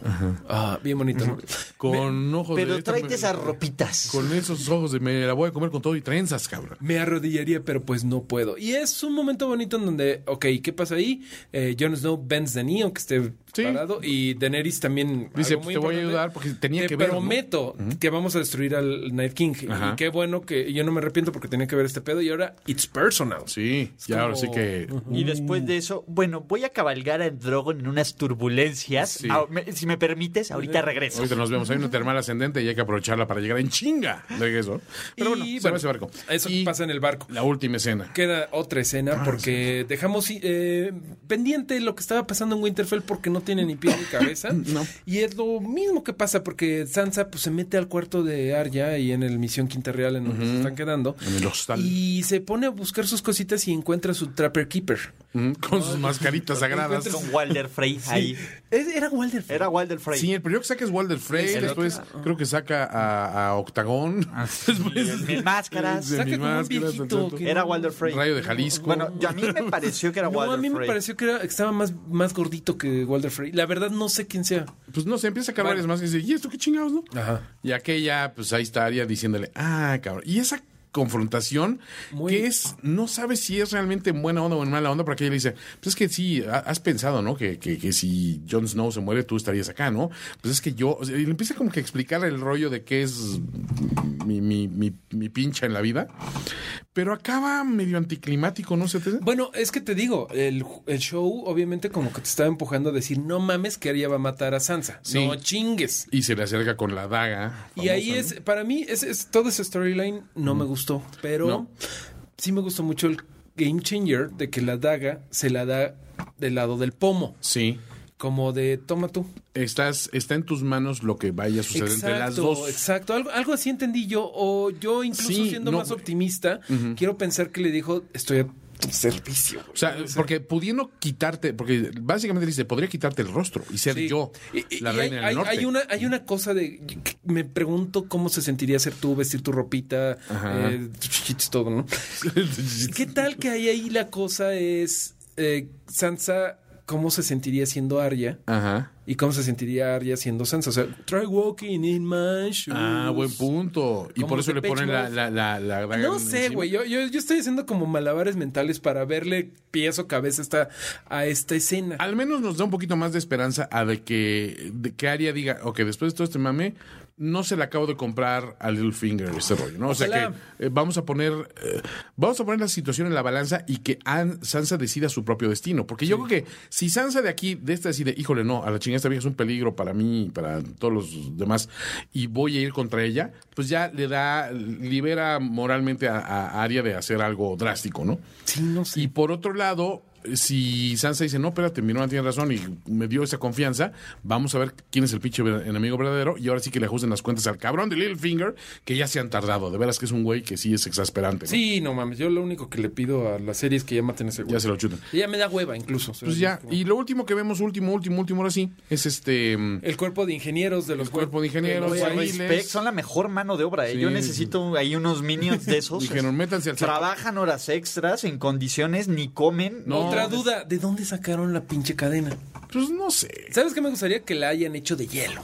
S6: Ah, bien bonito. ¿no?
S5: Con ojos de...
S7: Pero
S5: esta-
S7: tráete esas ropitas.
S5: Con esos ojos de me la voy a comer con todo y trenzas, cabrón.
S6: Me arrodillaría, pero pues no puedo. Y es un momento bonito en donde, ok, ¿qué pasa ahí? Eh, Jon Snow bends the knee, aunque esté
S5: Sí.
S6: parado. Y Daenerys también.
S5: Dice,
S6: algo
S5: "Pues
S6: muy
S5: te voy a
S6: importante,
S5: ayudar porque tenía
S6: te
S5: que ver, ¿no?"
S6: prometo que vamos a destruir al Night King.
S5: Ajá.
S6: Y qué bueno que yo no me arrepiento porque tenía que ver este pedo. Y ahora, it's personal.
S5: Sí, y
S6: como-
S5: ahora sí
S6: *laughs*
S5: que...
S7: Y después de eso, bueno, voy a cabalgar al Drogon en unas turbulencias.
S5: Sí.
S7: Ah, me- si me permites, ahorita regreso.
S5: Ahorita nos vemos. Hay una termal ascendente y hay que aprovecharla para llegar en chinga. De regreso. Pero bueno,
S6: Y
S5: se va ese barco.
S6: Eso
S5: Y
S6: pasa en el barco.
S5: La última escena.
S6: Queda otra
S5: Ah,
S6: escena porque dejamos eh, pendiente lo que estaba pasando en Winterfell porque no tiene ni pie ni
S5: *clears throat*
S6: cabeza. Y es lo mismo que pasa porque Sansa pues, se mete al cuarto de Arya y en el Misión Quinta Real en donde se están quedando.
S5: En el hostal.
S6: Y se pone a buscar sus cositas y encuentra su Trapper Keeper.
S5: Mm, Con sus mascaritas sagradas.
S7: Con Walder Frey ahí.
S6: Es- era Walder.
S7: Era Walder Frey.
S5: Sí, el primero que saca es Walder Frey,
S6: el
S5: después
S6: Ah.
S5: creo que saca a, a Octagón.
S7: El Mil máscaras.
S5: de
S6: Saca
S5: mi
S6: como un
S5: máscara,
S6: viejito
S5: tanto.
S6: que-
S7: Era Walder Frey.
S5: Rayo de Jalisco.
S7: Bueno, yo- a mí
S5: *laughs*
S7: me pareció que era
S6: No,
S7: Walder
S6: a mí me
S7: Frey.
S6: pareció que, era- que estaba más, más gordito que Walder Frey. La verdad no sé quién sea.
S5: pues no sé, empieza a sacar varias más y dice, ¿y esto qué chingados, no?
S6: Ajá.
S5: Y aquella, pues ahí está Aria diciéndole, ah, cabrón. Y esa confrontación
S6: Muy-
S5: que es, no sabes si es realmente en buena onda o en mala onda, porque ella le dice, pues es que sí, ha- has pensado, ¿no? Que, que, que si Jon Snow se muere, tú estarías acá, ¿no? Pues es que yo, o sea, y le empieza como que a explicar el rollo de qué es mi, mi, mi, mi pincha en la vida, pero acaba medio anticlimático, ¿no? ¿Se te...
S6: Bueno, es que te digo, el, el show obviamente como que te estaba empujando a decir, no mames que Arya va a matar a Sansa,
S5: Sí.
S6: no chingues.
S5: Y se le acerca con la daga.
S6: y ahí
S5: famosa, Mm.
S6: es, para mí, es, es- todo ese storyline no me gustó, pero
S5: No.
S6: sí me gustó mucho el game changer de que la daga se la da del lado del pomo,
S5: ¿no? Sí.
S6: como de toma tú.
S5: Estás, está en tus manos lo que vaya a suceder entre las dos.
S6: exacto. Algo, algo así entendí yo, o yo incluso
S5: Sí,
S6: siendo
S5: no,
S6: más
S5: güey.
S6: optimista, quiero pensar que le dijo, estoy a tu servicio.
S5: O sea, porque pudiendo quitarte, porque básicamente dice, podría quitarte el rostro y ser
S6: Sí.
S5: yo
S6: Y- y-
S5: la
S6: y
S5: reina
S6: hay,
S5: del
S6: hay-
S5: norte.
S6: hay una, hay una cosa de. que Me pregunto cómo se sentiría ser tú, vestir tu ropita,
S5: Ajá.
S6: eh, tus chichitos,
S5: *laughs*
S6: todo, ¿no? ¿Qué tal que hay ahí la cosa es. eh, Sansa, ¿cómo se sentiría siendo Arya?
S5: Ajá.
S6: ¿Y cómo se sentiría Arya siendo Sansa? O sea, try walking in my shoes.
S5: Ah, buen punto. Y
S6: Como
S5: por eso
S6: de
S5: le ponen
S6: pecho.
S5: la, la, la, la daga
S6: No sé,
S5: encima.
S6: güey. Yo, yo, yo estoy haciendo como malabares mentales para verle pies o cabeza esta- a esta escena.
S5: Al menos nos da un poquito más de esperanza a de que, de que Aria diga, ok, después de todo este mame, no se le acabo de comprar a Littlefinger ese rollo, ¿no? O sea
S6: Ojalá.
S5: que eh, vamos a poner eh, vamos a poner la situación en la balanza y que An- Sansa decida su propio destino. Porque yo creo que si Sansa de aquí, de esta decide, híjole, no, a la chingada esta vieja es un peligro para mí y para todos los demás, y voy a ir contra ella, pues ya le da, libera moralmente a, a Aria de hacer algo drástico, ¿no?
S6: Sí, no sé.
S5: Y por otro lado, si Sansa dice, no, espérate, mi hermana tiene razón y me dio esa confianza, vamos a ver quién es el pinche ver- enemigo verdadero y ahora sí que le ajusten las cuentas al cabrón de Littlefinger, que ya se han tardado. De veras que es un güey que sí es exasperante. ¿no?
S6: Sí, no mames. Yo lo único que le pido a la serie es que ya maten a ese güey.
S5: Ya se lo chutan.
S6: Ella me da hueva incluso. o sea,
S5: Pues ya,
S6: como-
S5: y lo último que vemos, último, último, último, ahora sí, es este... mm,
S6: El cuerpo de ingenieros de los
S5: cuerpo de ingenieros,
S6: de los
S5: ahí.
S6: guardias.
S7: Respect, son la mejor mano de obra. eh. Yo
S5: Sí.
S7: necesito ahí unos minions de esos.
S5: Dijeron, métanse al saco.
S7: Trabajan horas extras en condiciones, ni comen.
S5: No.
S6: Otra duda, ¿de dónde sacaron la pinche cadena?
S5: Pues no sé.
S6: ¿Sabes qué me gustaría que la hayan hecho de hielo?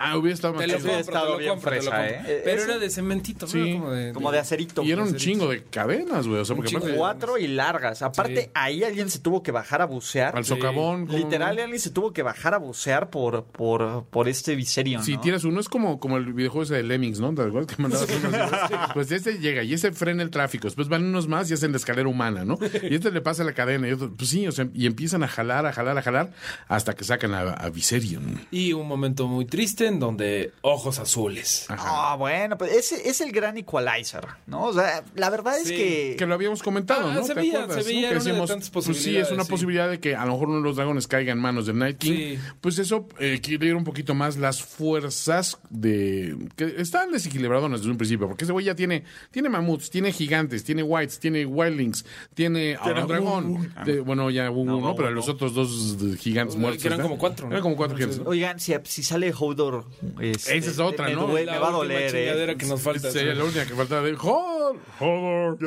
S5: Ah, hubiera estado más
S6: Te lo
S5: chido.
S7: hubiera
S6: compro,
S7: estado
S6: te lo
S7: bien
S6: compro, te lo
S7: fresa,
S6: compro.
S7: ¿eh?
S6: Pero
S7: Eso-
S6: era de cementito, ¿no?
S5: Sí.
S6: Como de,
S7: Como de acerito.
S5: Y era un chingo de cadenas, güey. O sea,
S6: Un
S5: porque
S6: chingo
S5: aparte,
S7: Cuatro y largas. Aparte,
S6: Sí.
S7: ahí alguien se tuvo que bajar a bucear.
S5: al socavón... como-
S7: Literal, alguien se tuvo que bajar a bucear por, por, por este Viserion.
S5: Si
S7: ¿no?
S5: tienes uno, es como, como el videojuego ese de Lemmings, ¿no? ¿Te acuerdas que mandabas unos videos? Pues este llega y ese frena el tráfico. Después van unos más y hacen la escalera humana, ¿no? Y este le pasa la cadena. Y otro, pues sí, o sea, y empiezan a jalar, a jalar, a jalar, hasta que sacan a, a Viserion.
S6: Y un momento muy triste en donde ojos azules.
S7: Ah, bueno, pues ese es el gran equalizer, ¿no? O sea, la verdad es
S6: Sí.
S7: que...
S5: Que lo habíamos comentado,
S6: Ah,
S5: ¿no?
S6: se
S5: ¿Te
S6: veía-
S5: acuerdas?
S6: se veía,
S5: no?
S6: era
S5: Que
S6: una de
S5: decíamos,
S6: tantas
S5: pues sí, es una
S6: posibilidades, sí.
S5: posibilidad de que a lo mejor uno de los dragones caiga en manos de Night King.
S6: Sí.
S5: Pues eso eh, equilibra un poquito más las fuerzas de. que están desequilibradonas desde un principio, porque ese güey ya tiene, tiene mamuts, tiene gigantes, tiene whites, tiene wildlings, tiene ahora un dragón. De- bueno, ya hubo uno, pero los otros dos de- gigantes
S6: Eh, Que
S5: muertos.
S6: eran
S5: ¿verdad?
S6: como cuatro, ¿no?
S5: Eran como cuatro gigantes. ¿no?
S7: Oigan, si, si sale Hodor... este,
S5: Esa es otra,
S7: me
S5: ¿no?
S7: duele-
S6: La
S7: me va a
S6: última
S7: doler,
S6: chingadera
S7: ¿eh?
S6: que nos falta.
S5: Sería la única que faltaba de. ¡Jor! ¡Jor!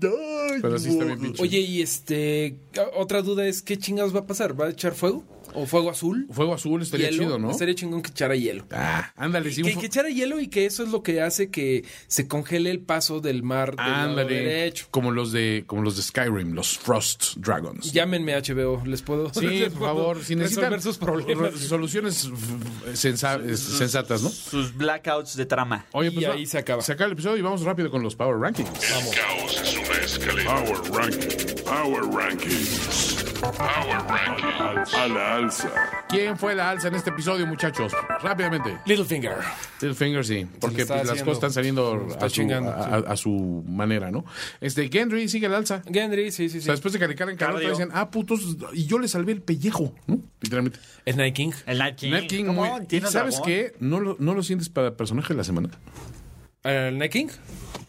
S5: Pero sí está bien pinche.
S6: Oye, y este, a- otra duda es, ¿qué chingados va a pasar? ¿Va a echar fuego? ¿O fuego azul?
S5: Fuego azul estaría
S6: ¿Hielo?
S5: chido, ¿no?
S6: Estaría chingón que echara hielo.
S5: Ah, ándale, sí. un
S6: que,
S5: fu-
S6: que echara hielo y que eso es lo que hace que se congele el paso del mar del lado
S5: Ándale.
S6: derecho.
S5: Como los de como los de Skyrim, los Frost Dragons.
S6: Llámenme a HBO, les puedo
S5: Sí,
S6: les *laughs*
S5: por
S6: puedo
S5: favor, si necesitan
S6: resolver sus problemas.
S5: re- soluciones f- sensa- eh, sensatas, ¿no?
S7: Sus blackouts de trama.
S5: Oye, pues
S6: Y ahí se acaba.
S5: Se acaba el episodio y vamos rápido con los Power Rankings.
S2: El caos es una escalera. Power Rankings. Power Rankings. Power Rankings. A la alza.
S5: ¿Quién fue la alza en este episodio, muchachos? Rápidamente.
S6: Littlefinger.
S5: Littlefinger, sí. Porque
S6: está
S5: pues, las
S6: haciendo.
S5: cosas están saliendo
S6: Está
S5: a su,
S6: chingando,
S5: a- a su manera, ¿no? Este, Gendry sigue la alza. O
S6: Gendry, sí, sí, sí.
S5: sea, después de que le cargan carota,
S7: Cardio.
S5: dicen, ah, putos, y yo le salvé el pellejo, ¿no? Literalmente.
S6: El Night King.
S7: El Night King.
S5: Nat King,
S7: ¿Cómo?
S5: muy- ¿Y
S7: ¿Tiene
S5: sabes
S7: dragón?
S5: qué? ¿No lo, ¿No lo sientes para personaje de la semana?
S6: ¿El Night King?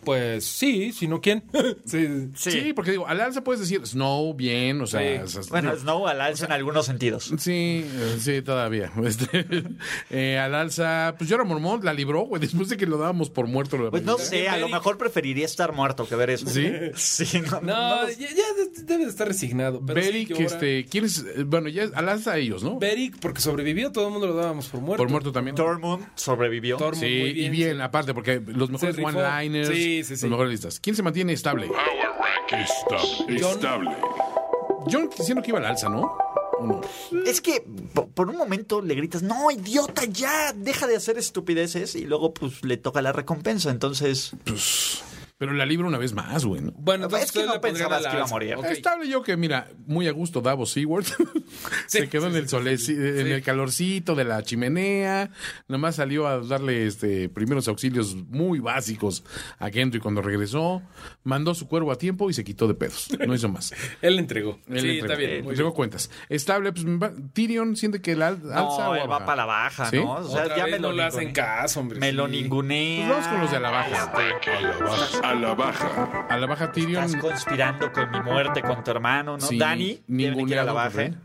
S6: Pues sí, si no, ¿quién? sí.
S5: *laughs* Sí, porque digo, al alza puedes decir Snow, bien, o sea.
S6: Sí.
S5: esas-
S7: Bueno, Snow al alza en algunos sentidos.
S5: Sí, eh, sí, todavía. *laughs* Este, eh, al alza, pues Jorah Mormont la libró, güey, después de que lo dábamos por muerto. lo-
S7: Pues no sé, a lo mejor preferiría estar muerto que ver eso.
S5: ¿Sí?
S7: *laughs* Sí, no,
S6: No, ya, ya de- debe de estar resignado. Pero sí,
S5: Beric,
S6: llora.
S5: este, ¿quién es? Eh, Bueno, ya es al alza ellos, ¿no?
S6: Beric, porque sobrevivió, todo el mundo lo dábamos por muerto.
S5: Por muerto también.
S7: Tormund sobrevivió.
S6: Tormund,
S5: Sí,
S6: muy
S5: y bien, aparte, porque los mejores
S6: rifó.
S5: one-liners,
S6: Sí, sí, sí.
S5: los mejores listas. ¿Quién se mantiene estable?
S2: Power Rankings.
S6: John-
S2: Estable.
S5: John siento que iba al alza, ¿no? ¿O no?
S7: Es que po- por un momento le gritas, no, idiota, ya, deja de hacer estupideces. Y luego, pues, le toca la recompensa. Entonces,
S5: Pues, Pero la libra una vez más, güey, ¿no?
S6: Bueno, entonces
S7: Es que
S6: ustedes
S7: no
S6: la pondrían
S7: pensabas
S6: la
S7: que iba a
S6: alza.
S7: morir.
S6: Ok.
S5: Estable yo que, mira, muy a gusto Davos Seward. *laughs*
S6: Sí,
S5: se quedó
S6: sí,
S5: en
S6: sí,
S5: el sole,
S6: sí, sí.
S5: en
S6: Sí.
S5: el calorcito de la chimenea. Nomás salió a darle este primeros auxilios muy básicos a Gendry cuando regresó. Mandó su cuervo a tiempo y se quitó de pedos. No hizo
S6: *laughs*
S5: más.
S6: Él le entregó.
S5: Él
S6: sí,
S5: le entregó-
S6: está bien.
S5: le
S6: muy
S5: entregó
S6: bien.
S5: cuentas. Estable, pues va- Tyrion siente que el al- alza
S7: no,
S5: o
S7: él va
S5: baja.
S7: para la baja,
S5: ¿Sí?
S7: ¿no? O sea,
S6: Otra
S7: ya
S6: vez
S7: me lo,
S6: no le hacen
S7: ningunea-
S6: caso, hombre.
S7: me
S6: sí.
S7: lo ningunea.
S5: Pues vamos con los de a la baja.
S2: A la baja. A la baja.
S5: A la baja Tyrion.
S7: este, Estás conspirando con mi muerte, con tu hermano, ¿no?
S5: sí,
S7: Dani, tiene que ir a la
S5: ninguneado,
S7: baja. ¿eh?
S5: cabrón.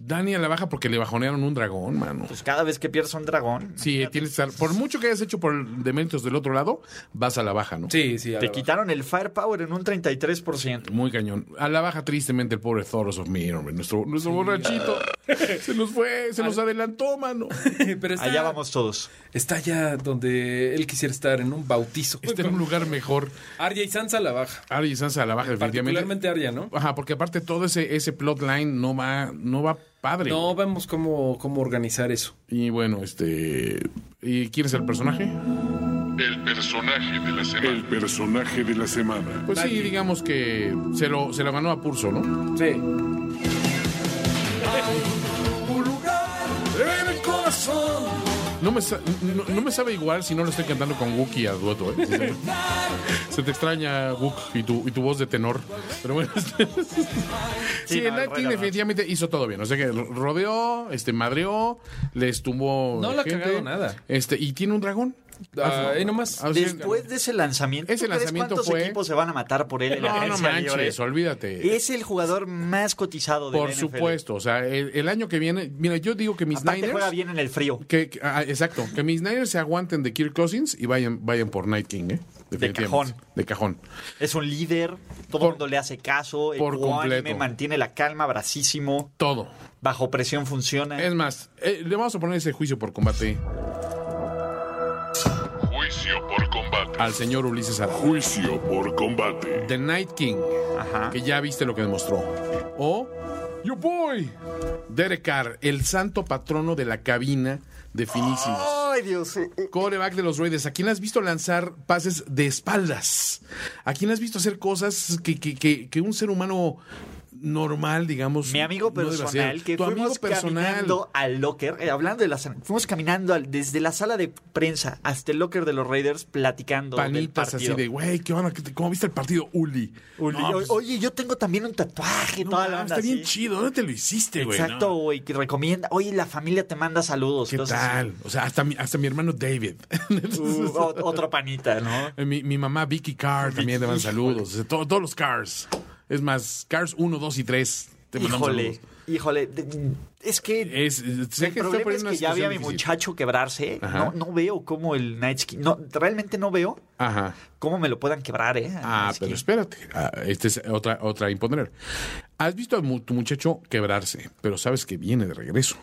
S5: Dani a la baja porque le bajonearon un dragón, mano.
S7: Pues cada vez que pierdes un dragón,
S5: Sí, tienes que estar- Por mucho que hayas hecho por deméritos del otro lado, vas a la baja, ¿no?
S6: Sí, sí. a
S7: te
S6: la
S7: quitaron el firepower en un 33%.
S5: Muy cañón. A la baja, tristemente, el pobre Thoros of Mir, hombre. Nuestro, nuestro
S6: *laughs*
S5: borrachito. Se nos fue, se nos adelantó, mano.
S6: baja. *laughs* Pero está,
S7: Allá vamos todos.
S6: Está ya donde él quisiera estar, en un bautizo.
S5: Está en un lugar mejor.
S6: Arya y Sansa a la baja.
S5: Arya y Sansa a la baja, definitivamente.
S6: Particularmente Arya, ¿no?
S5: Ajá, porque aparte todo ese, ese plotline no va, no va padre.
S6: No, vemos cómo, cómo organizar eso.
S5: Y bueno, este. ¿Y quién es el personaje?
S2: El personaje de la semana. El personaje de la semana.
S5: Pues sí, digamos que se lo, se lo ganó a Purso, ¿no?
S6: Sí.
S8: un lugar en el corazón,
S5: No me, sa- no, no me sabe igual si no lo estoy cantando con Wookiee a dueto, ¿eh? *laughs*
S8: lugar
S5: Se te extraña, Guk, y tu, y tu voz de tenor. Pero bueno, *laughs* este- sí,
S7: Sí, no,
S5: el Night
S7: bueno,
S5: King
S7: no.
S5: definitivamente hizo todo bien. O sea que ro- rodeó, este, madreó, les tumbó.
S6: No le ha cagado nada.
S5: Este, y tiene un dragón.
S6: Ahí nomás.
S5: Ah, sí.
S7: Después de ese lanzamiento,
S5: Ese
S7: ¿tú crees
S5: lanzamiento
S7: ¿cuántos
S5: fue-
S7: equipos se van a matar por él en la
S5: No, no
S7: agencia
S5: manches,
S7: libre?
S6: ¿eh?
S5: olvídate.
S7: Es el jugador más cotizado de
S5: Por
S7: la NFL.
S5: supuesto, o sea, el, el año que viene, mira, yo digo que mis
S7: Aparte juega
S5: Niners.
S7: bien en el frío.
S5: Que, que- ah, exacto, que mis Niners se aguanten de Kirk Cousins y vayan, vayan por Night King, ¿eh? Definitivamente.
S7: cajón.
S5: De cajón.
S7: Es un líder, todo el
S5: Por-
S7: mundo le hace caso,
S5: por
S7: me
S5: completo.
S7: mantiene la calma, bracísimo,
S5: Todo.
S7: bajo presión funciona.
S5: Es más, eh, le vamos a poner ese juicio por combate
S2: Juicio por combate.
S5: al señor Ulises Araujo.
S2: Juicio por combate.
S5: The Night King.
S7: Ajá.
S5: que ya viste lo que demostró. O Yo Boy, Derek Carr, el santo patrono de la cabina de finísimos.
S7: Ay, Dios. eh, eh.
S5: Coreback de los Raiders, ¿a quién has visto lanzar pases de espaldas? ¿A quién has visto hacer cosas que, que- que- que un ser humano normal, digamos.
S7: Mi amigo
S5: no debe ser.
S7: personal, que
S5: tu amigo
S7: fuimos
S5: personal.
S7: caminando al locker, eh, hablando de la sala, fuimos caminando al- desde la sala de prensa hasta el locker de los Raiders platicando del
S5: Panitas así
S7: partido.
S5: de, güey, ¿qué onda? ¿Qué te- ¿Cómo viste el partido? Uli.
S7: Uli,
S5: No,
S7: o-
S5: pues,
S7: Oye, yo tengo también un tatuaje,
S5: no,
S7: toda
S5: mames,
S7: la onda
S5: Está bien
S7: así.
S5: chido. ¿Dónde te lo hiciste, güey?
S7: Exacto,
S5: No,
S7: güey, que recomienda. Oye, la familia te manda saludos.
S5: ¿Qué
S7: entonces,
S5: tal? O sea, hasta mi, hasta mi hermano David. *laughs* eh,
S7: uh, o- otro panita, ¿no?
S5: mi, mi mamá Vicky Carr también le van saludos. O sea, todo- todos los Cars. Es más, Cars 1, 2 y 3. Te mandamos
S7: Híjole,
S5: saludos. Eh,
S7: híjole. de- Es que
S5: Es, sé
S7: el
S5: que está
S7: problema
S5: poniendo
S7: es
S5: una
S7: que ya vi a
S5: situación
S7: mi
S5: difícil.
S7: muchacho quebrarse.
S5: Ajá.
S7: No, no veo cómo el Night Sky- No, realmente no veo
S5: Ajá.
S7: cómo me lo puedan quebrar, ¿eh? al
S5: Ah,
S7: Night
S5: pero
S7: Sky.
S5: espérate. Ah, esta es otra, otra a imponer. Has visto a mu- tu muchacho quebrarse, pero sabes que viene de regreso.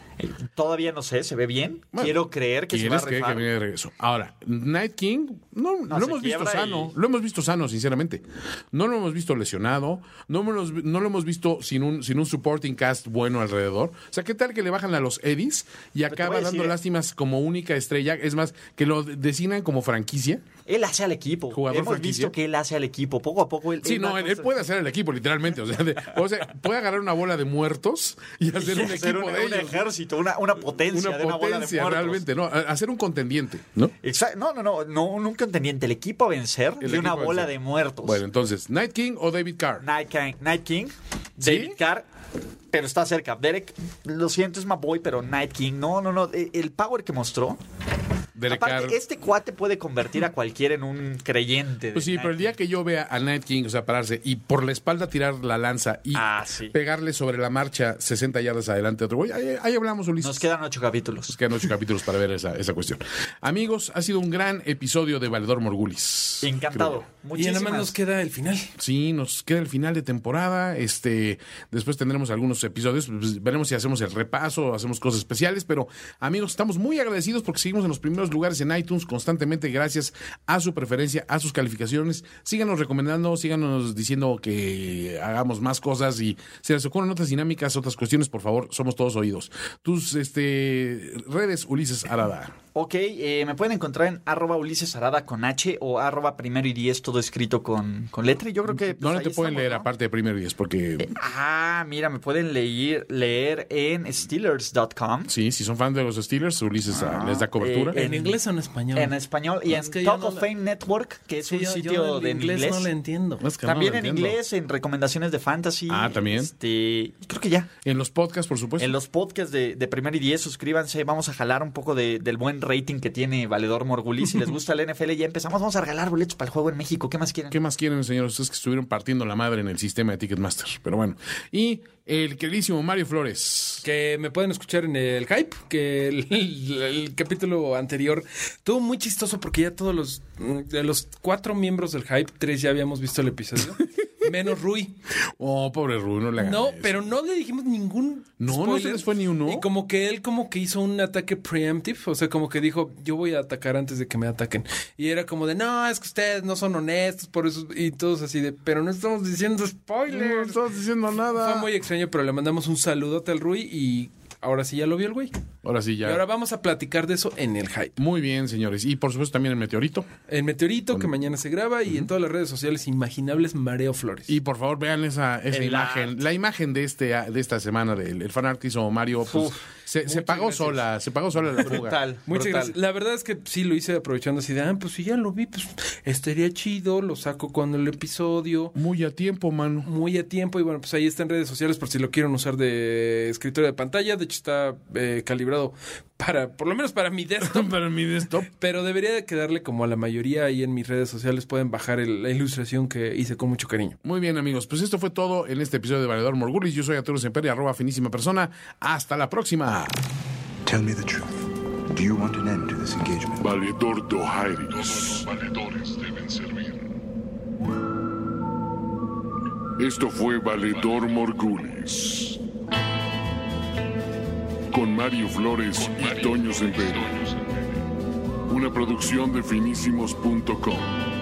S7: Todavía no sé, ¿se ve bien?
S5: Bueno,
S7: Quiero creer que se va a
S5: ¿Quieres creer que
S7: rifar.
S5: viene de regreso? Ahora, Night King, no, lo
S7: No, se
S5: hemos visto
S7: quiebra
S5: sano.
S7: y-
S5: Lo hemos visto sano, sinceramente. No lo hemos visto lesionado. No, me los- no lo hemos visto sin un, sin un supporting cast bueno alrededor. O sea, ¿qué tal que le bajan a los Eddies y
S7: te
S5: acaba
S7: voy a
S5: dando
S7: decir- ¿eh?
S5: lástimas como única estrella? Es más, que lo de- designan como franquicia.
S7: Él hace al equipo.
S5: Jugador
S7: Hemos
S5: franquicia.
S7: visto que él hace al equipo. Poco a poco él.
S5: Sí, no,
S7: va
S5: él, él
S7: constru-
S5: puede hacer el equipo, literalmente. O sea, de- o sea, puede agarrar una bola de muertos y hacer
S7: *laughs* Y
S5: un
S7: hacer
S5: equipo
S7: un,
S5: de
S7: un
S5: ellos.
S7: ejército, una, una potencia,
S5: Una
S7: de una bola de
S5: potencia,
S7: muertos.
S5: realmente, ¿no? A- Hacer un contendiente, ¿no?
S7: Exacto. No, no, no, no, nunca entendiente. El equipo a vencer
S5: El
S7: de una
S5: equipo a
S7: bola
S5: vencer.
S7: de muertos.
S5: Bueno, entonces, Night King o David Carr.
S7: Night King, Night King
S5: ¿Sí?
S7: David Carr, pero está cerca. Derek, lo siento, es my boy, pero Night King. No, no, no. e- El power que mostró.
S5: Derek
S7: aparte,
S5: Carr.
S7: este cuate puede convertir a cualquiera en un creyente. de
S5: Pues sí,
S7: Night
S5: pero el
S7: King.
S5: día que yo vea a Night King, o sea, pararse y por la espalda tirar la lanza y
S7: Ah, sí.
S5: pegarle sobre la marcha 60 yardas adelante a otro güey, ahí, ahí hablamos, Ulises.
S7: Nos quedan ocho capítulos.
S5: Nos quedan ocho capítulos para ver esa, esa cuestión. Amigos, ha sido un gran episodio de Valedor Morgulis.
S7: Encantado.
S6: Y nada
S7: Muchísimas
S6: más nos queda el final.
S5: Sí, nos queda el final de temporada. Este, después tendremos algunos episodios. pues, veremos si hacemos el repaso, hacemos cosas especiales. Pero, amigos, estamos muy agradecidos porque seguimos en los primeros lugares en iTunes constantemente, gracias a su preferencia, a sus calificaciones. Síganos recomendando, síganos diciendo que hagamos más cosas y si les ocurren otras dinámicas, otras cuestiones, por favor, somos todos oídos. Tus este redes, Ulises Arada.
S7: Ok, eh, me pueden encontrar en arroba Ulises Arada con H o arroba primero y diez, todo escrito con, con letra. Y Yo creo que. pues,
S5: ¿Dónde
S7: ahí
S5: te pueden
S7: estamos,
S5: leer
S7: ¿no?
S5: aparte de primero y es porque
S7: Ah, mira, me pueden leer, leer en Steelers.com.
S5: sí, si son fan de los Steelers, Ulises ah, les da cobertura.
S7: eh,
S6: ¿En inglés o en español?
S7: En español y
S6: Es
S7: en
S6: que yo
S7: Talk
S6: no
S7: of
S6: la-
S7: Fame Network, que es
S6: Sí,
S7: un
S6: yo- yo
S7: sitio
S6: el
S7: de inglés.
S6: no le entiendo.
S5: Es que no
S7: También
S5: lo
S7: en
S5: entiendo.
S7: inglés, en recomendaciones de fantasy.
S5: Ah, también.
S7: Este, y creo que ya.
S5: En los podcasts, por supuesto.
S7: En los podcasts de, de Primer y Diez, suscríbanse. Vamos a jalar un poco de- del buen rating que tiene Valedor Morgulis. Si les gusta el NFL, ya empezamos. Vamos a regalar boletos para el juego en México. ¿Qué más quieren?
S5: ¿Qué más quieren, señores? Ustedes que estuvieron partiendo la madre en el sistema de Ticketmaster. Pero bueno. Y el queridísimo Mario Flores.
S6: Que me pueden escuchar en el hype, que el, el- el capítulo anterior estuvo muy chistoso porque ya todos los, de los cuatro miembros del hype, tres ya habíamos visto el episodio,
S5: *laughs*
S6: menos Rui.
S5: Oh, pobre Rubén, no le hagan
S6: No,
S5: eso.
S6: pero no le dijimos ningún.
S5: No, no
S6: spoiler.
S5: se les fue ni uno.
S6: Y como que él, como que hizo un ataque preemptive, o sea, como que dijo, yo voy a atacar antes de que me ataquen. Y era como de, no, es que ustedes no son honestos, por eso. Y todos así de, pero no estamos diciendo
S5: No
S6: spoilers.
S5: estás diciendo nada.
S6: Fue muy extraño, pero le mandamos un saludote al Rui y ahora sí ya lo vio el güey.
S5: Ahora sí,
S6: Y
S5: ya.
S6: ahora vamos a platicar de eso en el hype.
S5: Muy bien, señores. Y por supuesto también el meteorito.
S6: En Meteorito, que mañana se graba, y en todas las redes sociales imaginables, Mareo Flores.
S5: Y por favor, vean esa, esa
S7: El
S5: imagen.
S7: art.
S5: La imagen de este de esta semana del el fanart que hizo Mario. pues,
S7: Uf,
S5: se, se
S6: muchas
S5: pagó
S6: gracias.
S5: sola. Se pagó sola la fuga.
S7: Brutal.
S6: Muchas
S7: brutal.
S6: gracias. La verdad es que sí lo hice aprovechando así de, ah, pues si ya lo vi, pues estaría chido, lo saco cuando el episodio,
S5: Muy a tiempo, mano.
S6: muy a tiempo, y bueno, pues ahí está en redes sociales por si lo quieren usar de escritorio de pantalla, de hecho está eh, calibrado para, por lo menos para mi desktop.
S5: Para mi desktop.
S6: *laughs* Pero debería de quedarle como a la mayoría ahí en mis redes sociales pueden bajar el- la ilustración que hice con mucho cariño.
S5: Muy bien, amigos. Pues esto fue todo en este episodio de Valedor Morgulis. Yo soy Arturo Semperi, arroba finísima persona. Hasta la próxima.
S3: Tell me the truth. Do you want an end to this engagement?
S2: Valedor Dohairis.
S10: valedores deben servir.
S2: Esto fue Valedor Morgulis. Con Mario Flores y Toño Semperi. Una producción de finísimos.com.